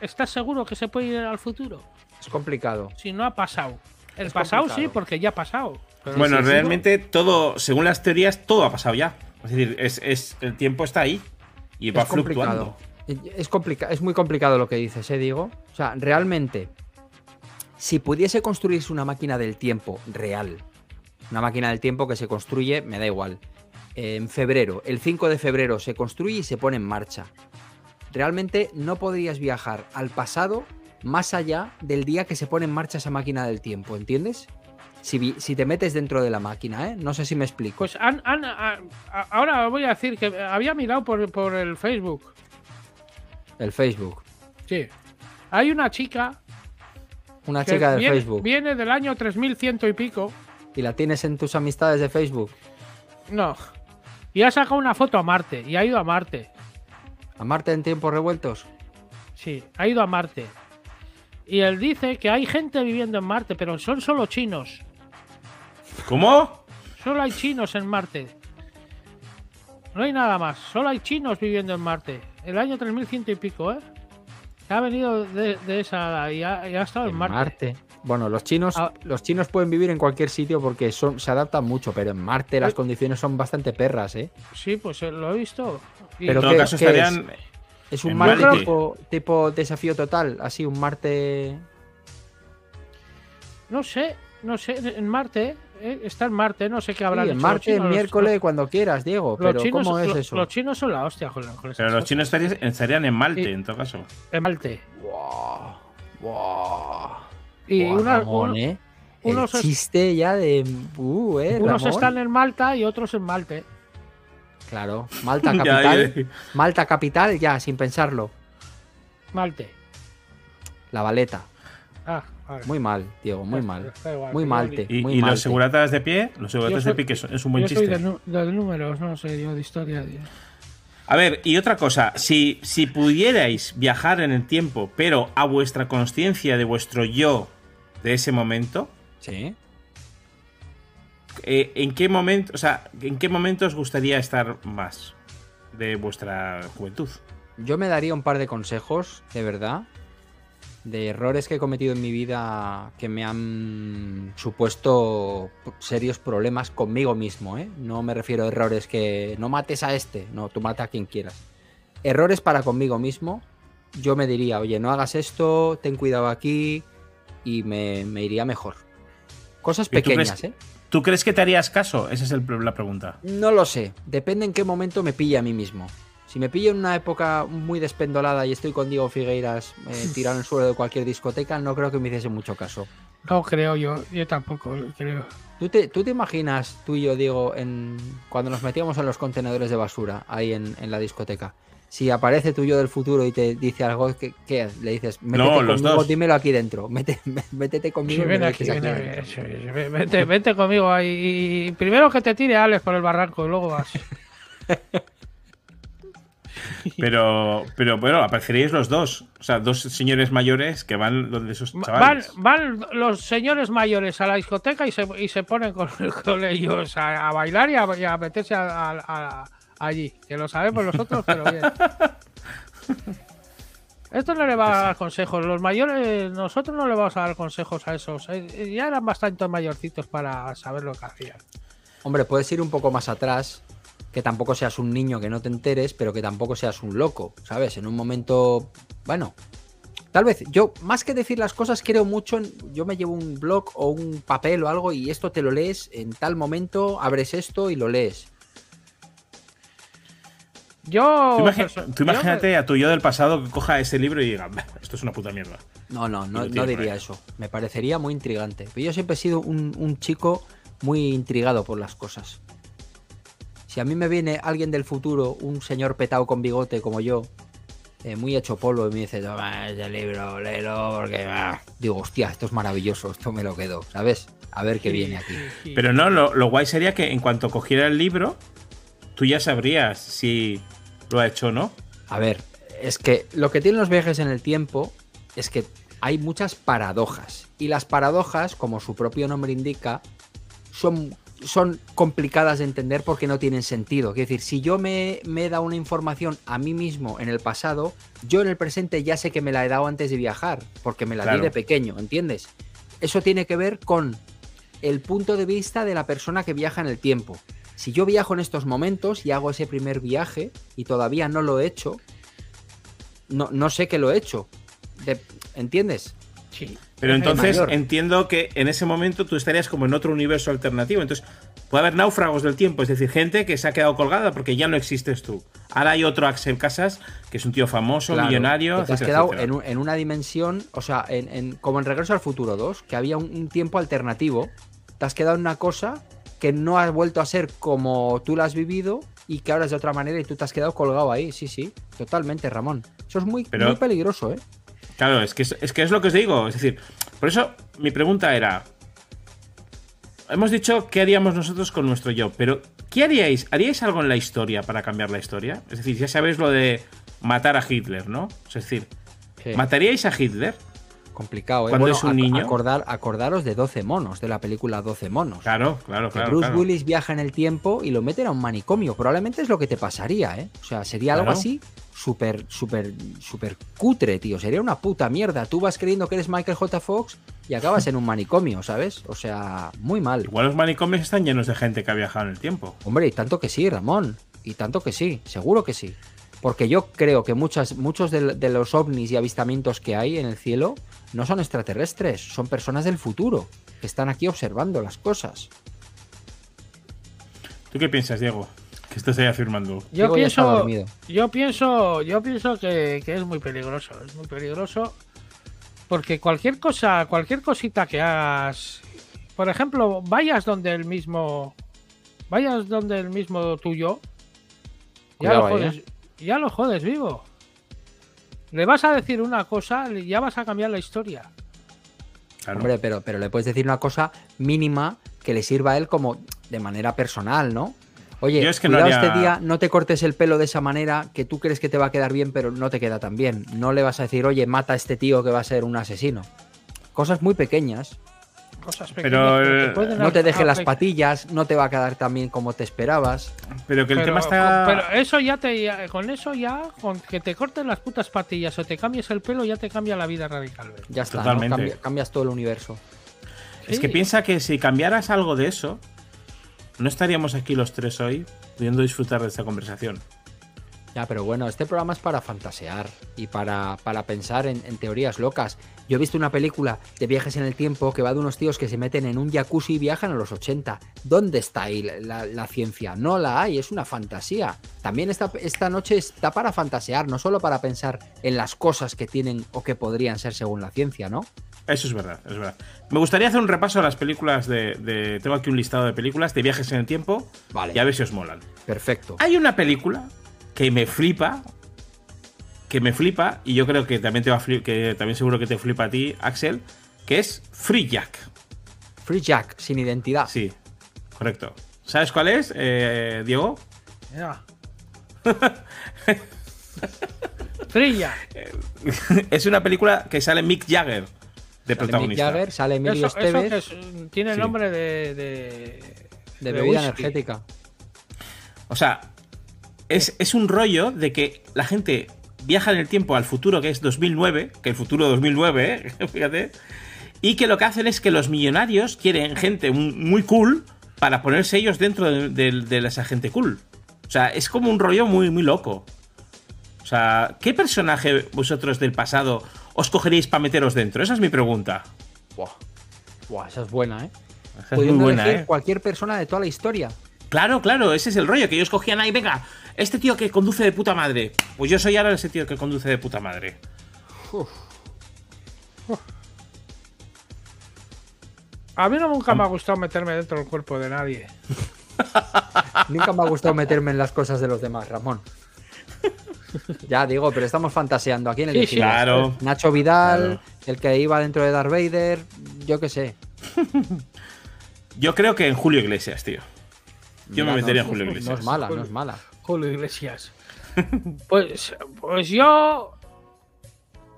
Speaker 3: ¿estás seguro que se puede ir al futuro?
Speaker 2: Es complicado.
Speaker 3: Si no ha pasado. El es pasado complicado. sí, porque ya ha pasado.
Speaker 1: Pero bueno, sí, realmente sí, no. todo, según las teorías, todo ha pasado ya. Es decir, es, es el tiempo está ahí y va es fluctuando.
Speaker 2: Complicado. Es, complica es muy complicado lo que dices, ¿eh, Diego? O sea, realmente, si pudiese construirse una máquina del tiempo real, una máquina del tiempo que se construye, me da igual, en febrero, el 5 de febrero se construye y se pone en marcha. Realmente no podrías viajar al pasado más allá del día que se pone en marcha esa máquina del tiempo, ¿entiendes? Si, si te metes dentro de la máquina, ¿eh? No sé si me explico.
Speaker 3: Pues an, an, a, a, ahora voy a decir que había mirado por, por el Facebook.
Speaker 2: El Facebook.
Speaker 3: Sí. Hay una chica.
Speaker 2: Una chica del
Speaker 3: viene,
Speaker 2: Facebook.
Speaker 3: Viene del año 3100 y pico.
Speaker 2: ¿Y la tienes en tus amistades de Facebook?
Speaker 3: No. Y ha sacado una foto a Marte. Y ha ido a Marte.
Speaker 2: ¿A Marte en tiempos revueltos?
Speaker 3: Sí, ha ido a Marte. Y él dice que hay gente viviendo en Marte, pero son solo chinos.
Speaker 1: ¿Cómo?
Speaker 3: Solo hay chinos en Marte. No hay nada más. Solo hay chinos viviendo en Marte. El año 3100 y pico, ¿eh? Que ha venido de, de esa y ha, y ha, estado en, en Marte. Marte.
Speaker 2: Bueno, los chinos, ah, los chinos pueden vivir en cualquier sitio porque son, se adaptan mucho, pero en Marte las condiciones son bastante perras, ¿eh?
Speaker 3: Sí, pues lo he visto.
Speaker 1: Y pero en todo qué, caso ¿qué estarían.
Speaker 2: Es? ¿Es un Marte, Marte? Tipo, tipo, desafío total, así, un Marte.
Speaker 3: No sé, no sé, en Marte. Eh, está en Marte, no sé qué habrá. Sí,
Speaker 2: en Marte, chinos, miércoles, los... cuando quieras, Diego. Pero los chinos, ¿cómo es
Speaker 3: los,
Speaker 2: eso?
Speaker 3: Los chinos son la hostia, joder.
Speaker 1: joder pero los chinos estarían, estarían en Malte, y, en todo caso.
Speaker 3: En Malte.
Speaker 2: Wow. Wow. Y wow, una, Ramón, ¿eh? unos el chiste es, ya de. Uh, eh,
Speaker 3: unos
Speaker 2: Ramón?
Speaker 3: están en Malta y otros en Malte.
Speaker 2: Claro, Malta capital. ya, ya. Malta capital, ya, sin pensarlo.
Speaker 3: Malte.
Speaker 2: La baleta.
Speaker 3: Ah, Pues,
Speaker 2: muy mal, Diego, muy mal. Igual, muy malte.
Speaker 1: Y,
Speaker 2: muy
Speaker 1: y
Speaker 2: malte.
Speaker 1: los seguratas de pie, los seguratas soy, de pie, que es un buen
Speaker 3: yo
Speaker 1: chiste.
Speaker 3: Soy de, de, números, no sé, yo de historia. Dios.
Speaker 1: A ver, y otra cosa, si, si pudierais viajar en el tiempo, pero a vuestra conciencia de vuestro yo de ese momento.
Speaker 2: Sí.
Speaker 1: Eh, ¿En qué momento, o sea, en qué momento os gustaría estar más de vuestra juventud?
Speaker 2: Yo me daría un par de consejos, de verdad, de errores que he cometido en mi vida que me han supuesto serios problemas conmigo mismo, ¿eh? No me refiero a errores que no mates a este, no, tú mata a quien quieras. Errores para conmigo mismo, yo me diría, oye, no hagas esto, ten cuidado aquí, y me, me, iría mejor. Cosas pequeñas,
Speaker 1: tú crees,
Speaker 2: ¿eh?
Speaker 1: ¿Tú crees que te harías caso? Esa es el, la pregunta.
Speaker 2: No lo sé. Depende en qué momento me pilla a mí mismo. Si me pillo en una época muy despendolada y estoy con Diego Figueiras eh, tirado en el suelo de cualquier discoteca, no creo que me hiciese mucho caso.
Speaker 3: No creo yo, yo tampoco creo.
Speaker 2: ¿Tú te, tú te imaginas, tú y yo, Diego, en, cuando nos metíamos en los contenedores de basura ahí en, en la discoteca? si aparece tuyo del futuro y te dice algo, ¿qué, qué? le dices? Métete
Speaker 1: no, los
Speaker 2: conmigo,
Speaker 1: dos.
Speaker 2: dímelo aquí dentro. Mete, métete conmigo.
Speaker 3: Sí, ven aquí, ven aquí, ven vete, vete, conmigo ahí. Y primero que te tire Alex por el barranco y luego vas.
Speaker 1: pero, pero bueno, apareceríais los dos. O sea, dos señores mayores que van donde esos
Speaker 3: chavales. Van, van los señores mayores a la discoteca y se, y se ponen con, con ellos a, a, bailar y a, y a meterse a, a allí, que lo sabemos nosotros, pero bien. Esto no le va a dar consejos. Los mayores, nosotros no le vamos a dar consejos a esos. Eh, Ya eran bastante mayorcitos para saber lo que hacían.
Speaker 2: Hombre, puedes ir un poco más atrás, que tampoco seas un niño que no te enteres, pero que tampoco seas un loco, ¿sabes? En un momento, bueno, tal vez yo, más que decir las cosas, creo mucho en. Yo me llevo un blog o un papel o algo y esto te lo lees en tal momento, abres esto y lo lees.
Speaker 3: Yo.
Speaker 2: Oh,
Speaker 1: Tú, imagina, tú imagínate yo... a tu yo del pasado que coja ese libro y diga, esto es una puta mierda.
Speaker 2: No, no, no, no diría eso. Me parecería muy intrigante. Pero yo siempre he sido un, un, chico muy intrigado por las cosas. Si a mí me viene alguien del futuro, un señor petado con bigote como yo, eh, muy hecho polo, y me dice, toma ese libro, léelo, porque. Bah. Digo, hostia, esto es maravilloso, esto me lo quedo, ¿sabes? A ver qué viene aquí.
Speaker 1: Pero no, lo, lo guay sería que en cuanto cogiera el libro, tú ya sabrías si lo ha hecho o no.
Speaker 2: A ver, es que lo que tienen los viajes en el tiempo es que hay muchas paradojas. Y las paradojas, como su propio nombre indica, son son complicadas de entender porque no tienen sentido. Quiero decir, si yo me, me he dado una información a mí mismo en el pasado, yo en el presente ya sé que me la he dado antes de viajar, porque me la
Speaker 1: Claro.
Speaker 2: di de pequeño, ¿entiendes? Eso tiene que ver con el punto de vista de la persona que viaja en el tiempo. Si yo viajo en estos momentos y hago ese primer viaje y todavía no lo he hecho, no, no sé que lo he hecho. De- ¿Entiendes?
Speaker 3: Sí.
Speaker 1: Pero
Speaker 3: Ese
Speaker 1: entonces
Speaker 2: mayor.
Speaker 1: entiendo que en ese momento tú estarías como en otro universo alternativo. Entonces puede haber náufragos del tiempo, es decir, gente que se ha quedado colgada porque ya no existes tú. Ahora hay otro Axel Casas, que es un tío famoso,
Speaker 2: Claro,
Speaker 1: millonario.
Speaker 2: que te has
Speaker 1: etcétera,
Speaker 2: quedado
Speaker 1: etcétera.
Speaker 2: en, un- en una dimensión, o sea, en, en- como en Regreso al Futuro 2, que había un, un tiempo alternativo. Te has quedado en una cosa que no has vuelto a ser como tú la has vivido y que ahora es de otra manera y tú te has quedado colgado ahí. Sí, sí, totalmente, Ramón. Eso es muy,
Speaker 1: Pero-
Speaker 2: muy peligroso, ¿eh?
Speaker 1: Claro, es que es, es que es lo que os digo. Es decir, por eso mi pregunta era. Hemos dicho qué haríamos nosotros con nuestro yo, pero ¿qué haríais? ¿Haríais algo en la historia para cambiar la historia? Es decir, ya sabéis lo de matar a Hitler, ¿no? Es decir, ¿mataríais a Hitler?
Speaker 2: Complicado, ¿eh?
Speaker 1: cuando es un
Speaker 2: ac-
Speaker 1: niño.
Speaker 2: acordar- acordaros de 12 monos, de la película 12 monos.
Speaker 1: Claro, claro,
Speaker 2: Que
Speaker 1: claro.
Speaker 2: Bruce
Speaker 1: claro.
Speaker 2: Willis viaja en el tiempo y lo meten a un manicomio. Probablemente es lo que te pasaría, ¿eh? O sea, sería algo
Speaker 1: Claro.
Speaker 2: así súper, súper, súper cutre, tío. Sería una puta mierda. Tú vas creyendo que eres Michael J. Fox y acabas en un manicomio, ¿sabes? O sea, muy mal.
Speaker 1: Igual los manicomios están llenos de gente que ha viajado en el tiempo.
Speaker 2: Hombre, y tanto que sí, Ramón. Y tanto que sí, seguro que sí. Porque yo creo que muchas, muchos de, de los ovnis y avistamientos que hay en el cielo no son extraterrestres, son personas del futuro que están aquí observando las cosas.
Speaker 1: ¿Tú qué piensas, Diego? Que esto se vaya firmando.
Speaker 3: Yo
Speaker 2: Diego ya está
Speaker 3: pienso,
Speaker 2: dormido.
Speaker 3: yo pienso, yo pienso que, que es muy peligroso, es muy peligroso porque cualquier cosa, cualquier cosita que hagas, por ejemplo, vayas donde el mismo, vayas donde el mismo tuyo, ya
Speaker 2: Cuidado
Speaker 3: lo
Speaker 2: ahí, ¿eh?
Speaker 3: jodes, ya lo jodes vivo. Le vas a decir una cosa y ya vas a cambiar la historia.
Speaker 1: Claro.
Speaker 2: Hombre, pero, pero le puedes decir una cosa mínima que le sirva a él como de manera personal, ¿no? Oye,
Speaker 1: Yo es que no
Speaker 2: cuidado
Speaker 1: haría-
Speaker 2: este día, no te cortes el pelo de esa manera que tú crees que te va a quedar bien, pero no te queda tan bien. No le vas a decir, oye, mata a este tío que va a ser un asesino. Cosas muy pequeñas.
Speaker 3: Cosas pequeñas.
Speaker 1: Pero,
Speaker 3: que
Speaker 1: eh,
Speaker 3: pueden
Speaker 2: No te deje las
Speaker 3: afectar.
Speaker 2: patillas, no te va a quedar tan bien como te esperabas.
Speaker 1: pero que el tema está.
Speaker 3: pero eso ya te. ya- con eso ya, con que te corten las putas patillas o te cambies el pelo, ya te cambia la vida radicalmente.
Speaker 2: Ya está, ¿no?
Speaker 1: Totalmente.
Speaker 2: Cambia- cambias todo el universo.
Speaker 1: Es que
Speaker 3: Sí.
Speaker 1: piensa que si cambiaras algo de eso, no estaríamos aquí los tres hoy pudiendo disfrutar de esta conversación.
Speaker 2: Ya, pero bueno, este programa es para fantasear y para, para pensar en, en teorías locas. Yo he visto una película de viajes en el tiempo que va de unos tíos que se meten en un jacuzzi y viajan a los 80. ¿Dónde está ahí la, la- la ciencia? No la hay, es una fantasía. También esta, esta noche está para fantasear, no solo para pensar en las cosas que tienen o que podrían ser según la ciencia, ¿no?
Speaker 1: Eso es verdad, es verdad. Me gustaría hacer un repaso a las películas de, de- Tengo aquí un listado de películas de viajes en el tiempo
Speaker 2: Vale,
Speaker 1: y a ver si os molan.
Speaker 2: perfecto.
Speaker 1: Hay una película que me flipa, que me flipa, y yo creo que también te va a flip- que también seguro que te flipa a ti, Axel, que es Free Jack.
Speaker 2: Free Jack, sin identidad.
Speaker 1: Sí, correcto. ¿Sabes cuál es, eh, Diego?
Speaker 3: Ya. Trilla.
Speaker 1: es una película que sale Mick Jagger de
Speaker 2: sale Mick
Speaker 1: protagonista.
Speaker 2: Jagger, sale Emilio
Speaker 3: Eso, eso que
Speaker 2: Estevez,
Speaker 3: es- tiene
Speaker 1: Sí.
Speaker 3: nombre de. de,
Speaker 2: de
Speaker 3: de
Speaker 2: bebida
Speaker 3: whisky.
Speaker 2: energética.
Speaker 1: O sea, es, es un rollo de que la gente viaja en el tiempo al futuro, que es 2009, que el futuro 2009, ¿eh? fíjate, y que lo que hacen es que los millonarios quieren gente mu- muy cool para ponerse ellos dentro de, de- de esa gente cool. O sea, es como un rollo muy, muy loco. O sea, ¿qué personaje vosotros del pasado os cogeríais para meteros dentro? Esa es mi pregunta.
Speaker 2: Buah. Buah, esa es buena, ¿eh?
Speaker 1: Esa es muy
Speaker 2: pudiendo
Speaker 1: buena,
Speaker 2: elegir
Speaker 1: ¿eh?
Speaker 2: cualquier persona de toda la historia.
Speaker 1: Claro, claro, ese es el rollo, que ellos cogían ahí, venga, este tío que conduce de puta madre. Pues yo soy ahora ese tío que conduce de puta madre.
Speaker 3: A mí no nunca me ha gustado meterme dentro del cuerpo de nadie.
Speaker 2: Nunca me ha gustado meterme en las cosas de los demás, Ramón. Ya digo, pero estamos fantaseando aquí en el
Speaker 3: Sí,
Speaker 2: elegimos?
Speaker 1: sí. Claro.
Speaker 2: Nacho Vidal,
Speaker 1: Claro.
Speaker 2: el que iba dentro de Darth Vader, yo qué sé.
Speaker 1: Yo creo que en Julio Iglesias, tío. Yo
Speaker 2: Mira,
Speaker 1: me metería
Speaker 2: no,
Speaker 1: en Julio Iglesias.
Speaker 2: No es mala, no es mala.
Speaker 3: Julio Iglesias. Pues, pues yo.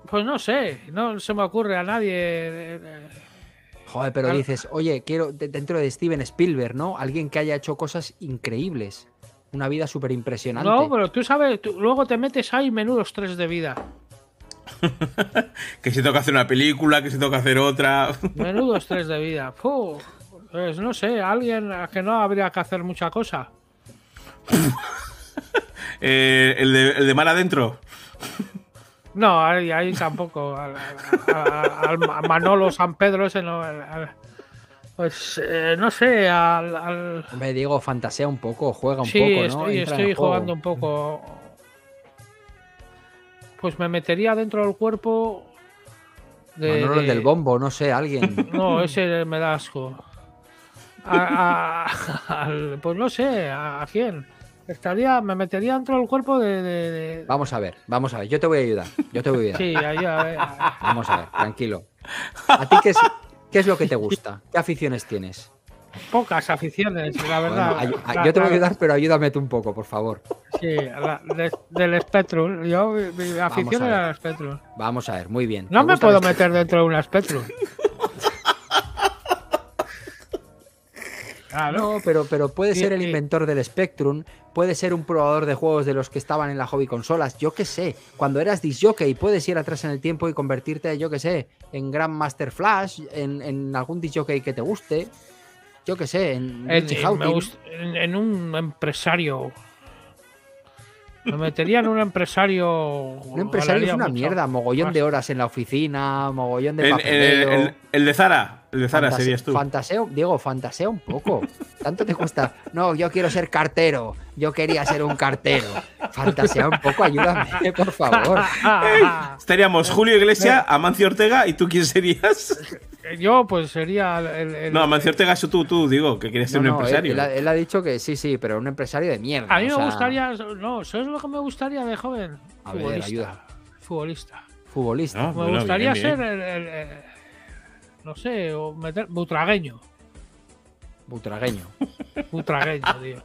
Speaker 3: Pues no sé, no se me ocurre a nadie. eh, eh,
Speaker 2: Joder, pero
Speaker 3: Al-
Speaker 2: dices, oye, quiero de- dentro de Steven Spielberg, ¿no? Alguien que haya hecho cosas increíbles. Una vida súper impresionante.
Speaker 3: No, pero tú sabes, tú- luego te metes ahí menudos tres de vida.
Speaker 1: Que si toca hacer una película, que si toca hacer otra.
Speaker 3: Menudos tres de vida. Fu, pues no sé, alguien a que no habría que hacer mucha cosa.
Speaker 1: Eh, el, de, el de mal adentro.
Speaker 3: No, ahí, ahí tampoco. Al, al- al- al Manolo San Pedro ese no. al- al- pues eh, no sé, al. al-
Speaker 2: Hombre, Diego, fantasea un poco, juega un
Speaker 3: sí,
Speaker 2: poco, ¿no? Entra
Speaker 3: estoy,
Speaker 2: en
Speaker 3: estoy
Speaker 2: el juego.
Speaker 3: jugando un poco. Pues me metería dentro del cuerpo. De,
Speaker 2: Manolo el
Speaker 3: de-
Speaker 2: del bombo, no sé, alguien.
Speaker 3: No, ese me da asco. A- a- al- pues no sé, ¿a, a quién? Estaría, me metería dentro del cuerpo de. de- de-
Speaker 2: Vamos a ver, vamos a ver. Yo te voy a ayudar. Yo te voy a ayudar.
Speaker 3: Sí, ahí, a ver, a-
Speaker 2: Vamos a ver, tranquilo. ¿A ti qué es, qué es lo que te gusta? ¿Qué aficiones tienes?
Speaker 3: pocas aficiones, la verdad.
Speaker 2: Bueno, ayu- a-
Speaker 3: Pues La-
Speaker 2: yo te voy a
Speaker 3: la-
Speaker 2: ayudar, pero ayúdame tú un poco, por favor.
Speaker 3: Sí, la- de- del Spectrum. Yo, mi, mi afición
Speaker 2: a
Speaker 3: era
Speaker 2: ver.
Speaker 3: el Spectrum.
Speaker 2: Vamos a ver, muy bien.
Speaker 3: No
Speaker 2: ¿Te
Speaker 3: me
Speaker 2: gusta
Speaker 3: puedo
Speaker 2: el-
Speaker 3: meter dentro de un Spectrum. Claro.
Speaker 2: No, pero, pero puede
Speaker 3: Sí,
Speaker 2: ser el
Speaker 3: sí.
Speaker 2: inventor del Spectrum, puede ser un probador de juegos de los que estaban en la hobby consolas, yo qué sé. Cuando eras disjockey puedes ir atrás en el tiempo y convertirte, yo qué sé, en Grandmaster Flash, en, en algún disjockey que te guste, yo qué sé, en
Speaker 3: En,
Speaker 2: Richie
Speaker 3: en- Eh, Mm, me
Speaker 2: Hawtin.
Speaker 3: gust- en- en un empresario. Me metería en un empresario.
Speaker 2: Un empresario es
Speaker 3: ganaría
Speaker 2: una
Speaker 3: mucho.
Speaker 2: mierda, mogollón
Speaker 3: Más.
Speaker 2: de horas en la oficina, mogollón de
Speaker 1: El, el-
Speaker 2: papeleo.
Speaker 1: el- el de Zara. El de Zara
Speaker 2: Fantase-
Speaker 1: serías tú.
Speaker 2: Fantaseo, Diego, fantasea un poco. Tanto te cuesta. No, yo quiero ser cartero. Yo quería ser un cartero. Fantasea un poco, ayúdame, por favor.
Speaker 3: Ah,
Speaker 1: Estaríamos Julio Iglesias, Amancio Ortega y tú quién serías.
Speaker 3: yo, pues sería el. el- el-
Speaker 1: No, Amancio Ortega, eso tú, tú, digo, que quieres ser
Speaker 2: No,
Speaker 1: un
Speaker 2: no, él,
Speaker 1: empresario.
Speaker 2: él ha- él ha dicho que sí, sí, pero un empresario de mierda.
Speaker 3: a mí
Speaker 2: o
Speaker 3: me
Speaker 2: sea,
Speaker 3: gustaría. No, ¿sabes lo que me gustaría de joven?
Speaker 2: A ver, ayuda.
Speaker 3: Futbolista.
Speaker 2: Futbolista.
Speaker 1: No,
Speaker 3: Me
Speaker 1: bueno,
Speaker 3: gustaría
Speaker 1: bien, bien.
Speaker 3: ser el, el- el- no sé, o meter butragueño.
Speaker 2: Butragueño.
Speaker 3: Butragueño, tío.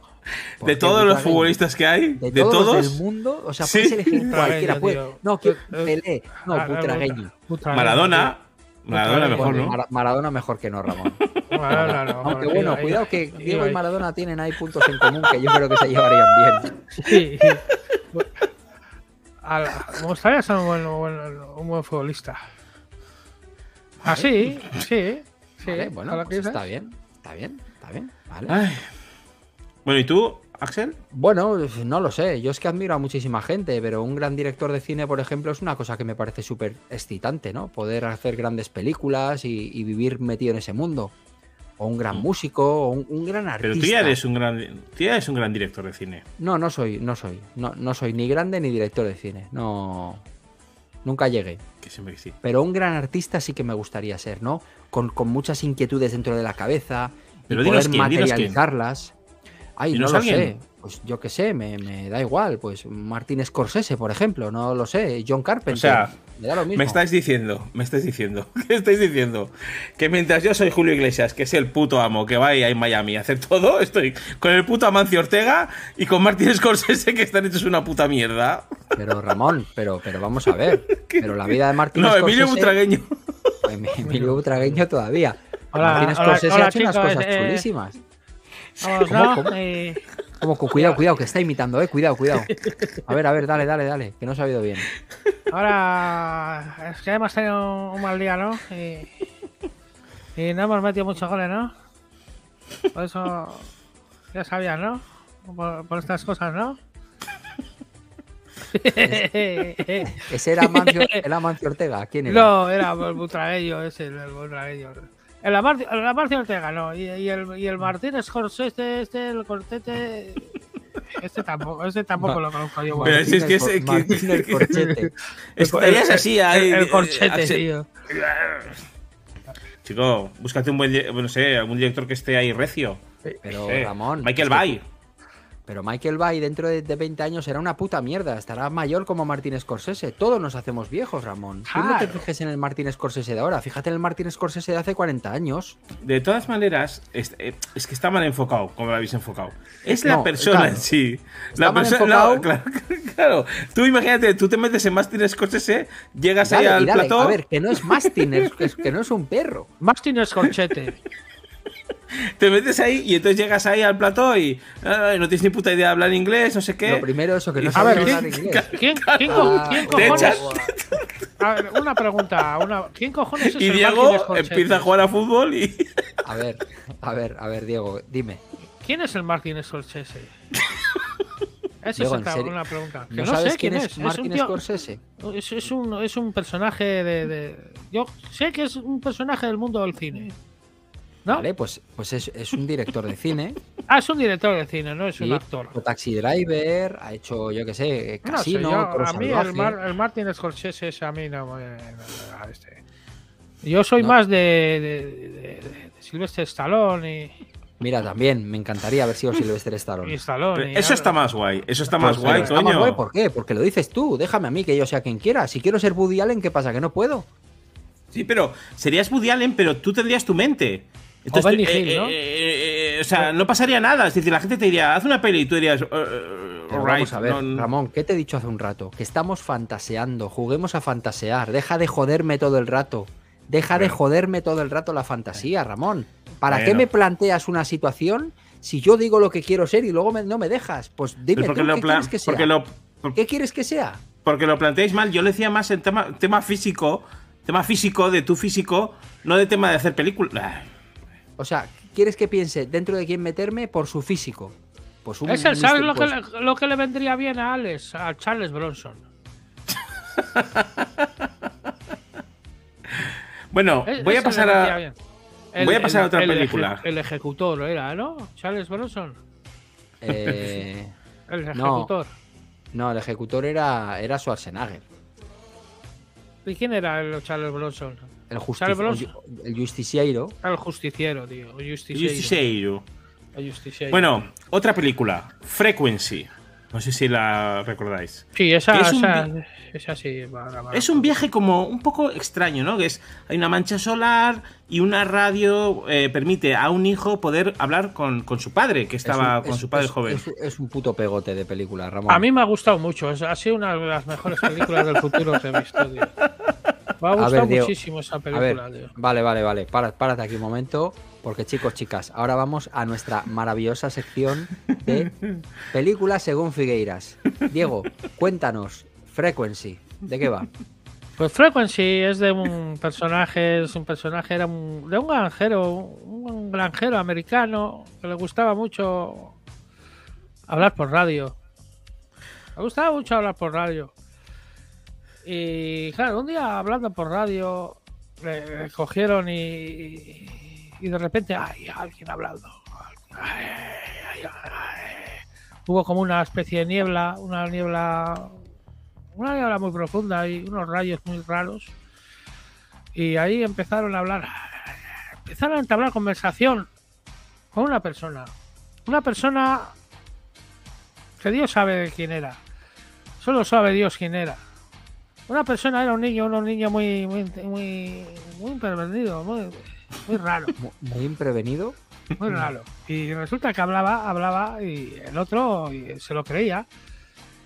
Speaker 2: ¿Por
Speaker 1: De
Speaker 2: qué
Speaker 1: todos los
Speaker 2: butragueño?
Speaker 1: futbolistas que hay,
Speaker 2: De,
Speaker 1: de,
Speaker 2: todos, los
Speaker 1: todos,
Speaker 2: del mundo, o sea,
Speaker 1: Sí.
Speaker 2: puedes elegir
Speaker 3: Butragueño,
Speaker 2: cualquiera. puede-
Speaker 3: tío.
Speaker 2: No, que
Speaker 3: Eh,
Speaker 2: Pelé. No,
Speaker 3: Ah,
Speaker 2: butragueño.
Speaker 3: Butra- Butragueño,
Speaker 1: Maradona. Maradona
Speaker 3: Butragueño.
Speaker 1: mejor,
Speaker 2: Bueno,
Speaker 1: ¿no?
Speaker 2: Mara- Maradona mejor que no, Ramón.
Speaker 3: tío. Maradona, no,
Speaker 2: Aunque
Speaker 3: iba
Speaker 2: Ah, bueno,
Speaker 3: ahí,
Speaker 2: cuidado que
Speaker 3: iba
Speaker 2: Diego y
Speaker 3: ahí.
Speaker 2: Maradona tienen ahí puntos en común que yo creo que se llevarían bien.
Speaker 3: Sí. Al- me gustaría ser un buen, un buen- un buen futbolista. Así, sí. sí
Speaker 2: Vale, bueno,
Speaker 3: a lo Ah. que
Speaker 2: pues
Speaker 3: dices.
Speaker 2: está bien, está bien, está bien, vale.
Speaker 1: Ay. Bueno, ¿y tú, Axel?
Speaker 2: Bueno, no lo sé, yo es que admiro a muchísima gente, pero un gran director de cine, por ejemplo, es una cosa que me parece súper excitante, ¿no? Poder hacer grandes películas y, y vivir metido en ese mundo. O un
Speaker 3: Mm.
Speaker 2: gran músico, o un, un gran artista.
Speaker 1: Pero tú ya eres un gran, tú ya eres un gran director de cine.
Speaker 2: No, no soy, no soy. No, no soy ni grande ni director de cine. No. Nunca llegué.
Speaker 1: Que siempre que sí.
Speaker 2: pero un gran artista sí que me gustaría ser, ¿no? Con, con muchas inquietudes dentro de la cabeza y
Speaker 1: Pero dinos
Speaker 2: poder
Speaker 1: quién, dinos quién.
Speaker 2: materializarlas. Ay, no
Speaker 1: Dinos
Speaker 2: lo sé.
Speaker 1: alguien.
Speaker 2: Pues yo qué sé, me, me da igual. Pues Martin Scorsese, por ejemplo, no lo sé. John Carpenter.
Speaker 1: O sea,
Speaker 2: me da lo mismo.
Speaker 1: Me estáis diciendo, me estáis diciendo, ¿qué estáis diciendo? Que mientras yo soy Julio Iglesias, que es el puto amo que va ahí a Miami a hacer todo, estoy con el puto Amancio Ortega y con Martín Scorsese que están hechos una puta mierda.
Speaker 2: Pero Ramón, pero, pero vamos a ver. Pero la vida de Martin
Speaker 1: No,
Speaker 2: Scorsese. Em,
Speaker 1: Emilio Butragueño.
Speaker 2: Emilio Butragueño todavía.
Speaker 3: Hola,
Speaker 2: Martin
Speaker 3: hola,
Speaker 2: Scorsese
Speaker 3: hola,
Speaker 2: ha hecho unas
Speaker 3: chicos,
Speaker 2: cosas
Speaker 3: eh,
Speaker 2: chulísimas.
Speaker 3: Vamos,
Speaker 2: ¿Cómo,
Speaker 3: ¿no?
Speaker 2: cómo?
Speaker 3: Eh,
Speaker 2: Como, cu- cuidado, cuidado, que está imitando, eh. Cuidado, cuidado. A ver, a ver, dale, dale, dale. Que no se ha oído bien.
Speaker 3: ahora es que hemos tenido un mal día, ¿no? Y, y no hemos metido muchos goles, ¿no? Por eso ya sabías, ¿no? Por, por estas cosas, ¿no?
Speaker 2: Ese era Mancio, era Mancio Ortega. ¿Quién era?
Speaker 3: No, era el Butragueño ese, el Butragueño. El Amarcio, el Amarcio Ortega, no. Y, y el, y el Martínez Jorge, este, este, el Cortete. Este tampoco, este tampoco lo conozco yo.
Speaker 1: Pero
Speaker 3: bueno.
Speaker 1: si es que ese-
Speaker 2: Martín
Speaker 1: este-
Speaker 2: el cor-
Speaker 1: que-
Speaker 2: Martín el corchete.
Speaker 1: Estarías así ahí.
Speaker 3: El, el
Speaker 1: eh,
Speaker 3: Corchete,
Speaker 1: Axel.
Speaker 3: tío.
Speaker 1: Chico, búscate un buen, di- no sé, algún director que esté ahí recio.
Speaker 2: Pero
Speaker 1: Sí.
Speaker 2: Ramón.
Speaker 1: Michael
Speaker 2: es que-
Speaker 1: Bay.
Speaker 2: Pero Michael Bay dentro de, de 20 años será una puta mierda. Estará mayor como Martin Scorsese. Todos nos hacemos viejos, Ramón. Tú no te
Speaker 3: Claro.
Speaker 2: fijes en el Martin Scorsese de ahora. Fíjate en el Martin Scorsese de hace 40 años.
Speaker 1: De todas maneras, es, eh, es que está mal enfocado, como lo habéis enfocado. Es la
Speaker 2: No,
Speaker 1: persona
Speaker 2: claro.
Speaker 1: en sí.
Speaker 2: Está mal
Speaker 1: perso-
Speaker 2: enfocado.
Speaker 1: no, claro, Claro, tú imagínate, tú te metes en Mastin Scorsese, ¿eh? llegas
Speaker 2: Dale,
Speaker 1: ahí al
Speaker 2: y dale.
Speaker 1: plató.
Speaker 2: A ver, que no es Mastin, es, es que no es un perro.
Speaker 3: Mastin es corchete.
Speaker 1: Te metes ahí y entonces llegas ahí al plató y ah, no tienes ni puta idea de hablar inglés, no sé qué.
Speaker 2: Lo primero eso que no
Speaker 1: A
Speaker 2: sabe
Speaker 3: ver,
Speaker 2: hablar
Speaker 1: ¿qué-
Speaker 2: inglés.
Speaker 3: ¿Quién, quién co-
Speaker 2: Ah,
Speaker 3: quién
Speaker 1: te
Speaker 3: cojones?
Speaker 1: echas.
Speaker 3: A ver, una pregunta. Una, ¿Quién cojones es
Speaker 1: y
Speaker 3: el
Speaker 1: Diego
Speaker 3: Martin Scorsese?
Speaker 1: empieza a jugar a fútbol y.
Speaker 2: A ver, a ver, a ver, Diego, dime.
Speaker 3: ¿Quién es el Martin Scorsese? Esa
Speaker 2: Diego, en
Speaker 3: es otra-
Speaker 2: serio.
Speaker 3: una pregunta. Que
Speaker 2: ¿No, sabes
Speaker 3: sé quién es. Es
Speaker 2: Martin
Speaker 3: un, tío-
Speaker 2: Scorsese?
Speaker 3: es, es un, es un personaje de, de- Yo sé que es un personaje del mundo del cine. ¿No?
Speaker 2: Vale, pues, pues es, es un director de cine.
Speaker 3: Ah, es un director de cine, no es un
Speaker 2: sí,
Speaker 3: actor.
Speaker 2: o Taxi Driver, ha hecho, yo qué sé, eh,
Speaker 3: No sé,
Speaker 2: Casino,
Speaker 3: yo-
Speaker 2: Toro
Speaker 3: a mí
Speaker 2: Salvaje.
Speaker 3: el, Mar- el Martin Scorsese ese a mí no me... no me- este. Yo soy
Speaker 2: No.
Speaker 3: más de, de, de- de- de Sylvester Stallone y,
Speaker 2: Mira, también, me encantaría haber sido Sylvester
Speaker 3: y
Speaker 2: Stallone.
Speaker 1: Pero
Speaker 3: Stallone. y
Speaker 1: Eso
Speaker 3: ahora-
Speaker 1: está más guay, eso está
Speaker 2: Pero
Speaker 1: más guay,
Speaker 2: Pues está más guay,
Speaker 1: coño.
Speaker 2: ¿Por qué? Porque lo dices tú. Déjame a mí que yo sea quien quiera. Si quiero ser Woody Allen, ¿qué pasa? ¿Que no puedo?
Speaker 1: Sí, pero serías Woody Allen, pero tú tendrías tu mente.
Speaker 3: Benny
Speaker 1: eh,
Speaker 3: Hill, ¿no?
Speaker 1: eh, eh, eh, o sea, no pasaría nada. Es decir, la gente te diría, haz una peli y tú dirías, eh, eh,
Speaker 2: Pero
Speaker 1: alright,
Speaker 2: vamos a ver,
Speaker 1: no, no.
Speaker 2: Ramón, ¿qué te he dicho hace un rato? Que estamos fantaseando, juguemos a fantasear, deja de joderme todo el rato. Deja de
Speaker 1: Bueno.
Speaker 2: joderme todo el rato la fantasía, Ramón. ¿Para qué
Speaker 1: Bueno.
Speaker 2: me planteas una situación si yo digo lo que quiero ser y luego me- no me dejas? Pues
Speaker 1: Pero
Speaker 2: dime
Speaker 1: porque
Speaker 2: tú,
Speaker 1: lo
Speaker 2: ¿qué
Speaker 1: plan-
Speaker 2: quieres que sea?
Speaker 1: porque lo-
Speaker 2: ¿Qué quieres que sea?
Speaker 1: porque lo planteáis mal. Yo lo decía más en tema, tema físico, tema físico, de tu físico, no de tema de hacer películas.
Speaker 2: O sea, ¿quieres que piense dentro de quién meterme por su físico? Pues un
Speaker 3: Es el, ¿Sabes
Speaker 2: Mr.
Speaker 3: lo que,
Speaker 2: pues-
Speaker 3: le, lo que le vendría bien a Alex? A Charles Bronson.
Speaker 1: Bueno,
Speaker 3: E-
Speaker 1: voy a
Speaker 3: ese le
Speaker 1: pasar
Speaker 3: vendría
Speaker 1: a.
Speaker 3: bien.
Speaker 1: voy a pasar a otra
Speaker 3: el eje-
Speaker 1: película.
Speaker 3: el ejecutor era, ¿no? Charles Bronson.
Speaker 2: Eh,
Speaker 3: El
Speaker 2: No.
Speaker 3: ejecutor.
Speaker 2: no, el ejecutor era, era Schwarzenegger.
Speaker 3: ¿Y quién era el Charles Bronson?
Speaker 2: El,
Speaker 3: Charles
Speaker 2: justici
Speaker 3: Bronson.
Speaker 2: el justiciero.
Speaker 3: Era el justiciero, tío. El justiciero.
Speaker 1: Justiciero.
Speaker 3: El justiciero.
Speaker 1: Bueno, otra película, Frequency. No sé si la recordáis.
Speaker 3: Sí, esa,
Speaker 1: que es un
Speaker 3: esa,
Speaker 1: vi-
Speaker 3: esa sí. va- va- va.
Speaker 1: Es un viaje como un poco extraño, ¿no? Que es hay una mancha solar y una radio eh, permite a un hijo poder hablar con, con su padre, que estaba
Speaker 2: Es un-
Speaker 1: con
Speaker 2: es-
Speaker 1: su padre
Speaker 2: es-
Speaker 1: joven.
Speaker 2: Es, es un puto pegote de película, Ramón.
Speaker 3: A mí me ha gustado mucho. es- Ha sido una de las mejores películas del futuro que he visto, tío. Me ha gustado
Speaker 2: ver, Diego.
Speaker 3: muchísimo esa
Speaker 2: A
Speaker 3: película,
Speaker 2: ver,
Speaker 3: tío.
Speaker 2: vale, vale, vale. Para, párate aquí un momento. Porque, chicos, chicas, ahora vamos a nuestra maravillosa sección de películas según Figueiras. Diego, cuéntanos, Frequency, ¿de qué va?
Speaker 3: Pues Frequency es de un personaje, es un personaje, era un- de un granjero, un granjero americano que le gustaba mucho hablar por radio. Le gustaba mucho hablar por radio. Y claro, un día hablando por radio, le, le cogieron y, y de repente, ¡ay, alguien hablando! Ay, ay, ay. Hubo como una especie de niebla, una niebla una niebla muy profunda y unos rayos muy raros. Y ahí empezaron a hablar, empezaron a entablar conversación con una persona. Una persona que Dios sabe quién era. Solo sabe Dios quién era. Una persona era un niño, un niño muy, muy, muy, muy pervertido, muy, muy raro.
Speaker 2: Mu- Muy imprevenido.
Speaker 3: Muy raro. Y resulta que hablaba, hablaba y el otro y se lo creía.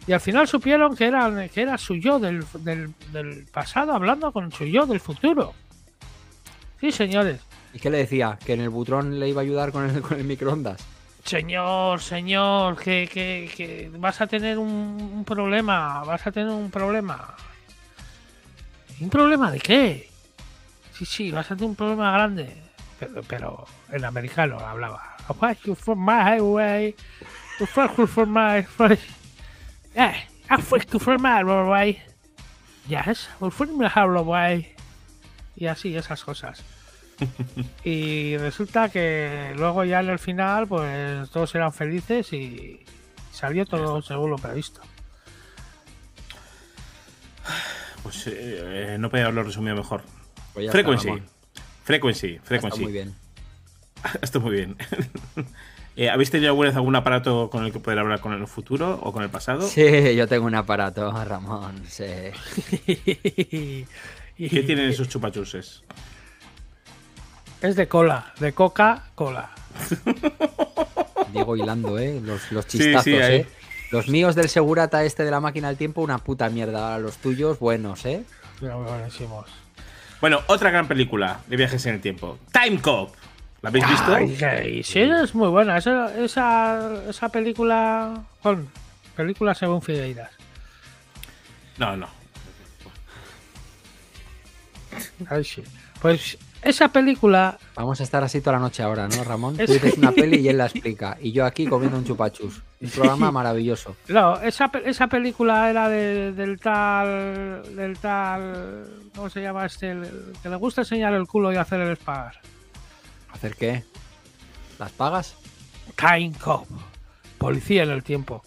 Speaker 3: Y al final supieron que, eran, que era su yo del, del- del pasado hablando con su yo del futuro. Sí, señores.
Speaker 2: ¿Y qué le decía? ¿Que en el butrón le iba a ayudar con el, con el microondas?
Speaker 3: Señor, señor, que, que- que vas a tener un, un problema, vas a tener un problema. ¿Un problema de qué? Sí, sí, vas a tener un problema grande. Pero, pero en americano hablaba. Why you from my way? You fuck you from my way? Yeah, I fuck you from my way. Yes, I from my way. Y así, esas cosas. Y resulta que luego ya en el final, pues todos eran felices y salió todo según lo previsto.
Speaker 1: Pues eh, eh, no podía haberlo resumido mejor.
Speaker 2: Pues ya está,
Speaker 1: Frequency.
Speaker 2: Ramón,
Speaker 1: Frequency,
Speaker 2: ya está
Speaker 1: frequency.
Speaker 2: muy bien.
Speaker 1: Está muy bien. Eh, ¿Habéis tenido alguna vez algún aparato con el que poder hablar con el futuro o con el pasado?
Speaker 2: Sí, yo tengo un aparato, Ramón. Sí.
Speaker 3: ¿Qué
Speaker 1: ¿Qué tienen esos chupachuses?
Speaker 3: Es de cola, de coca, cola.
Speaker 2: Diego hilando, ¿eh? Los, los
Speaker 1: Sí,
Speaker 2: chistazos,
Speaker 1: sí, ahí.
Speaker 2: ¿eh? Los míos del segurata este de la máquina del tiempo, una puta mierda. Ahora los tuyos, buenos, ¿eh?
Speaker 3: Pero buenísimos.
Speaker 1: Bueno, otra gran película de viajes en el tiempo. Time Cop. ¿La habéis visto?
Speaker 3: Ay, sí, sí, es muy buena. Esa, esa, esa película. Con película según Figueiras.
Speaker 1: No, no.
Speaker 3: Ay, sí. Pues esa película.
Speaker 2: Vamos a estar así toda la noche ahora, ¿no, Ramón? Tú dices una peli y él la explica. Y yo aquí comiendo un chupachus. Un programa maravilloso.
Speaker 3: No, esa, esa película era de- del tal. Del tal. ¿Cómo se llama este? El- el que le gusta enseñar el culo y hacer el espagar.
Speaker 2: ¿Hacer qué? ¿Las pagas?
Speaker 3: Time Cop. Policía en el tiempo.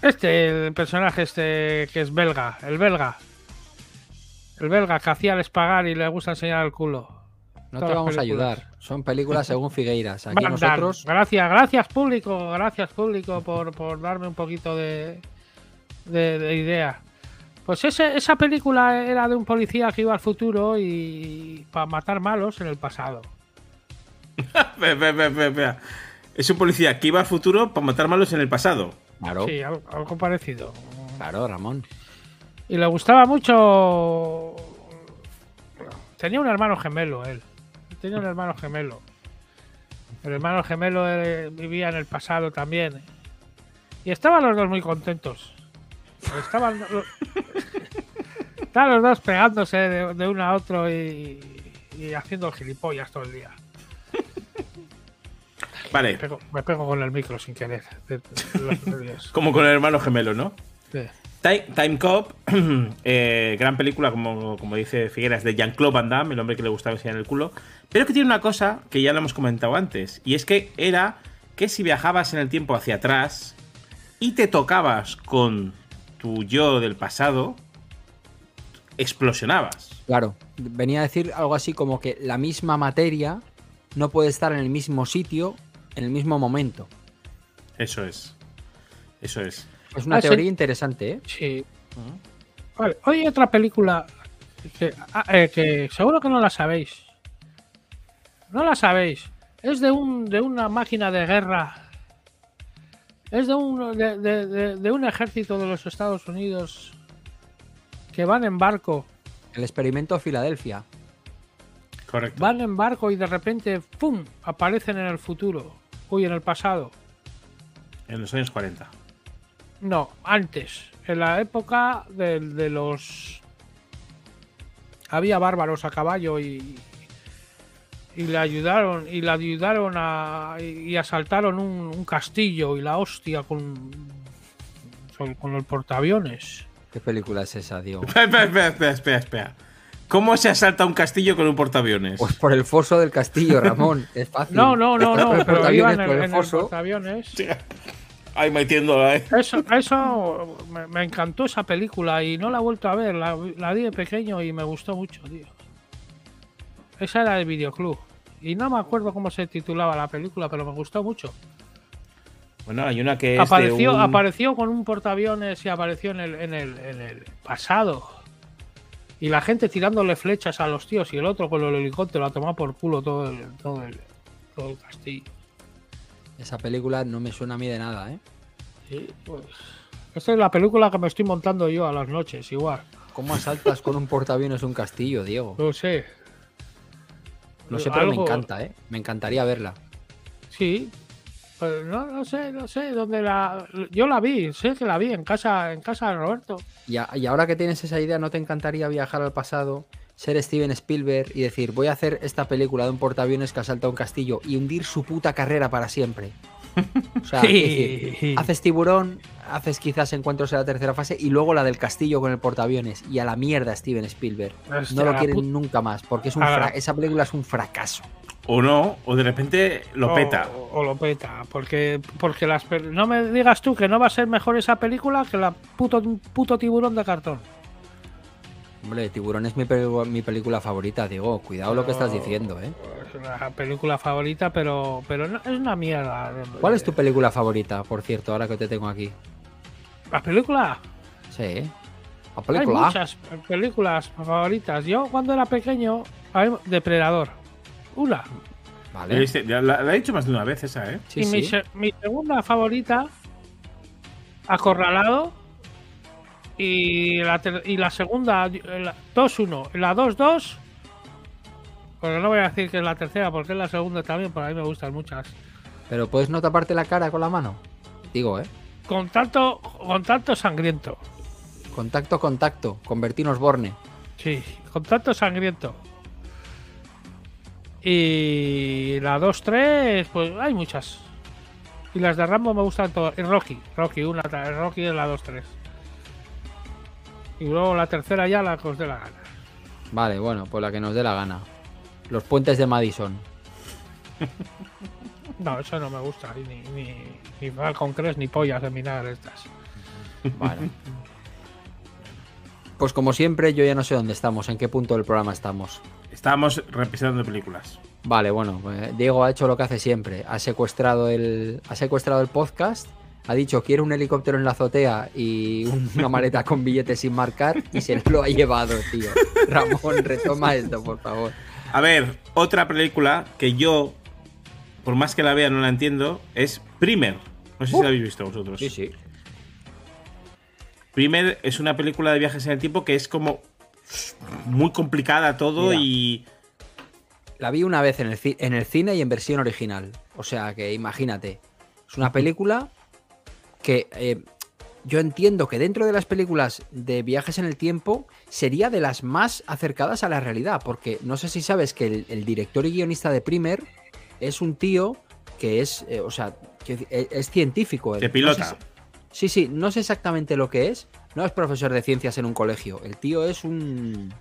Speaker 3: Este, el personaje este que es belga, el belga. El belga que hacía el espagar y le gusta enseñar el culo.
Speaker 2: No
Speaker 3: Todas
Speaker 2: te
Speaker 3: las
Speaker 2: vamos a
Speaker 3: películas.
Speaker 2: ayudar. Son películas según Figueiras. Aquí
Speaker 3: Van Damme.
Speaker 2: nosotros.
Speaker 3: Gracias, gracias público, gracias público por, por darme un poquito de, de, de idea. Pues ese- esa película era de un policía que iba al futuro y para matar malos en el pasado.
Speaker 1: Ve, ve, ve, ve, ve. Es un policía que iba al futuro para matar malos en el pasado.
Speaker 2: Claro,
Speaker 3: Sí, algo, algo parecido.
Speaker 2: claro, Ramón.
Speaker 3: Y le gustaba mucho. Tenía un hermano gemelo él. Tenía un hermano gemelo. El hermano gemelo eh, vivía en el pasado también. Y estaban los dos muy contentos. Estaban lo- estaban los dos pegándose de, de uno a otro y, y haciendo gilipollas todo el día. Me
Speaker 1: Vale,
Speaker 3: pego, me pego con el micro sin querer. de- de los nervios.
Speaker 1: como con el hermano gemelo, ¿no?
Speaker 3: Sí.
Speaker 1: Time, Time Cop, eh, gran película, como, como dice Figueras, de Jean-Claude Van Damme, el hombre que le gustaba enseñar el culo. Pero que tiene una cosa que ya lo hemos comentado antes, y es que era que si viajabas en el tiempo hacia atrás y te tocabas con tu yo del pasado, explosionabas.
Speaker 2: Claro. Venía a decir algo así como que la misma materia no puede estar en el mismo sitio en el mismo momento.
Speaker 1: Eso es. Eso es.
Speaker 2: Es una
Speaker 3: Ah, sí.
Speaker 2: teoría interesante, ¿eh?
Speaker 3: Sí. Vale, hoy hay otra película que, ah, eh, que seguro que no la sabéis. No la sabéis. Es de un de una máquina de guerra. Es de un, de, de- de- de un ejército de los Estados Unidos que van en barco.
Speaker 2: El experimento Filadelfia.
Speaker 1: Correcto.
Speaker 3: Van en barco y de repente ¡pum! aparecen en el futuro. Uy, en el pasado.
Speaker 1: En los años 40.
Speaker 3: No, antes. En la época de, de los. Había bárbaros a caballo y. Y le ayudaron, y le ayudaron a. Y asaltaron un, un castillo y la hostia con. Con, con el portaaviones.
Speaker 2: ¿Qué película es esa, Diego?
Speaker 1: Espera, espera, espera, espera, espera. ¿Cómo se asalta un castillo con un portaaviones?
Speaker 2: Pues por el foso del castillo, Ramón. Es fácil.
Speaker 3: No, no, no,
Speaker 2: Por
Speaker 3: no,
Speaker 2: el
Speaker 3: pero
Speaker 2: portaaviones,
Speaker 3: iban en,
Speaker 2: por
Speaker 3: el-
Speaker 2: el
Speaker 3: en el
Speaker 2: foso.
Speaker 3: portaaviones.
Speaker 1: Ay, metiéndola, eh.
Speaker 3: Eso, eso me, me encantó esa película y no la he vuelto a ver. La, la di de pequeño y me gustó mucho, tío. Esa era del videoclub. Y no me acuerdo cómo se titulaba la película, pero me gustó mucho.
Speaker 1: Bueno, hay una que es. de
Speaker 3: Apareció,
Speaker 1: un-
Speaker 3: apareció con un portaaviones y apareció en el, en, el, en el pasado. Y la gente tirándole flechas a los tíos y el otro con el helicóptero a tomar por culo todo el, todo el, todo el castillo.
Speaker 2: Esa película no me suena a mí de nada, ¿eh?
Speaker 3: Sí, pues, Esta es la película que me estoy montando yo a las noches, igual.
Speaker 2: ¿Cómo asaltas con un portaaviones un castillo, Diego?
Speaker 3: No sé.
Speaker 2: No sé, pero me
Speaker 3: Algo-
Speaker 2: encanta, ¿eh? Me encantaría verla.
Speaker 3: Sí. Pues no, no sé, no sé dónde la. Yo la vi, sé que la vi en casa, en casa de Roberto.
Speaker 2: Y, a- y ahora que tienes esa idea, ¿no te encantaría viajar al pasado, ser Steven Spielberg y decir, voy a hacer esta película de un portaaviones que asalta un castillo y hundir su puta carrera para siempre? O sea, quiero decir, haces tiburón, haces quizás encuentros en la tercera fase y luego la del castillo con el portaaviones y a la mierda Steven Spielberg.
Speaker 3: Hostia, Ah.
Speaker 2: no lo
Speaker 3: la
Speaker 2: quieren
Speaker 3: put-
Speaker 2: nunca más porque es un
Speaker 3: A la-
Speaker 2: fra- esa película es un fracaso.
Speaker 1: O no, o de repente lo
Speaker 3: O-
Speaker 1: peta.
Speaker 3: O, lo peta, porque, porque las pel- no me digas tú que no va a ser mejor esa película que la puto, puto tiburón de cartón.
Speaker 2: Hombre, Tiburón es mi, pelu- mi película favorita, Diego. Cuidado lo que estás
Speaker 3: Pero-
Speaker 2: diciendo, ¿eh?
Speaker 3: Es una película favorita, pero, pero no- es una mierda.
Speaker 2: ¿Cuál es tu película favorita, por cierto, ahora que te tengo aquí?
Speaker 3: La película.
Speaker 2: Sí. ¿eh? La
Speaker 3: Hay
Speaker 2: película.
Speaker 3: muchas películas favoritas. Yo cuando era pequeño, a mí- Depredador. Una.
Speaker 1: Vale. La, Este, la, la, he dicho más de una vez esa, ¿eh?
Speaker 3: Sí, y sí. Mi, mi, segunda favorita, Acorralado. Y la, y la segunda, 2-1. La 2-2. Porque no voy a decir que es la tercera, porque es la segunda también, pero a mí me gustan muchas.
Speaker 2: Pero puedes no taparte la cara con la mano. Digo, ¿eh?
Speaker 3: Contacto, contacto sangriento.
Speaker 2: Contacto, contacto. Convertirnos Borne.
Speaker 3: Sí, contacto sangriento. Y la 2-3, pues hay muchas. Y las de Rambo me gustan todas. Y Rocky, Rocky, una, Rocky es la 2-3. Y luego la tercera ya la que os dé la gana.
Speaker 2: Vale, bueno, pues la que nos dé la gana. Los puentes de Madison.
Speaker 3: no, eso no me gusta. Ni, ni, ni Falcon Crest, ni pollas de minar estas.
Speaker 2: Vale. Pues como siempre, yo ya no sé dónde estamos, en qué punto del programa estamos.
Speaker 1: Estábamos repisando películas.
Speaker 2: Vale, bueno, eh, Diego ha hecho lo que hace siempre. Ha secuestrado el, ha secuestrado el podcast, ha dicho quiero un helicóptero en la azotea y una maleta con billetes sin marcar y se lo ha llevado, tío. Ramón, retoma esto, por favor.
Speaker 1: A ver, otra película que yo, por más que la vea, no la entiendo, es Primer. No sé si uh, la habéis visto vosotros.
Speaker 2: Sí, sí.
Speaker 1: Primer es una película de viajes en el tiempo que es como muy complicada todo Mira, y...
Speaker 2: La vi una vez en el, en el, cine y en versión original. O sea que imagínate, es una película que eh, yo entiendo que dentro de las películas de viajes en el tiempo sería de las más acercadas a la realidad, porque no sé si sabes que el, el director y guionista de Primer es un tío que es, eh, o sea, que es, eh, es, científico.
Speaker 1: De pilota.
Speaker 2: No sé si, Sí, sí, no sé exactamente lo que es. No es profesor de ciencias en un colegio. El tío es un.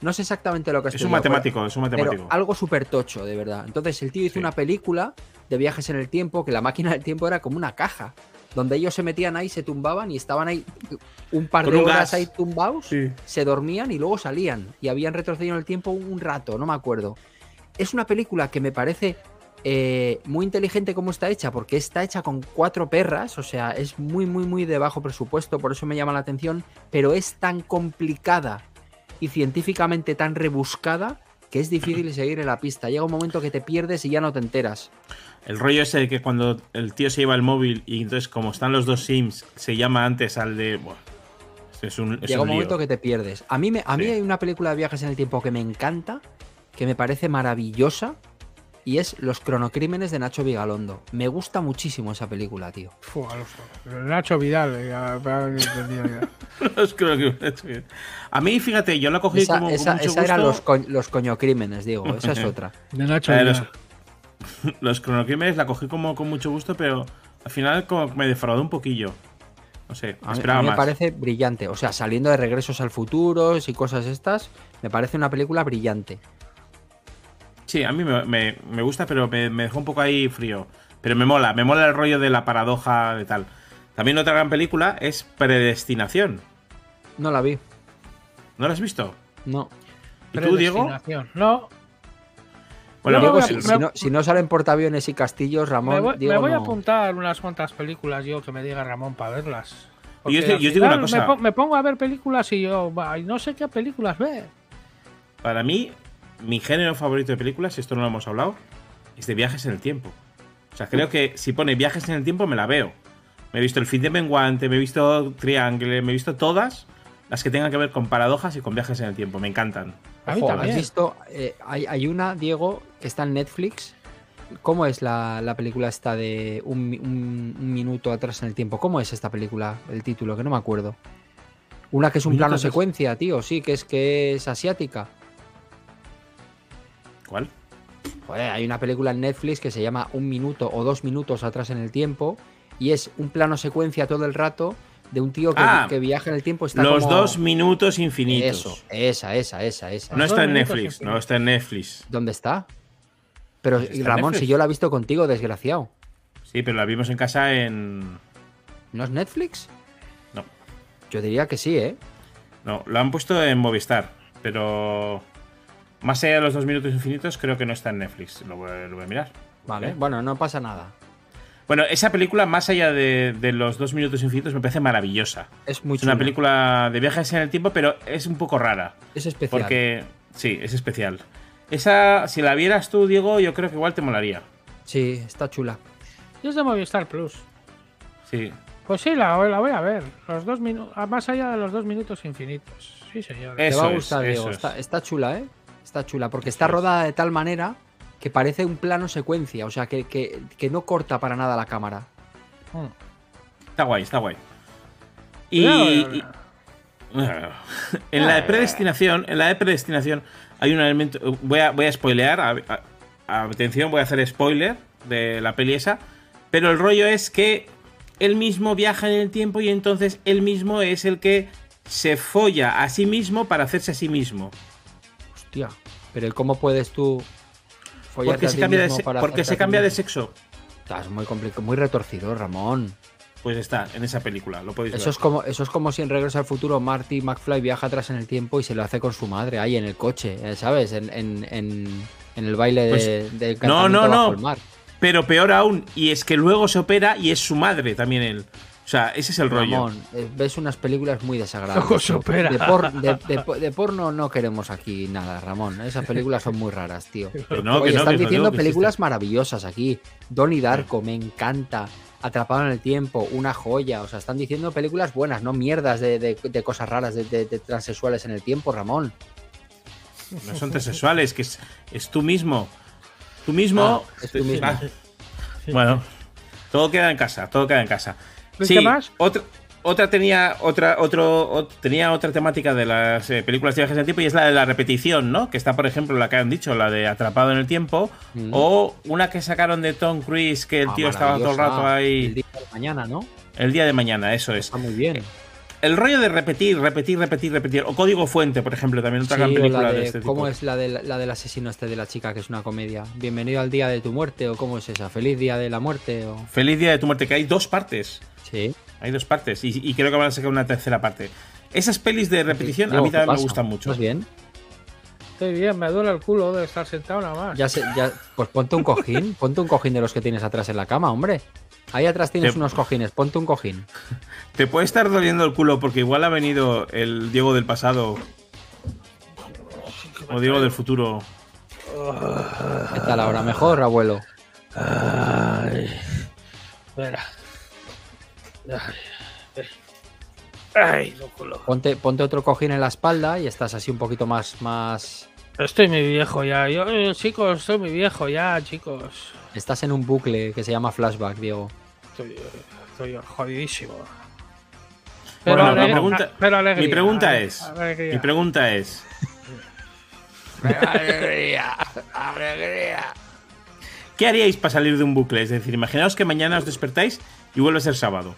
Speaker 2: No sé exactamente lo que
Speaker 1: es. Es un matemático, pero, es un matemático.
Speaker 2: Pero algo súper tocho, de verdad. Entonces, el tío hizo sí. una película de viajes en el tiempo, que la máquina del tiempo era como una caja, donde ellos se metían ahí, se tumbaban y estaban ahí un par de horas gas. ahí tumbados, sí. se dormían y luego salían. Y habían retrocedido en el tiempo un rato, no me acuerdo. Es una película que me parece eh, muy inteligente como está hecha, porque está hecha con cuatro perras, o sea, es muy, muy, muy de bajo presupuesto, por eso me llama la atención, pero es tan complicada y científicamente tan rebuscada que es difícil seguir en la pista. Llega un momento que te pierdes y ya no te enteras.
Speaker 1: El rollo es el que cuando el tío se lleva el móvil y entonces como están los dos sims, se llama antes al de... Bueno, este es un, es
Speaker 2: Llega un,
Speaker 1: lío.
Speaker 2: momento que te pierdes. A mí, me, a mí sí. hay una película de viajes en el tiempo que me encanta, que me parece maravillosa, y es Los cronocrímenes de Nacho Vigalondo. Me gusta muchísimo esa película, tío.
Speaker 3: Uf, Nacho Vidal, ya, ya.
Speaker 1: los cronocrímenes. A mí, fíjate, yo la cogí
Speaker 2: esa,
Speaker 1: como.
Speaker 2: Esa,
Speaker 1: con mucho
Speaker 2: esa
Speaker 1: gusto.
Speaker 2: era los, co los coñocrímenes, digo. Esa es otra.
Speaker 3: de Nacho eh,
Speaker 1: los, los, cronocrímenes la cogí como con mucho gusto, pero al final como me defraudó un poquillo. No sé,
Speaker 2: a
Speaker 1: esperaba
Speaker 2: mí,
Speaker 1: más.
Speaker 2: me parece brillante. O sea, saliendo de regresos al futuro y cosas estas, me parece una película brillante.
Speaker 1: Sí, a mí me, me, me gusta, pero me, me, dejó un poco ahí frío. Pero me mola, me mola el rollo de la paradoja de tal. También otra gran película es Predestinación.
Speaker 2: No la vi.
Speaker 1: ¿No la has visto?
Speaker 2: No.
Speaker 1: ¿Y tú, Diego?
Speaker 3: No.
Speaker 2: Bueno, no, pues, si, no, si, no, salen portaaviones y castillos, Ramón.
Speaker 3: Me voy,
Speaker 2: Diego,
Speaker 3: voy
Speaker 2: no.
Speaker 3: a apuntar unas cuantas películas, yo que me diga Ramón para verlas.
Speaker 1: Porque yo, te, yo digo una cosa.
Speaker 3: Me, pongo a ver películas y yo y no sé qué películas ver.
Speaker 1: Para mí, mi género favorito de películas, esto no lo hemos hablado, es de viajes en el tiempo. O sea, creo que si pone viajes en el tiempo me la veo. Me he visto El fin de menguante, me he visto Triangle, me he visto todas las que tengan que ver con paradojas y con viajes en el tiempo. Me encantan.
Speaker 2: Ojo, ¿Has visto? Eh, hay, hay, una, Diego, que está en Netflix. ¿Cómo es la, la película esta de un, un, un, minuto atrás en el tiempo? ¿Cómo es esta película? El título, que no me acuerdo. Una que es un plano secuencia, tío, sí, que es que es asiática.
Speaker 1: ¿Cuál?
Speaker 2: Joder, hay una película en Netflix que se llama Un minuto o dos minutos atrás en el tiempo y es un plano secuencia todo el rato de un tío que,
Speaker 1: Ah,
Speaker 2: que viaja en el tiempo. Está
Speaker 1: los
Speaker 2: como...
Speaker 1: dos minutos infinitos.
Speaker 2: Eso, esa, esa, esa, esa.
Speaker 1: No está en Netflix, infinitos. no está en Netflix.
Speaker 2: ¿Dónde está? Pero
Speaker 1: Pues
Speaker 2: ¿Está Ramón, Netflix? si yo la he visto contigo, desgraciado.
Speaker 1: Sí, pero la vimos en casa en...
Speaker 2: ¿No es Netflix?
Speaker 1: No.
Speaker 2: Yo diría que sí, ¿eh?
Speaker 1: No, lo han puesto en Movistar, pero... Más allá de los dos minutos infinitos, creo que no está en Netflix. Lo voy, lo voy a mirar.
Speaker 2: Vale, ¿Eh? bueno, no pasa nada.
Speaker 1: Bueno, esa película, más allá de, de los dos minutos infinitos, me parece maravillosa.
Speaker 2: Es muy
Speaker 1: Es una película de viajes en el tiempo, pero es un poco rara.
Speaker 2: Es especial.
Speaker 1: Porque, sí, es especial. Esa, si la vieras tú, Diego, yo creo que igual te molaría.
Speaker 2: Sí, está chula.
Speaker 3: Y es de Movistar Plus.
Speaker 1: Sí.
Speaker 3: Pues sí, la, la voy a ver. Los dos minutos, más allá de los dos minutos infinitos. Sí, señor.
Speaker 1: Eso
Speaker 2: Te va a
Speaker 1: es,
Speaker 2: gustar,
Speaker 1: eso
Speaker 2: Diego.
Speaker 1: es.
Speaker 2: Está, está chula, ¿eh? Está chula, porque
Speaker 1: Eso
Speaker 2: está
Speaker 1: es.
Speaker 2: rodada de tal manera que parece un plano secuencia, o sea, que, que- que no corta para nada la cámara.
Speaker 3: Mm.
Speaker 1: Está guay, está guay. Y,
Speaker 3: Cuidado,
Speaker 1: y- en la de predestinación, en la de predestinación hay un elemento. Voy a, voy a spoilear. a- a- atención, voy a hacer spoiler de la peli esa. Pero el rollo es que él mismo viaja en el tiempo y entonces él mismo es el que se folla a sí mismo para hacerse a sí mismo.
Speaker 2: Hostia. Pero ¿y ¿cómo puedes tú follarte
Speaker 1: Porque
Speaker 2: a
Speaker 1: se
Speaker 2: ti
Speaker 1: cambia, de,
Speaker 2: mismo
Speaker 1: se-
Speaker 2: para
Speaker 1: porque
Speaker 2: hacerte
Speaker 1: se
Speaker 2: a ti
Speaker 1: cambia de
Speaker 2: mismo?
Speaker 1: sexo.
Speaker 2: Estás muy complicado, muy retorcido, Ramón.
Speaker 1: Pues está, en esa película, lo podéis
Speaker 2: Eso
Speaker 1: ver.
Speaker 2: es, como, eso es como si en Regreso al Futuro Marty McFly viaja atrás en el tiempo y se lo hace con su madre ahí en el coche, eh, ¿sabes? En, en- en- en el baile de, del
Speaker 1: Pues, no,
Speaker 2: Cantando
Speaker 1: no,
Speaker 2: bajo
Speaker 1: no.
Speaker 2: el mar.
Speaker 1: Pero peor aún, y es que luego se opera y es su madre también él. O sea, ese es el rollo.
Speaker 2: Ramón, eh, ves unas películas muy desagradables.
Speaker 3: Ojo, supera.
Speaker 2: De, por- de- de po- de porno no queremos aquí nada, Ramón. Esas películas son muy raras, tío.
Speaker 1: Que no, que
Speaker 2: Oye,
Speaker 1: no, que
Speaker 2: están
Speaker 1: os lo
Speaker 2: diciendo
Speaker 1: digo que
Speaker 2: películas maravillosas aquí. Donnie Darko, me encanta. Atrapado en el tiempo, una joya. O sea, están diciendo películas buenas, no mierdas de, de- de cosas raras, de, de- de transexuales en el tiempo, Ramón.
Speaker 1: existen. No son transexuales, que es, es tú mismo. Tú mismo.
Speaker 2: Ah, es tú mismo.
Speaker 1: Ah. Bueno, todo queda en casa, todo queda en casa.
Speaker 3: ¿Y qué más?
Speaker 1: Otra, otra tenía otra otro, ot- tenía otra temática de las eh, películas de viajes en el tiempo y es la de la repetición, ¿no? Que está, por ejemplo, la que han dicho, la de Atrapado en el tiempo
Speaker 2: Mm.
Speaker 1: o una que sacaron de Tom Cruise que el
Speaker 2: Ah,
Speaker 1: tío estaba todo el rato
Speaker 2: maravillosa.
Speaker 1: ahí
Speaker 2: El día de mañana, ¿no?
Speaker 1: el día de mañana, eso es.
Speaker 2: Está muy bien.
Speaker 1: El rollo de repetir, repetir, repetir, repetir. O código fuente, por ejemplo, también otra
Speaker 2: Sí,
Speaker 1: gran
Speaker 2: o
Speaker 1: película
Speaker 2: la
Speaker 1: de,
Speaker 2: de-
Speaker 1: este tipo.
Speaker 2: ¿Cómo es la, de, la del asesino este de la chica, que es una comedia? Bienvenido al día de tu muerte, o cómo es esa? ¿Feliz día de la muerte? O...
Speaker 1: Feliz día de tu muerte, que hay dos partes.
Speaker 2: Sí.
Speaker 1: Hay dos partes. Y, y creo que van a sacar una tercera parte. Esas pelis de repetición a
Speaker 2: Diego,
Speaker 1: mí
Speaker 2: ¿qué
Speaker 1: también me
Speaker 2: pasa?
Speaker 1: gustan mucho.
Speaker 2: ¿Estás bien?
Speaker 3: Estoy bien, me duele el culo de estar sentado nada más.
Speaker 2: Ya sé- ya- pues ponte un cojín, ponte un cojín de los que tienes atrás en la cama, hombre. Ahí atrás tienes
Speaker 1: Te-
Speaker 2: unos cojines, ponte un cojín.
Speaker 1: Te puede estar doliendo el culo porque igual ha venido el Diego del pasado o Diego del futuro.
Speaker 2: ¿Qué tal ahora? ¿Mejor, abuelo?
Speaker 3: Ay. Espera. Ay, no culo.
Speaker 2: Ponte, ponte otro cojín en la espalda y estás así un poquito más, más...
Speaker 3: Estoy muy viejo ya. Yo, eh, chicos, estoy muy viejo ya, chicos.
Speaker 2: Estás en un bucle que se llama flashback, Diego.
Speaker 3: Estoy, eh, estoy jodidísimo.
Speaker 1: Bueno,
Speaker 2: la
Speaker 3: alegre-
Speaker 1: pregunta-
Speaker 3: ah, pero alegría,
Speaker 1: Mi pregunta
Speaker 3: ale-
Speaker 1: es.
Speaker 3: alegría.
Speaker 1: Mi pregunta es.
Speaker 2: ¡Alegría! ¡Alegría!
Speaker 1: ¿Qué haríais para salir de un bucle? Es decir, imaginaos que mañana os despertáis y vuelve a ser sábado.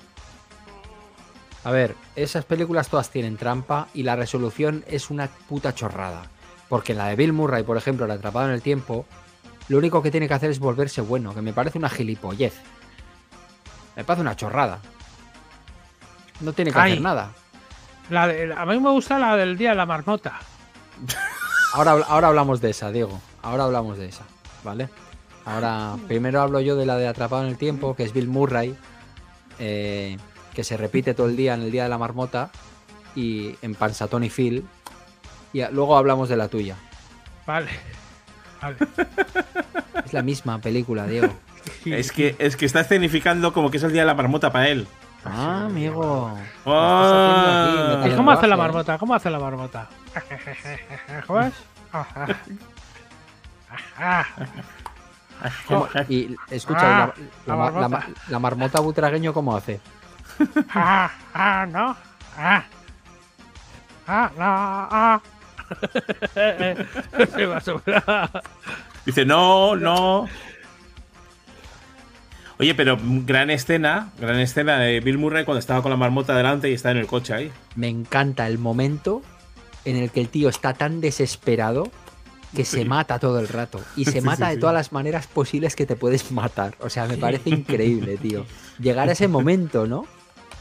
Speaker 2: A ver, esas películas todas tienen trampa y la resolución es una puta chorrada. Porque en la de Bill Murray, por ejemplo, la atrapado en el tiempo, lo único que tiene que hacer es volverse bueno, que me parece una gilipollez. Me parece una chorrada. No tiene que
Speaker 3: Ay.
Speaker 2: hacer nada.
Speaker 3: La de- la- a mí me gusta la del día de la marmota.
Speaker 2: Ahora, habl- ahora hablamos de esa, Diego. Ahora hablamos de esa, ¿vale? Ahora, primero hablo yo de la de Atrapado en el Tiempo, que es Bill Murray, eh, que se repite todo el día en el Día de la Marmota y en Pansatón y Phil. Y a- luego hablamos de la tuya.
Speaker 3: Vale. Vale.
Speaker 2: Es la misma película, Diego.
Speaker 1: Es que, es que está escenificando como que es el día de la marmota para él.
Speaker 2: Ah, amigo.
Speaker 1: Ah.
Speaker 2: Lo estás haciendo aquí,
Speaker 3: ¿Y cómo hace la
Speaker 2: lenguaje, ¿eh?
Speaker 3: marmota? ¿Cómo hace la marmota? ¿Juegas? Ajá. Ajá.
Speaker 2: ¿Cómo- Y escucha,
Speaker 3: Ah,
Speaker 2: ¿y la,
Speaker 3: la
Speaker 2: la mar- la ma-
Speaker 3: marmota.
Speaker 2: la marmota butragueño, ¿cómo hace?
Speaker 3: Ah, ah, no. Ah. Ah, no. Ah. Se va a sobrar.
Speaker 1: Dice, no, no. Oye, pero gran escena, gran escena de Bill Murray cuando estaba con la marmota delante y está en el coche ahí.
Speaker 2: me encanta el momento en el que el tío está tan desesperado que se mata todo el rato y
Speaker 1: Sí,
Speaker 2: se mata
Speaker 1: sí,
Speaker 2: de
Speaker 1: sí.
Speaker 2: todas las maneras posibles que te puedes matar. O sea, me parece increíble, tío. Llegar a ese momento, ¿no?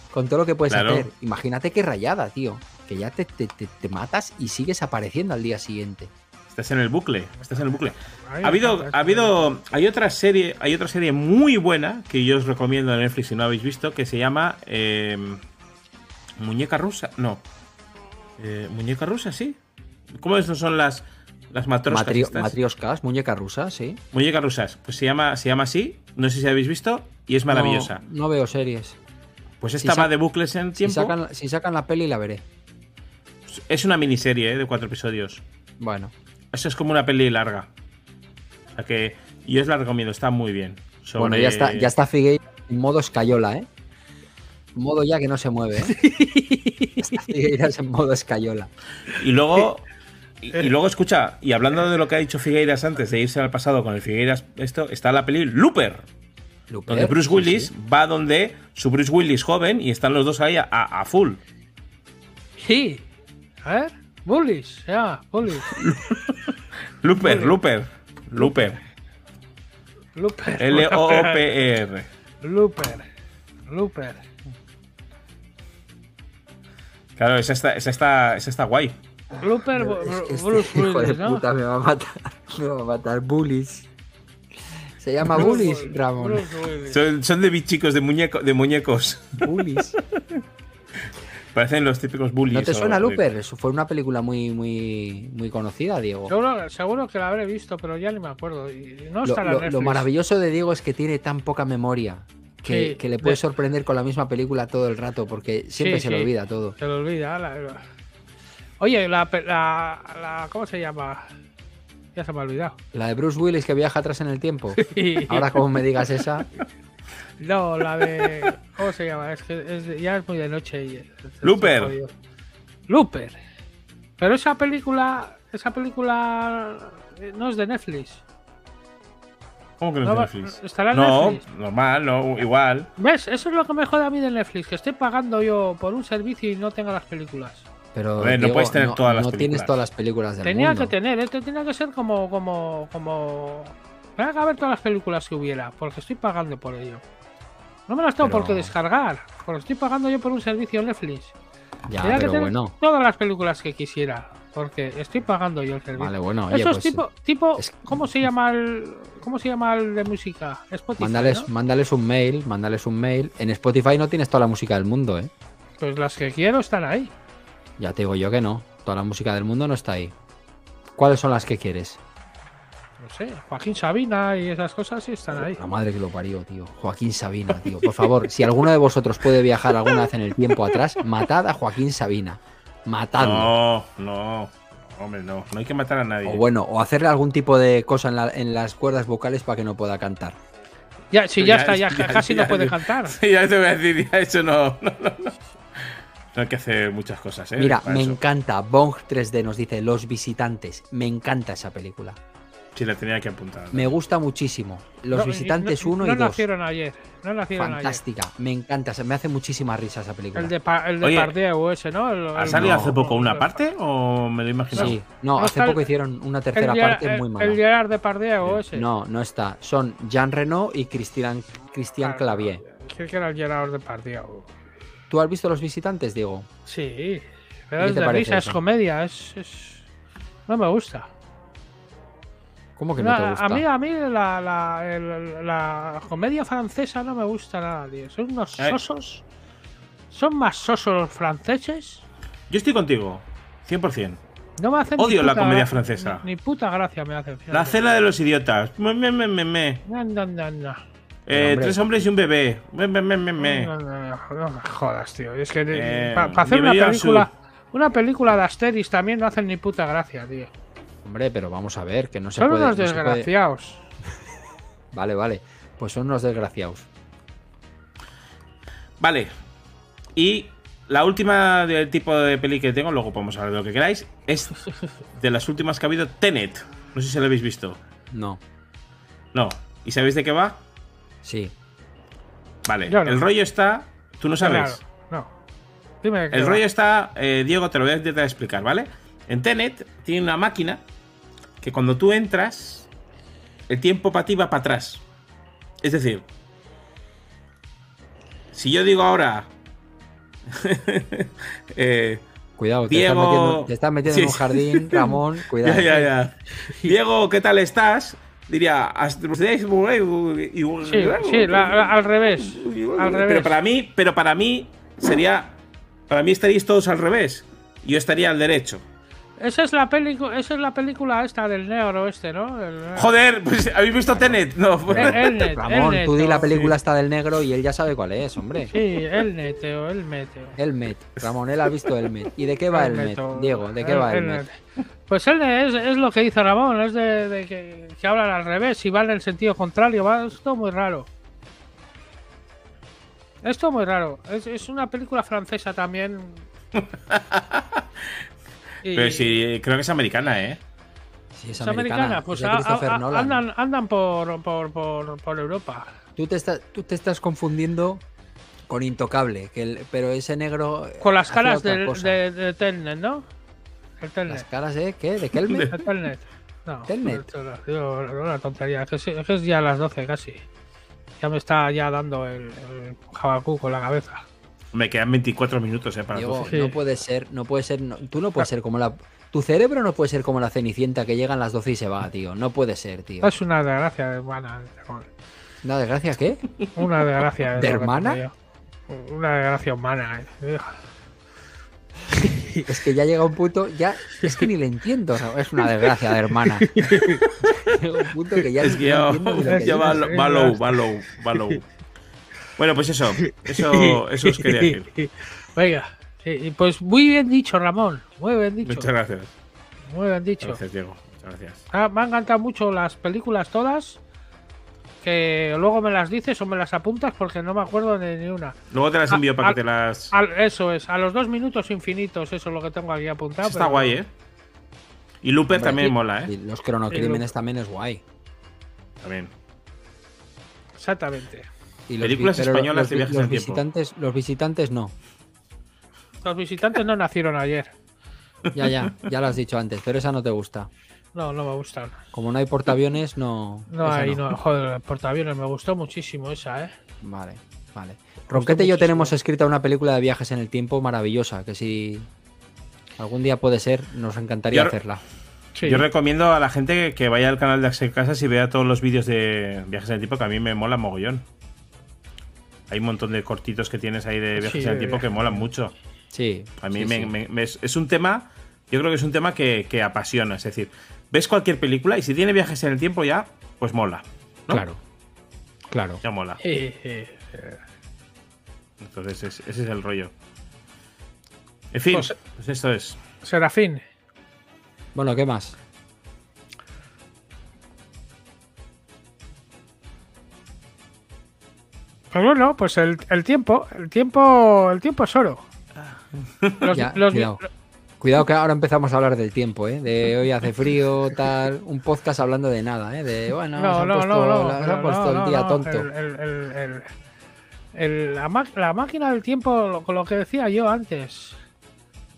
Speaker 2: Con todo lo que puedes
Speaker 1: Claro.
Speaker 2: hacer. Imagínate qué rayada, tío. Que ya te, te- te- te matas y sigues apareciendo al día siguiente.
Speaker 1: Estás en el bucle, estás en el bucle.
Speaker 3: Ay,
Speaker 1: Ha habido,
Speaker 3: me encanta
Speaker 1: ha habido, hay otra serie, hay otra serie muy buena que yo os recomiendo en Netflix si no habéis visto que se llama eh, Muñeca Rusa, no, Eh, Muñeca Rusa, sí. ¿Cómo es? son las Las matroscas.
Speaker 2: Matri-
Speaker 1: estas.
Speaker 2: matrioscas, muñeca rusa, sí.
Speaker 1: Muñecas rusas. Pues se llama, se llama así. No sé si habéis visto. Y es maravillosa.
Speaker 2: No, no veo series.
Speaker 1: Pues
Speaker 2: Si
Speaker 1: esta va
Speaker 2: sa-
Speaker 1: de bucles en
Speaker 2: Si
Speaker 1: tiempo.
Speaker 2: sacan, si sacan la peli la veré.
Speaker 1: Es una miniserie ¿eh? de cuatro episodios.
Speaker 2: Bueno,
Speaker 1: Eso es como una peli larga. O sea que yo os la recomiendo, está muy bien. Sobre-
Speaker 2: bueno ya está, ya está Figueiredo en modo escayola, ¿eh? Modo ya que no se mueve. ¿eh? Está Figueiras en modo escayola.
Speaker 1: Y luego, y, y luego escucha, y hablando de lo que ha dicho Figueiras antes de irse al pasado con el Figueiras, esto está la peli Looper,
Speaker 2: Luper,
Speaker 1: donde Bruce
Speaker 2: Eh, sí,
Speaker 1: Willis
Speaker 2: sí.
Speaker 1: va donde su Bruce Willis joven y están los dos ahí a, a full.
Speaker 3: Sí. A ver. Bullish. Ya, bullish.
Speaker 1: Looper, Looper, Looper,
Speaker 3: Looper.
Speaker 1: L O O P E R.
Speaker 3: Looper. Looper.
Speaker 1: Claro, esa está, esa está, esa está guay.
Speaker 3: Looper,
Speaker 2: Pero
Speaker 3: Bru-
Speaker 2: es que este
Speaker 3: Bruce
Speaker 2: hijo de
Speaker 3: Willis, ¿no?
Speaker 2: puta me va a matar. Me va a matar Bullies. Se llama Bullies,
Speaker 3: Bruce-
Speaker 2: Ramón.
Speaker 3: Bruce Willis.
Speaker 1: Son, son de bichicos, de, muñeco, de muñecos.
Speaker 2: Bullies.
Speaker 1: Parecen los típicos bullies.
Speaker 2: ¿No te
Speaker 1: o-
Speaker 2: suena Looper? Eso fue una película muy, muy, muy conocida, Diego.
Speaker 3: Seguro, seguro que la habré visto, pero ya ni me acuerdo. Y no
Speaker 2: Lo,
Speaker 3: está en la
Speaker 2: lo- lo
Speaker 3: Netflix.
Speaker 2: maravilloso de Diego es que tiene tan poca memoria que,
Speaker 3: Sí,
Speaker 2: que le puede
Speaker 3: le-
Speaker 2: sorprender con la misma película todo el rato porque siempre
Speaker 3: Sí,
Speaker 2: se le
Speaker 3: sí.
Speaker 2: olvida todo.
Speaker 3: Se lo olvida. la- la- Oye, la, pe- la- la- ¿Cómo se llama? Ya se me ha olvidado.
Speaker 2: La de Bruce Willis que viaja atrás en el tiempo. Ahora como me digas esa,
Speaker 3: No, la de. ¿Cómo se llama? Es que es de- ya es muy de noche. Y,
Speaker 1: Looper.
Speaker 3: se ha jodido. Looper. Pero esa película. Esa película. eh, No es de Netflix.
Speaker 1: ¿Cómo que no,
Speaker 3: No,
Speaker 1: es de Netflix?
Speaker 3: estará en
Speaker 1: no,
Speaker 3: Netflix.
Speaker 1: normal, no, igual.
Speaker 3: ¿Ves? Eso es lo que me jode a mí de Netflix. Que estoy pagando yo por un servicio y no tengo las películas.
Speaker 2: pero
Speaker 1: A ver, no
Speaker 2: Diego,
Speaker 1: puedes tener
Speaker 2: no,
Speaker 1: todas las
Speaker 2: no tienes
Speaker 1: películas.
Speaker 2: todas las películas del
Speaker 3: Tenía
Speaker 2: mundo.
Speaker 3: que tener, esto tenía que ser como. como. como. Tenía que haber todas las películas que hubiera, porque estoy pagando por ello. No me las tengo
Speaker 2: Pero-
Speaker 3: por qué descargar, porque estoy pagando yo por un servicio en Netflix.
Speaker 2: Ya,
Speaker 3: Tenía que
Speaker 2: pero
Speaker 3: tener
Speaker 2: bueno.
Speaker 3: todas las películas que quisiera, porque estoy pagando yo el servicio.
Speaker 2: Vale, bueno, oye,
Speaker 3: Eso es
Speaker 2: pues
Speaker 3: tipo, tipo
Speaker 2: es-
Speaker 3: ¿cómo se llama el cómo se llama el de música? Spotify.
Speaker 2: mándales,
Speaker 3: ¿no?
Speaker 2: mándales un mail, mándales un mail. En Spotify no tienes toda la música del mundo, ¿eh?
Speaker 3: Pues las que quiero están ahí.
Speaker 2: Ya te digo yo que no. Toda la música del mundo no está ahí. ¿Cuáles son las que quieres?
Speaker 3: No sé, Joaquín Sabina y esas cosas sí están ahí.
Speaker 2: La madre que lo parió, tío. Joaquín Sabina, tío. Por favor, si alguno de vosotros puede viajar alguna vez en el tiempo atrás, matad a Joaquín Sabina. Matadlo.
Speaker 1: No, no. Hombre, no. No hay que matar a nadie.
Speaker 2: O bueno, o hacerle algún tipo de cosa en, la- en las cuerdas vocales para que no pueda cantar.
Speaker 3: Ya, sí, ya, está, ya, casi
Speaker 1: ya-
Speaker 3: no puede
Speaker 1: ya-
Speaker 3: cantar.
Speaker 1: Sí, ya te voy a decir, ya eso no. No, no, no. No hay que hacer muchas cosas, ¿eh?
Speaker 2: Mira,
Speaker 1: para
Speaker 2: me
Speaker 1: eso.
Speaker 2: encanta. Bong 3D nos dice Los Visitantes. Me encanta esa película.
Speaker 1: Sí, la tenía que apuntar.
Speaker 2: Me gusta muchísimo. Los
Speaker 3: No,
Speaker 2: Visitantes
Speaker 3: no-
Speaker 2: 1
Speaker 3: no
Speaker 2: y 2.
Speaker 3: nacieron ayer. No nacieron
Speaker 2: Fantástica. Me encanta. Se me hace muchísima risa esa película.
Speaker 3: ayer. El de, pa, el de
Speaker 1: Oye,
Speaker 3: Pardieu ese, ¿no? El-
Speaker 1: ¿Ha
Speaker 3: el-
Speaker 1: salido
Speaker 2: no.
Speaker 1: hace poco una parte o me lo imagino?
Speaker 2: Sí, no,
Speaker 3: No
Speaker 2: hace
Speaker 3: está el-
Speaker 2: poco hicieron una
Speaker 3: el
Speaker 2: tercera
Speaker 3: Gerard-
Speaker 2: parte muy
Speaker 3: el-
Speaker 2: mala.
Speaker 3: El Gerard de Pardieu ese.
Speaker 2: No, no está. Son Jean Reno y Cristian, Cristian
Speaker 3: Ah,
Speaker 2: Clavier.
Speaker 3: Sí que era el Gerard de Pardieu.
Speaker 2: ¿Tú has visto los visitantes, Diego?
Speaker 3: Sí,
Speaker 2: ¿Qué
Speaker 3: pero es
Speaker 2: te
Speaker 3: de
Speaker 2: parece
Speaker 3: risa, es
Speaker 2: eso?
Speaker 3: comedia, es, es- No me gusta.
Speaker 2: ¿Cómo que
Speaker 3: No,
Speaker 2: no te gusta?
Speaker 3: A mí, a mí la, la- el- la comedia francesa no me gusta nada, tío. Son unos
Speaker 1: Eh.
Speaker 3: sosos. Son más sosos los franceses.
Speaker 1: Yo estoy contigo, 100%.
Speaker 3: No me hacen ni
Speaker 1: Odio la
Speaker 3: puta
Speaker 1: comedia
Speaker 3: gra-
Speaker 1: francesa.
Speaker 3: Ni, ni puta gracia me hacen. fíjate.
Speaker 1: La cena de los idiotas. Me, me, me, me, me.
Speaker 3: No, no, no, no.
Speaker 1: Eh,
Speaker 2: hombre.
Speaker 1: tres hombres y un bebé. Me, me, me, me, me.
Speaker 3: No, no, no, no me jodas, tío. Es que
Speaker 1: Eh,
Speaker 3: para hacer una
Speaker 1: bienvenido al
Speaker 3: película, una película de Asterix también no hacen ni puta gracia, tío.
Speaker 2: Hombre, pero vamos a ver, que no se
Speaker 3: Son
Speaker 2: puede.
Speaker 3: unos
Speaker 2: no se puede-
Speaker 3: desgraciados.
Speaker 2: Vale, vale. Pues son unos desgraciados.
Speaker 1: Vale. Y la última del tipo de peli que tengo, luego podemos hablar de lo que queráis, es de las últimas que ha habido, Tenet. No sé si la habéis visto.
Speaker 2: No.
Speaker 1: No. ¿Y sabéis de qué va?
Speaker 2: Sí.
Speaker 1: Vale.
Speaker 3: Yo no.
Speaker 1: El rollo está. Tú no sabes.
Speaker 3: Claro, no. Dime qué
Speaker 1: El
Speaker 3: va.
Speaker 1: rollo está, eh, Diego, te lo voy a intentar explicar, ¿vale? En Tenet tiene una máquina que cuando tú entras, el tiempo para ti va para atrás. Es decir, si yo digo ahora, eh,
Speaker 2: Cuidado, te,
Speaker 1: Diego-
Speaker 2: estás metiendo, te estás metiendo
Speaker 1: Sí,
Speaker 2: en un
Speaker 1: sí.
Speaker 2: jardín, Ramón. Cuidado. eh.
Speaker 1: ya, ya, ya. Diego, ¿qué tal estás? Diría, pues, eh, "Hasta-
Speaker 3: Sí, sí, la- la- al revés. Al
Speaker 1: Pero
Speaker 3: revés.
Speaker 1: para mí, pero para mí sería, para mí estaríais todos al revés. Yo estaría al derecho.
Speaker 3: Esa es la película, esa es la película esta del negro este, ¿no? El-
Speaker 1: Joder, pues, ¿habéis visto Tenet? No. pues.
Speaker 3: El- Elnet,
Speaker 2: Ramón,
Speaker 3: Elnet,
Speaker 2: tú di
Speaker 3: o-
Speaker 2: la película esta del negro y él ya sabe cuál es, hombre.
Speaker 3: Sí, el neteo, el meteo.
Speaker 2: Elmet. Ramón, él ha visto Elmet. ¿Y de qué va Elmet?
Speaker 3: Elnet, o-
Speaker 2: Diego, ¿de qué
Speaker 3: el-
Speaker 2: va
Speaker 3: el
Speaker 2: Elmet?
Speaker 3: net. Pues el net es, es lo que dice Ramón, es de, de que, que hablan al revés y van en el sentido contrario, va, es todo muy raro. Es todo muy raro. Es, es una película francesa también. Y-
Speaker 1: Pero sí, creo que es americana, ¿eh?
Speaker 2: Sí, es
Speaker 3: es americana,
Speaker 2: americana. es
Speaker 3: pues
Speaker 2: de
Speaker 3: a- a-
Speaker 2: Christopher
Speaker 3: a-
Speaker 2: Nolan.
Speaker 3: andan, andan por, por, por, por Europa.
Speaker 2: Tú, te estás, tú te estás confundiendo con Intocable, que el- pero ese negro. eh,
Speaker 3: Con las
Speaker 2: hacía
Speaker 3: caras
Speaker 2: otra
Speaker 3: del-
Speaker 2: cosa.
Speaker 3: de, de Telnet, ¿no? El
Speaker 2: ¿Las
Speaker 3: Telnet.
Speaker 2: caras de qué? ¿De Kelmet?
Speaker 3: El Telnet. No,
Speaker 2: Telnet.
Speaker 3: no, no, digo, una tontería. Que es, que es ya las 12 casi. Ya me está ya dando el, el jabacú con la cabeza.
Speaker 1: Me quedan 24 minutos, ¿eh? Para las
Speaker 2: Diego,
Speaker 1: 12.
Speaker 2: no puede ser, no puede ser, no- tú no puedes ser como la. Tu cerebro no puede ser como la cenicienta que llega a las 12 y se va, tío. No puede ser, tío.
Speaker 3: Es una desgracia hermana.
Speaker 2: Una desgracia, ¿qué?
Speaker 3: Una desgracia. es
Speaker 2: ¿De
Speaker 3: lo que
Speaker 2: hermana?
Speaker 3: te digo. Una desgracia humana. eh.
Speaker 2: Es que ya llega un punto, ya. Es que ni le entiendo, Raúl. es una desgracia de hermana. llega un punto que ya
Speaker 1: Es
Speaker 2: ni-
Speaker 1: que
Speaker 2: no
Speaker 1: ya,
Speaker 2: entiendo ni lo que
Speaker 1: ya va,
Speaker 2: dices.
Speaker 3: dices,
Speaker 1: va
Speaker 3: eh,
Speaker 1: low,
Speaker 3: basta.
Speaker 1: va low, va low. Bueno, pues eso, eso, eso os quería decir.
Speaker 3: Venga. sí, pues muy bien dicho, Ramón. Muy bien dicho.
Speaker 1: Muchas gracias.
Speaker 3: Muy bien dicho.
Speaker 1: Gracias, Diego. Muchas gracias.
Speaker 3: Ah, me han encantado mucho las películas todas. Que luego me las dices o me las apuntas porque no me acuerdo de ni una.
Speaker 1: Luego te las
Speaker 3: Ah,
Speaker 1: envío para
Speaker 3: ah,
Speaker 1: que te las.
Speaker 3: Al- eso es, a los dos minutos infinitos, eso es lo que tengo aquí apuntado.
Speaker 1: Eso está
Speaker 3: pero-
Speaker 1: guay, ¿eh? Y Looper
Speaker 2: Hombre,
Speaker 1: también
Speaker 2: sí.
Speaker 1: mola, ¿eh?
Speaker 2: Y los cronocrímenes también es guay.
Speaker 1: También.
Speaker 3: Exactamente.
Speaker 2: Y los vi-
Speaker 1: Películas
Speaker 2: pero los-
Speaker 1: españolas
Speaker 2: los,
Speaker 1: de
Speaker 2: vi-
Speaker 1: viajes
Speaker 2: los
Speaker 1: en el tiempo.
Speaker 2: visitantes, los visitantes no.
Speaker 3: Los visitantes no nacieron ayer.
Speaker 2: Ya, ya, ya lo has dicho antes, pero esa no te gusta.
Speaker 3: No, no me gustan.
Speaker 2: Como no hay portaaviones, no.
Speaker 3: No,
Speaker 2: esa
Speaker 3: ahí no. Joder, el portaaviones me gustó muchísimo esa, ¿eh?
Speaker 2: Vale, vale. Ronquete y yo
Speaker 3: muchísimo.
Speaker 2: tenemos escrita una película de viajes en el tiempo maravillosa, que si algún día puede ser, nos encantaría
Speaker 1: Yo-
Speaker 2: hacerla.
Speaker 3: Sí.
Speaker 1: Yo recomiendo a la gente que vaya al canal de Axel Casas y vea todos los vídeos de viajes en el tiempo que a mí me mola mogollón. Hay un montón de cortitos que tienes ahí de viajes
Speaker 3: Sí,
Speaker 1: en el
Speaker 3: de
Speaker 1: tiempo que
Speaker 3: viajes.
Speaker 1: molan mucho.
Speaker 2: Sí.
Speaker 1: A mí
Speaker 2: sí,
Speaker 1: me,
Speaker 2: sí.
Speaker 1: me- me- es, es un tema, yo creo que es un tema que, que apasiona. Es decir, ves cualquier película y si tiene viajes en el tiempo ya, pues mola. ¿no?
Speaker 2: Claro. Claro.
Speaker 1: Ya mola.
Speaker 3: Sí, sí.
Speaker 1: Entonces es- ese es el rollo. En fin,
Speaker 3: Pues-
Speaker 1: pues esto es.
Speaker 3: Serafín,
Speaker 2: Bueno, ¿qué más?
Speaker 3: Pues bueno, pues el, el tiempo, el tiempo, el tiempo es oro. Los-
Speaker 2: Ah. Ya,
Speaker 3: los-
Speaker 2: cuidado. Cuidado que ahora empezamos a hablar del tiempo, ¿eh? De hoy hace frío, tal. Un podcast hablando de nada, ¿eh? De, bueno, se
Speaker 3: No,
Speaker 2: han
Speaker 3: no, no,
Speaker 2: puesto,
Speaker 3: no,
Speaker 2: la- se
Speaker 3: no,
Speaker 2: han puesto
Speaker 3: no,
Speaker 2: el día
Speaker 3: no,
Speaker 2: tonto.
Speaker 3: el- el- el- el- el- la, ma- la máquina del tiempo, lo, con lo que decía yo antes.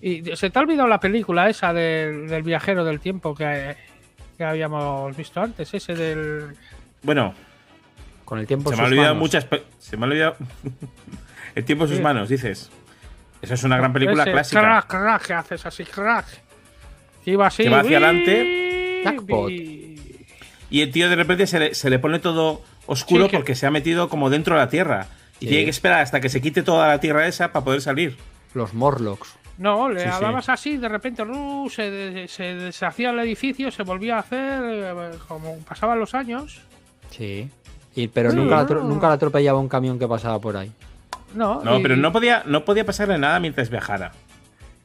Speaker 3: Y de- se te ha olvidado la película esa del, del viajero del tiempo que, que habíamos visto antes, ese del...
Speaker 1: Bueno,
Speaker 2: Con el tiempo
Speaker 1: se
Speaker 2: en
Speaker 1: me han
Speaker 2: sus
Speaker 1: olvidado
Speaker 2: manos.
Speaker 1: muchas. pe- Se me ha olvidado. el tiempo en sus
Speaker 3: Sí.
Speaker 1: manos, dices. Esa es una gran película
Speaker 3: ese
Speaker 1: clásica.
Speaker 3: Crack, crack, que haces así, crack. Que iba así.
Speaker 1: Que va hacia
Speaker 3: uy,
Speaker 1: adelante.
Speaker 2: Jackpot.
Speaker 3: y-
Speaker 1: Y el tío de repente se le, se le pone todo oscuro
Speaker 3: Sí, que-
Speaker 1: porque se ha metido como dentro de la tierra. Y
Speaker 2: Sí.
Speaker 1: tiene que esperar hasta que se quite toda la tierra esa para poder salir.
Speaker 2: Los Morlocks.
Speaker 3: No, le
Speaker 1: Sí, sí.
Speaker 3: hablabas así y de repente ru, se, de- se deshacía el edificio, se volvía a hacer, eh, como pasaban los años.
Speaker 2: Sí. Y, pero
Speaker 3: Sí,
Speaker 2: nunca, la atro-
Speaker 3: no.
Speaker 2: nunca la atropellaba un camión que pasaba por ahí.
Speaker 3: No,
Speaker 1: No,
Speaker 3: y-
Speaker 1: pero no podía, no podía pasarle nada mientras viajara.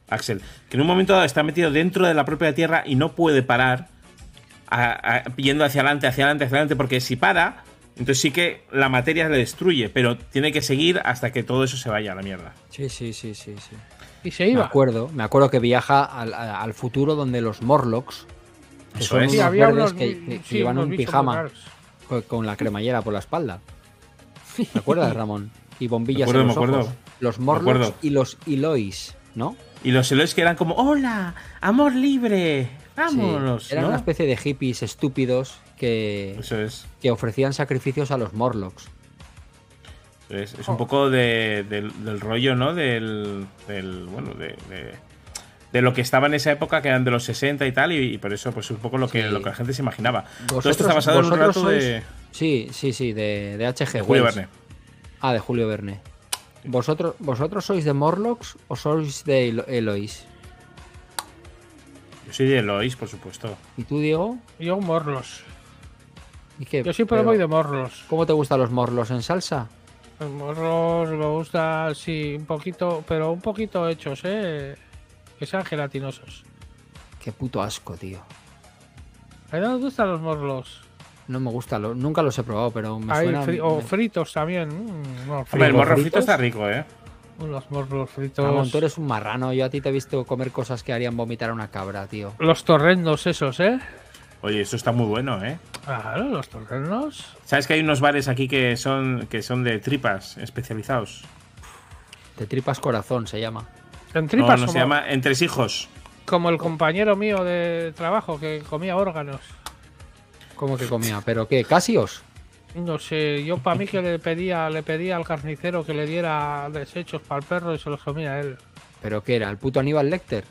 Speaker 1: Axel, que en un momento dado está metido dentro de la propia tierra y no puede parar a- a- yendo hacia adelante, hacia adelante, hacia adelante, porque si para, entonces sí que la materia le destruye, pero tiene que seguir hasta que todo eso se vaya a la mierda.
Speaker 2: Sí, sí, sí, sí, sí.
Speaker 3: y se
Speaker 2: Me
Speaker 1: Ah.
Speaker 3: iba.
Speaker 2: acuerdo, me acuerdo que viaja al, a- al futuro donde los Morlocks, que
Speaker 1: Eso
Speaker 2: son
Speaker 1: es.
Speaker 2: unos
Speaker 1: Sí,
Speaker 2: verdes que, que- que
Speaker 3: sí,
Speaker 2: llevan
Speaker 3: unos
Speaker 2: un
Speaker 3: bichos muy
Speaker 2: pijama
Speaker 3: raros.
Speaker 2: co- con la cremallera por la espalda. ¿Te acuerdas, Ramón? Y bombillas
Speaker 1: Me acuerdo,
Speaker 2: en
Speaker 1: me
Speaker 2: los
Speaker 1: acuerdo.
Speaker 2: ojos. Los
Speaker 1: acuerdo.
Speaker 2: Morlocks y los Elois, ¿no?
Speaker 1: Y los Elois que eran como, hola, amor libre,
Speaker 2: Sí.
Speaker 1: vámonos.
Speaker 2: Eran
Speaker 1: ¿no? Pues
Speaker 2: una especie de hippies estúpidos que,
Speaker 1: Eso es.
Speaker 2: que ofrecían sacrificios a los Morlocks.
Speaker 1: Es, es un poco de- del, del rollo, ¿no? Del, del- bueno, de, de- de lo que estaba en esa época, que eran de los 60 y tal, y, y por eso, pues un poco lo que,
Speaker 2: Sí.
Speaker 1: lo que la gente se imaginaba. Todo
Speaker 2: Vosotros-
Speaker 1: esto está basado en un
Speaker 2: vosotros
Speaker 1: relato
Speaker 2: sois-
Speaker 1: de
Speaker 2: Sí, sí, sí, de, de H.G.
Speaker 1: Julio
Speaker 2: Wells.
Speaker 1: Verne.
Speaker 2: Ah, de Julio Verne. ¿Vosotros, ¿Vosotros sois de Morlocks o sois de Elo- Elois?
Speaker 1: Yo soy de Eloís, por supuesto.
Speaker 2: ¿Y tú, Diego?
Speaker 3: Yo Morlos.
Speaker 2: ¿Y qué?
Speaker 3: Yo siempre
Speaker 2: Pero,
Speaker 3: voy de Morlos.
Speaker 2: ¿Cómo te gustan los morlos? ¿En salsa?
Speaker 3: Los morros me gusta, sí, un poquito, pero un poquito hechos, ¿eh? Que sean gelatinosos.
Speaker 2: Qué puto asco, tío.
Speaker 3: A mí me gustan los morlos.
Speaker 2: No me gusta, lo- nunca los he probado, pero me
Speaker 3: Hay
Speaker 2: suena.
Speaker 3: fri- o
Speaker 2: me-
Speaker 3: fritos también. mm, no,
Speaker 1: Hombre, el
Speaker 2: ¿Fritos?
Speaker 1: morro frito está rico, ¿eh?
Speaker 3: Los morlos fritos.
Speaker 2: Ramón, tú eres un marrano. Yo a ti te he visto comer cosas que harían vomitar a una cabra, tío.
Speaker 3: Los torrendos esos, ¿eh?
Speaker 1: Oye, eso está muy bueno, ¿eh?
Speaker 3: Claro, los torrendos.
Speaker 1: ¿Sabes que hay unos bares aquí que son, que son de tripas especializados?
Speaker 2: Te tripas corazón, se llama.
Speaker 3: En tripas,
Speaker 1: no, no
Speaker 3: como,
Speaker 1: se llama Entresijos.
Speaker 3: como el compañero mío de trabajo que comía órganos.
Speaker 2: ¿Cómo que comía? ¿Pero qué? ¿Casios?
Speaker 3: No sé, yo para mí que le pedía, le pedía al carnicero que le diera desechos para el perro y se los comía él.
Speaker 2: ¿Pero qué era? ¿El puto Aníbal Lecter?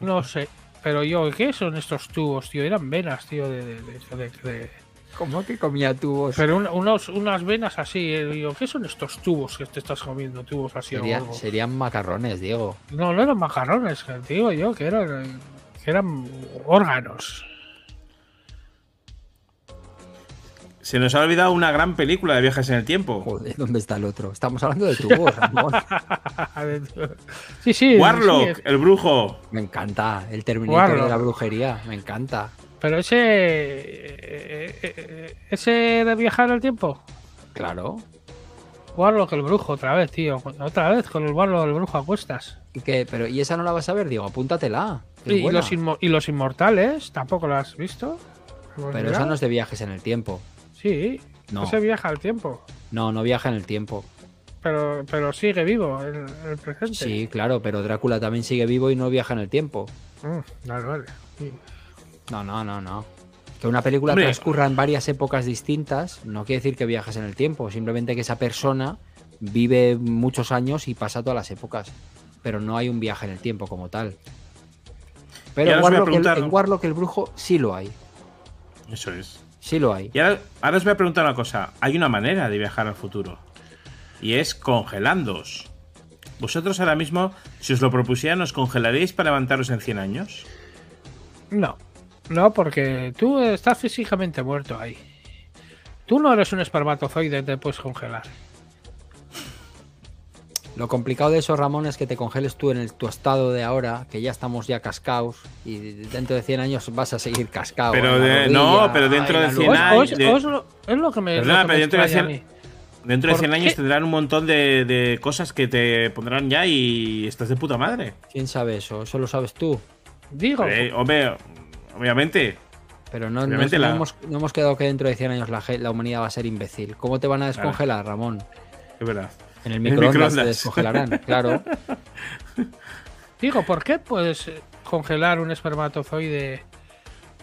Speaker 3: No sé, pero yo, ¿qué son estos tubos, tío? Eran venas, tío, de... de- de- de- de-
Speaker 2: ¿Cómo que comía tubos?
Speaker 3: Pero un- unos, unas venas así, eh, yo, ¿qué son estos tubos que te estás comiendo? Tubos así o algo.
Speaker 2: serían macarrones, Diego.
Speaker 3: No, no eran macarrones, que te digo yo, que eran, eh, que eran órganos.
Speaker 1: Se nos ha olvidado una gran película de viajes en el tiempo.
Speaker 2: Joder, ¿dónde está el otro? Estamos hablando de tubos, Ramón.
Speaker 3: sí, sí.
Speaker 1: Warlock,
Speaker 3: sí,
Speaker 1: el brujo.
Speaker 2: Me encanta. El Terminator
Speaker 3: Guarro.
Speaker 2: de la brujería. Me encanta.
Speaker 3: pero ese... eh, eh, eh, ese de viajar al tiempo.
Speaker 2: Claro.
Speaker 3: Warlock el brujo, otra vez, tío. Otra vez con el Warlock el brujo a cuestas.
Speaker 2: ¿Y qué? Pero, ¿y esa no la vas a ver, Diego? Apúntatela. que es
Speaker 3: Y, y
Speaker 2: buena.
Speaker 3: los inmo- y los inmortales, ¿tampoco lo has visto?
Speaker 1: Pues
Speaker 3: ¿Hemos
Speaker 2: Pero
Speaker 3: llegado?
Speaker 2: esa no es de viajes en el tiempo.
Speaker 3: Sí,
Speaker 2: No.
Speaker 3: ese viaja al tiempo.
Speaker 2: No, no viaja en el tiempo.
Speaker 3: Pero, pero sigue vivo el, el presente.
Speaker 2: Sí, claro, pero Drácula también sigue vivo y no viaja en el tiempo.
Speaker 3: Mm, vale, vale. Sí.
Speaker 2: No, no, no, no. Que una película
Speaker 1: Hombre.
Speaker 2: transcurra en varias épocas distintas no quiere decir que viajes en el tiempo, simplemente que esa persona vive muchos años y pasa todas las épocas, pero no hay un viaje en el tiempo como tal. Pero
Speaker 1: Y ahora
Speaker 2: en
Speaker 1: os voy a
Speaker 2: Warlock, el,
Speaker 1: preguntar-
Speaker 2: en Warlock el brujo sí lo hay,
Speaker 1: Eso es.
Speaker 2: sí lo hay.
Speaker 1: Y ahora, ahora os voy a preguntar una cosa. Hay una manera de viajar al futuro. Y es congelándoos. ¿Vosotros ahora mismo, si os lo propusieran, os congelaríais para levantaros en 100 años?
Speaker 3: No, no, porque tú estás físicamente muerto ahí. Tú no eres un espermatozoide, te puedes congelar.
Speaker 2: Lo complicado de eso, Ramón, es que te congeles tú en el, tu estado de ahora, que ya estamos ya cascaos, y dentro de 100 años vas a seguir cascao.
Speaker 1: Pero
Speaker 2: en la
Speaker 1: de- no,
Speaker 2: rodilla,
Speaker 1: pero dentro
Speaker 2: en
Speaker 1: de
Speaker 2: la
Speaker 1: 100
Speaker 2: luz.
Speaker 3: Os-
Speaker 1: años-
Speaker 3: os-
Speaker 1: de-
Speaker 3: os lo- es lo que me,
Speaker 1: Perdona,
Speaker 3: lo que
Speaker 1: pero
Speaker 3: me
Speaker 1: yo te voy a
Speaker 3: extraña a
Speaker 1: decir-
Speaker 3: mí.
Speaker 1: Dentro de
Speaker 3: ¿Por
Speaker 1: 100 años
Speaker 3: qué?
Speaker 1: tendrán un montón de, de cosas que te pondrán ya y estás de puta madre.
Speaker 2: ¿Quién sabe eso? Eso lo sabes tú.
Speaker 3: Digo,
Speaker 1: Eh, hombre, obviamente.
Speaker 2: Pero no, no-
Speaker 1: Obviamente
Speaker 2: no
Speaker 1: la-
Speaker 2: hemos, no hemos quedado que dentro de 100 años la, ge- la humanidad va a ser imbécil. ¿Cómo te van a descongelar, Ramón?
Speaker 1: Es verdad.
Speaker 2: En el
Speaker 1: En el
Speaker 2: microondas,
Speaker 1: microondas.
Speaker 2: te descongelarán, claro.
Speaker 3: Digo, ¿por qué puedes eh, congelar un espermatozoide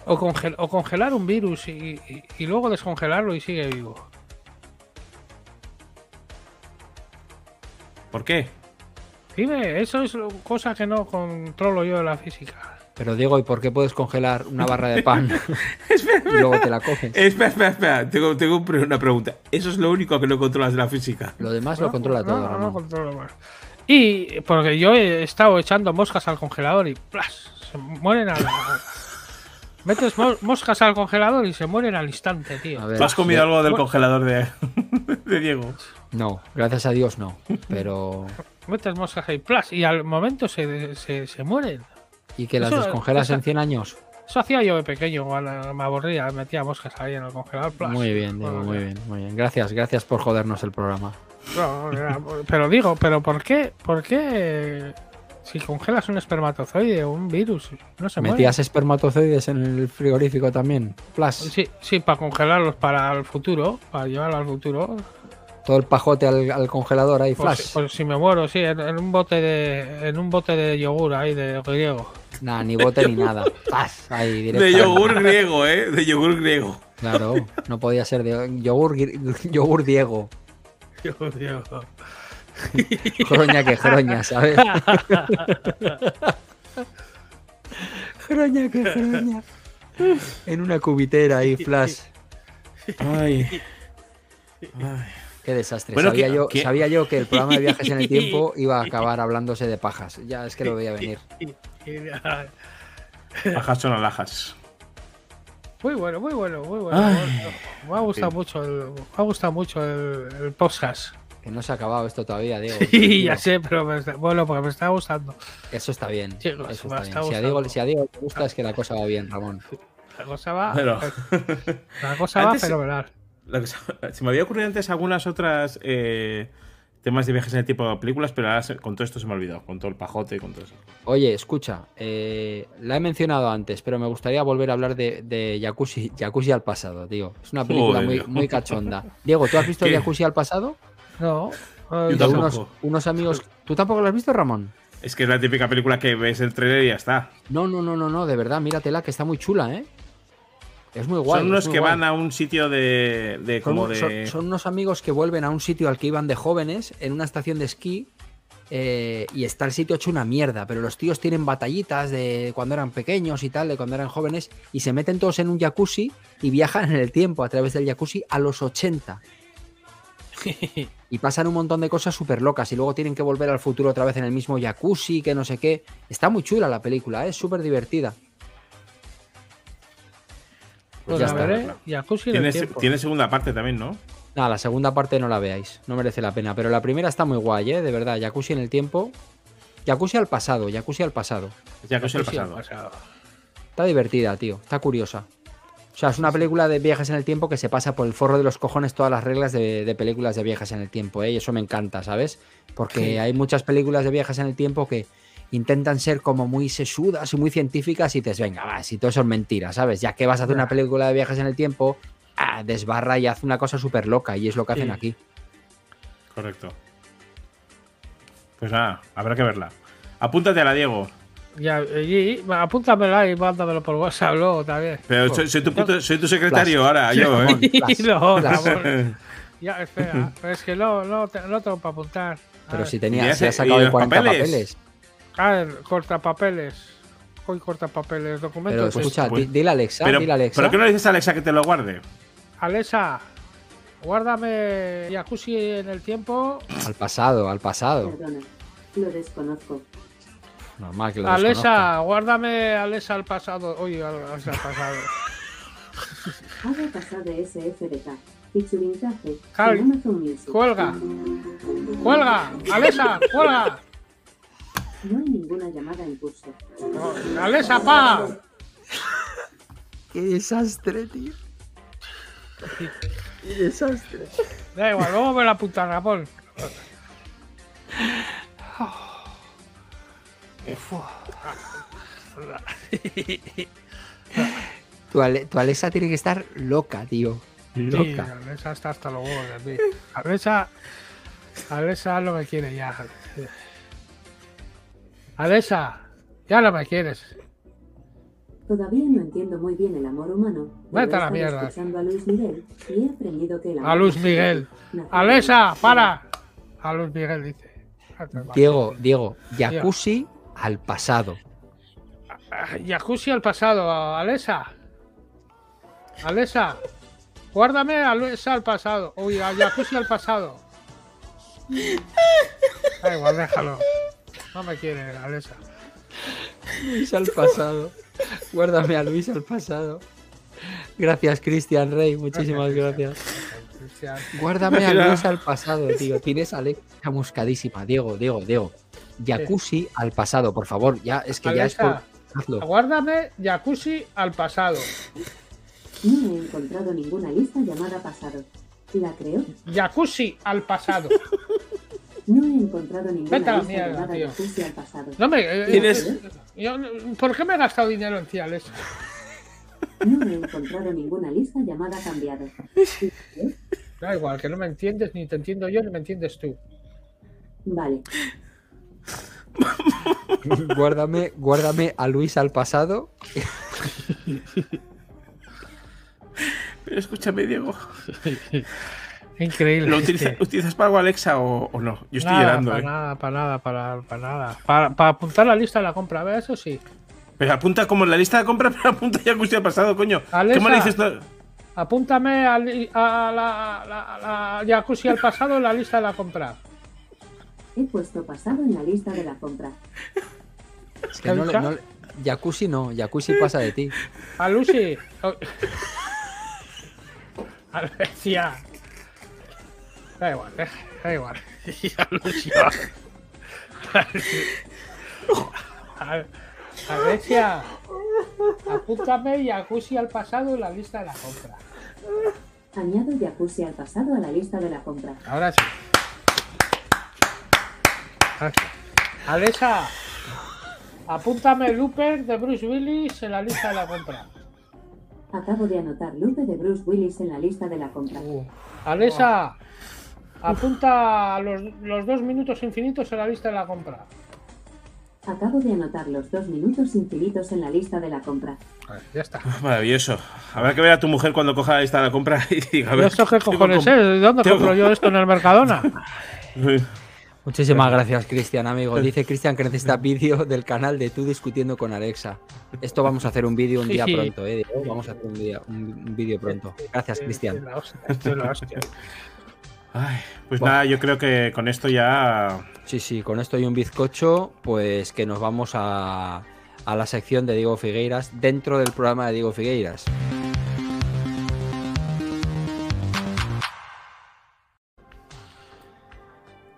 Speaker 3: o, congel- o congelar un virus y, y- y luego descongelarlo y sigue vivo?
Speaker 1: ¿Por qué?
Speaker 3: Dime, eso es lo- cosa que no controlo yo de la física.
Speaker 2: Pero Diego, ¿y por qué puedes congelar una barra de pan y luego te la coges?
Speaker 1: Espera, espera, espera. Tengo, tengo un pre- una pregunta. Eso es lo único que no controlas de la física.
Speaker 2: Lo demás lo controla
Speaker 3: No,
Speaker 2: todo,
Speaker 3: no, no
Speaker 2: Ramón.
Speaker 3: controlo más. Y porque yo he estado echando moscas al congelador y ¡plas! se mueren al. Metes mo- moscas al congelador y se mueren al instante, tío.
Speaker 2: A ver,
Speaker 1: ¿Tú has comido
Speaker 2: yo-
Speaker 1: algo del
Speaker 3: Bueno.
Speaker 1: congelador de, de Diego?
Speaker 2: No, gracias a Dios no. Pero.
Speaker 3: Metes moscas ahí, ¡plas! y al momento se, se- se mueren.
Speaker 2: ¿Y que las
Speaker 3: Eso-
Speaker 2: descongelas
Speaker 3: esa-
Speaker 2: en 100 años?
Speaker 3: Eso hacía yo de pequeño, cuando me aburría, metía moscas ahí en el congelador. ¡plas!
Speaker 2: Muy bien, Diego,
Speaker 3: Bueno,
Speaker 2: muy
Speaker 3: ya.
Speaker 2: bien, muy bien. Gracias, gracias por jodernos el programa.
Speaker 3: No, era- pero digo, pero ¿por qué? ¿Por qué si congelas un espermatozoide o un virus no se muere?
Speaker 2: ¿Metías espermatozoides en el frigorífico también? Plus,
Speaker 3: Sí, sí, para congelarlos para el futuro, para llevarlo al futuro.
Speaker 2: todo el pajote al, al congelador ahí,
Speaker 3: Pues,
Speaker 2: flash.
Speaker 3: pues si me muero, sí, en, en un bote de en un bote de yogur ahí de griego.
Speaker 2: Nada, ni bote ni nada. Flash, ahí
Speaker 1: De
Speaker 2: directamente.
Speaker 1: yogur griego, ¿eh? De yogur griego.
Speaker 2: Claro, no podía ser de yogur, yogur Diego. Jroña que jroña, ¿sabes? jroña que jroña. En una cubitera ahí, flash.
Speaker 1: Ay.
Speaker 2: Qué desastre.
Speaker 1: Bueno,
Speaker 2: sabía,
Speaker 1: que-
Speaker 2: yo,
Speaker 1: que-
Speaker 2: sabía yo que el programa de viajes en el tiempo iba a acabar hablándose de pajas. Ya es que lo veía venir.
Speaker 1: Bajas son alhajas.
Speaker 3: Muy bueno, muy bueno, muy bueno.
Speaker 1: Ay,
Speaker 3: me ha gustado
Speaker 1: sí.
Speaker 3: mucho el, me ha gustado mucho el, el podcast.
Speaker 2: Que no se ha acabado esto todavía, Diego.
Speaker 3: Sí, ya
Speaker 2: Tranquilo.
Speaker 3: sé, pero me está- bueno, porque me está gustando.
Speaker 2: Eso está bien.
Speaker 3: Chicos,
Speaker 2: eso
Speaker 3: me
Speaker 2: está
Speaker 3: está
Speaker 2: bien. Si, a Diego,
Speaker 3: gustando.
Speaker 2: si a Diego te gusta es que la cosa va bien, Ramón.
Speaker 3: La cosa va,
Speaker 1: Pero-
Speaker 3: la cosa va
Speaker 1: Antes-
Speaker 3: fenomenal.
Speaker 1: Lo que se, se me había ocurrido antes algunas otras eh, temas de viajes en el tipo de películas, pero ahora se- con todo esto se me ha olvidado, con todo el pajote y con todo eso.
Speaker 2: Oye, escucha, eh, la he mencionado antes, pero me gustaría volver a hablar de, de Jacuzzi, Jacuzzi al pasado, tío. Es una película
Speaker 1: Joder,
Speaker 2: muy,
Speaker 1: Diego.
Speaker 2: muy cachonda. Diego, ¿tú has visto
Speaker 1: ¿Qué?
Speaker 2: Jacuzzi al pasado?
Speaker 3: No,
Speaker 1: Yo
Speaker 3: no,
Speaker 2: De
Speaker 1: tampoco.
Speaker 2: Unos, unos amigos. ¿Tú tampoco lo has visto, Ramón?
Speaker 1: Es que es la típica película que ves el trailer y ya está.
Speaker 2: No, no, no, no, no, de verdad, míratela, que está muy chula, ¿eh? Es muy guay.
Speaker 1: son
Speaker 2: es
Speaker 1: unos
Speaker 2: muy
Speaker 1: que
Speaker 2: guay.
Speaker 1: van a un sitio de, de
Speaker 2: Son,
Speaker 1: como de...
Speaker 2: son- son unos amigos que vuelven a un sitio al que iban de jóvenes, en una estación de esquí, eh, y está el sitio hecho una mierda, pero los tíos tienen batallitas de cuando eran pequeños y tal, de cuando eran jóvenes, y se meten todos en un jacuzzi y viajan en el tiempo a través del jacuzzi a los 80. Y pasan un montón de cosas súper locas y luego tienen que volver al futuro otra vez en el mismo jacuzzi, que no sé qué. Está muy chula la película, ¿eh? es súper divertida.
Speaker 3: pues
Speaker 2: ya
Speaker 3: la
Speaker 2: está,
Speaker 3: veré.
Speaker 1: claro.
Speaker 3: Jacuzzi del
Speaker 1: Tiene,
Speaker 3: tiempo.
Speaker 1: tiene segunda parte también, ¿no?
Speaker 2: Nada, la segunda parte no la veáis, no merece la pena. Pero la primera está muy guay, ¿eh? De verdad, Jacuzzi en el tiempo. Jacuzzi al pasado, Jacuzzi al pasado.
Speaker 1: Ya que es el
Speaker 2: Pues
Speaker 3: Jacuzzi del
Speaker 1: pasado.
Speaker 3: pasado.
Speaker 2: Está divertida, tío, está curiosa. O sea, es una película de viajes en el tiempo que se pasa por el forro de los cojones todas las reglas de, de películas de viajes en el tiempo, ¿eh? Y eso me encanta, ¿sabes? Porque
Speaker 3: Sí.
Speaker 2: hay muchas películas de viajes en el tiempo que intentan ser como muy sesudas y muy científicas y dices, venga, va, si todo eso es mentira, ¿sabes? Ya que vas a hacer una
Speaker 3: Nah.
Speaker 2: película de viajes en el tiempo, ah, desbarra y hace una cosa súper loca y es lo que hacen
Speaker 3: Sí.
Speaker 2: aquí.
Speaker 1: Correcto. Pues nada, habrá que verla. Apúntatela, Diego.
Speaker 3: Ya, y, y, apúntamela y mándamelo por WhatsApp luego también.
Speaker 2: Pues,
Speaker 1: Pero soy, soy tu, puto- soy tu secretario ahora, yo, ¿eh?
Speaker 2: Flash,
Speaker 3: no,
Speaker 2: flash.
Speaker 3: Ramón. Ya, espera, pero es que no, no, te- no tengo para apuntar. A
Speaker 2: Pero
Speaker 3: ver.
Speaker 2: si
Speaker 1: Ah, ¿Y
Speaker 2: tenía, se
Speaker 1: hace-
Speaker 2: ha sacado
Speaker 1: y
Speaker 2: de
Speaker 1: los
Speaker 2: 40
Speaker 1: papeles?
Speaker 2: papeles.
Speaker 3: A ver, cortapapeles. Hoy cortapapeles,
Speaker 2: Pero
Speaker 3: documentos.
Speaker 1: pues-
Speaker 2: escucha,
Speaker 1: pues-
Speaker 2: di- dile a Alexa,
Speaker 1: Pero,
Speaker 2: dile a Alexa.
Speaker 1: ¿Pero qué no le dices a Alexa que te lo guarde?
Speaker 3: Alexa, guárdame jacuzzi en el tiempo.
Speaker 2: Al pasado, al pasado.
Speaker 4: Perdona, lo desconozco.
Speaker 2: Normal que lo desconozca.
Speaker 3: Alexa, guárdame Alexa al pasado. Oye, Alexa al pasado.
Speaker 4: Haga caja de SFDK. Y su vintage.
Speaker 3: Cal-
Speaker 4: en Amazon Music.
Speaker 3: Cuelga. ¡Cuelga! ¡Alexa! ¡Cuelga!
Speaker 4: No hay ninguna llamada en curso.
Speaker 3: ¡Alexa, pa!
Speaker 2: Qué desastre, tío. Qué desastre.
Speaker 3: Da igual, luego me la apuntar, Ramón.
Speaker 2: Tu, Ale- tu Alexa tiene que estar loca, tío.
Speaker 3: Sí,
Speaker 2: Loca.
Speaker 3: Alexa está hasta los huevos de mí. Alexa, Alexa no me quiere ya. Alexa, ya no me quieres.
Speaker 4: Todavía no entiendo muy bien el amor humano. pero
Speaker 3: Vete a la
Speaker 4: he estado
Speaker 3: mierda.
Speaker 4: escuchando a Luis Miguel y he aprendido que el amor
Speaker 3: A Luis Miguel.
Speaker 4: nace-
Speaker 3: Alexa, para. A Luis Miguel dice.
Speaker 2: Diego, Diego, jacuzzi al pasado.
Speaker 3: Ah, Jacuzzi al pasado, a- Alexa. Alexa, guárdame a Alexa al pasado. Uy, a Jacuzzi al pasado. Da igual, déjalo. No me quiere, Alexa.
Speaker 2: Luis al pasado. Guárdame a Luis al pasado. Gracias, Cristian Rey. Muchísimas gracias.
Speaker 3: Cristian.
Speaker 2: Guárdame a
Speaker 1: Mira.
Speaker 2: Luis al pasado, tío. Tienes a Alexa muscadísima. Diego, Diego, Diego. Jacuzzi al pasado, por favor. Ya, es que ya es por...
Speaker 3: Alexa.
Speaker 2: Hazlo.
Speaker 3: Guárdame jacuzzi al pasado.
Speaker 4: No he encontrado ninguna lista llamada pasado. ¿La creo?
Speaker 3: Jacuzzi al pasado.
Speaker 4: No he encontrado ninguna
Speaker 3: Vete a la
Speaker 4: lista
Speaker 3: mierda,
Speaker 4: llamada
Speaker 3: tío.
Speaker 4: jacuzzi al pasado.
Speaker 3: No me. eh,
Speaker 1: Tienes-
Speaker 3: eh, yo no- ¿Por qué me he gastado dinero en Ciales?
Speaker 4: No he encontrado ninguna lista llamada cambiado.
Speaker 3: Da igual, que no me entiendes, ni te entiendo yo, ni me entiendes tú.
Speaker 4: Vale.
Speaker 2: Guárdame, guárdame a Luis al pasado.
Speaker 1: Pero escúchame, Diego.
Speaker 3: Increíble.
Speaker 1: ¿Lo
Speaker 3: este.
Speaker 1: utiliza- utilizas para algo Alexa o, o no? Yo estoy
Speaker 3: nada,
Speaker 1: llorando,
Speaker 3: para
Speaker 1: ¿eh?
Speaker 3: nada, para nada, para, para nada. Para, para apuntar la lista de la compra, a ver, eso sí.
Speaker 1: Pero apunta como en la lista de compra, pero apunta ya que usted ha pasado, coño.
Speaker 3: Alexa.
Speaker 1: ¿Cómo le dices tú?
Speaker 3: Apúntame al- a, la, a la- a la jacuzzi al pasado en la lista de la compra.
Speaker 4: He puesto pasado en la lista de la compra.
Speaker 2: Es que no le, no le- Jacuzzi no, Jacuzzi pasa de ti.
Speaker 3: A Lucy. O- Albercia. Da igual, eh, da igual. Ya lo lleva. Al- Albercia. Apúntame Jacuzzi al pasado en la lista de la compra.
Speaker 4: Añado jacuzzi al pasado a la lista de la compra.
Speaker 3: Ahora sí. Gracias. Alexa, apúntame Looper de Bruce Willis en la lista de la compra.
Speaker 4: Acabo de anotar Lupe de Bruce Willis en la lista de la compra.
Speaker 3: Alexa, apunta los, los dos minutos infinitos en la lista de la compra.
Speaker 4: Acabo de anotar los dos minutos infinitos en la lista de la compra.
Speaker 3: ya está.
Speaker 1: Ah, Maravilloso. Habrá que ver a tu mujer cuando coja la lista de la compra y diga, a ver.
Speaker 3: ¿Esto qué
Speaker 1: tengo
Speaker 3: cojones
Speaker 1: como-
Speaker 3: es? ¿De dónde
Speaker 1: tengo
Speaker 3: compro
Speaker 1: como-
Speaker 3: yo esto en el Mercadona?
Speaker 2: Muchísimas gracias, Cristian, amigo. Dice Cristian que necesita vídeo del canal de tú discutiendo con Alexa. Esto vamos a hacer un vídeo un día
Speaker 3: Sí.
Speaker 2: pronto, ¿eh? Diego? Vamos a hacer un día- un- un vídeo pronto. Gracias,
Speaker 3: Es
Speaker 2: Cristian.
Speaker 3: la hostia, esto es la hostia.
Speaker 1: Ay, pues
Speaker 2: Buah.
Speaker 1: nada, yo creo que con esto ya.
Speaker 2: Sí, sí, con esto y un bizcocho, pues que nos vamos a, a la sección de Diego Figueiras dentro del programa de Diego Figueiras.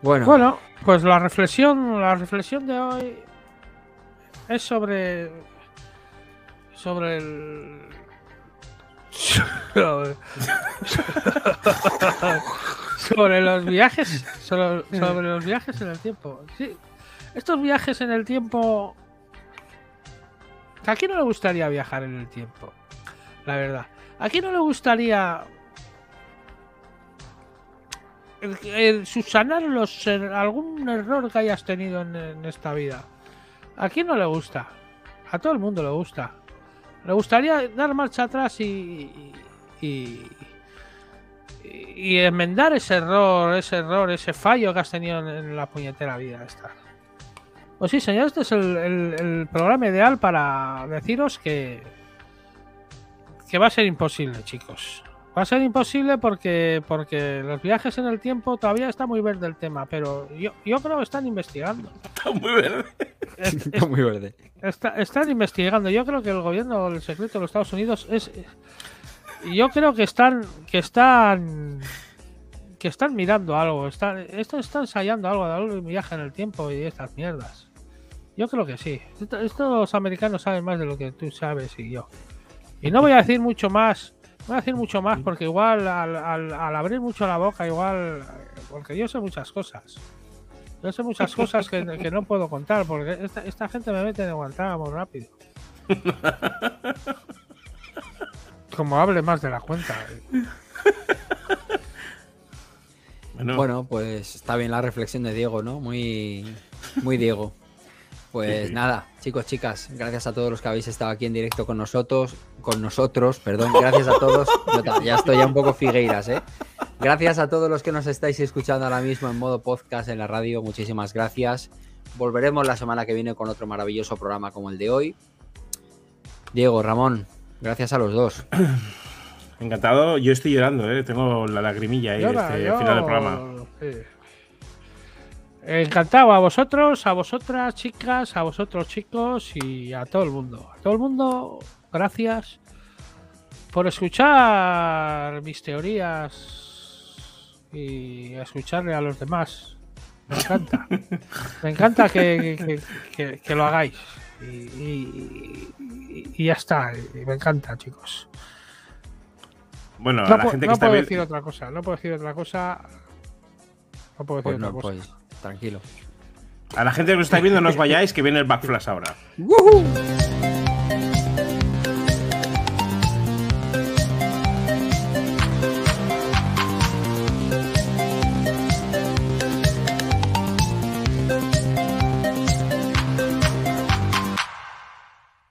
Speaker 2: Bueno,
Speaker 3: Bueno, pues la reflexión, la reflexión de hoy es sobre sobre el sobre los viajes sobre, sobre los viajes en el tiempo. Sí, estos viajes en el tiempo ¿A quién no le gustaría viajar en el tiempo? La verdad. ¿A quién no le gustaría el- el subsanar Eh, los er- algún error que hayas tenido en, en esta vida. ¿A quién no le gusta? A todo el mundo le gusta. Le gustaría dar marcha atrás y. y, y- y enmendar ese error, ese error, ese fallo que has tenido en, en la puñetera vida esta. Pues sí, señor, este es el, el- el programa ideal para deciros que. que va a ser imposible, chicos. Va a ser imposible porque, porque los viajes en el tiempo todavía está muy verde el tema, pero yo, yo creo que están investigando.
Speaker 1: Está muy verde.
Speaker 2: está muy verde.
Speaker 3: Está- están investigando. Yo creo que el gobierno del secreto de los Estados Unidos es. Yo creo que están. que están. que están mirando algo. Están, esto está ensayando algo de algo viaje en el tiempo y estas mierdas. Yo creo que sí. Esto- Estos americanos saben más de lo que tú sabes y yo. Y no voy a decir mucho más. no Voy a decir mucho más porque igual al, al- al abrir mucho la boca, igual. Porque yo sé muchas cosas. Yo sé muchas cosas que, que no puedo contar porque esta, esta gente me mete en Guantánamo rápido. Como hable más de la cuenta. eh.
Speaker 1: Bueno,
Speaker 2: Bueno, pues está bien la reflexión de Diego, ¿no? Muy, muy Diego. Pues
Speaker 1: Sí, sí.
Speaker 2: nada, chicos, chicas, gracias a todos los que habéis estado aquí en directo con nosotros, con nosotros, perdón, gracias a todos. Yo ta- ya estoy ya un poco figueiras, ¿eh? Gracias a todos los que nos estáis escuchando ahora mismo en modo podcast en la radio, muchísimas gracias. Volveremos la semana que viene con otro maravilloso programa como el de hoy. Diego, Ramón, gracias a los dos.
Speaker 1: encantado. Yo estoy llorando, ¿eh? Tengo la lagrimilla ahí
Speaker 3: Llora,
Speaker 1: este
Speaker 3: yo-
Speaker 1: final del programa.
Speaker 3: sí. Encantado a vosotros, a vosotras, chicas, a vosotros, chicos y a todo el mundo. A todo el mundo, gracias por escuchar mis teorías y escucharle a los demás. Me encanta. Me encanta que, que- que- que lo hagáis. Y, y- y- y ya está. Y me encanta, chicos.
Speaker 1: Bueno,
Speaker 3: No,
Speaker 1: a la
Speaker 3: pu-
Speaker 1: gente que
Speaker 3: no
Speaker 1: está
Speaker 3: puedo
Speaker 1: vi-
Speaker 3: decir otra cosa, no puedo decir otra cosa. No puedo
Speaker 2: Pues
Speaker 3: decir otra
Speaker 2: no,
Speaker 3: cosa.
Speaker 2: pues tranquilo.
Speaker 1: a la gente que nos está viendo, no os vayáis, que viene el backflash ahora.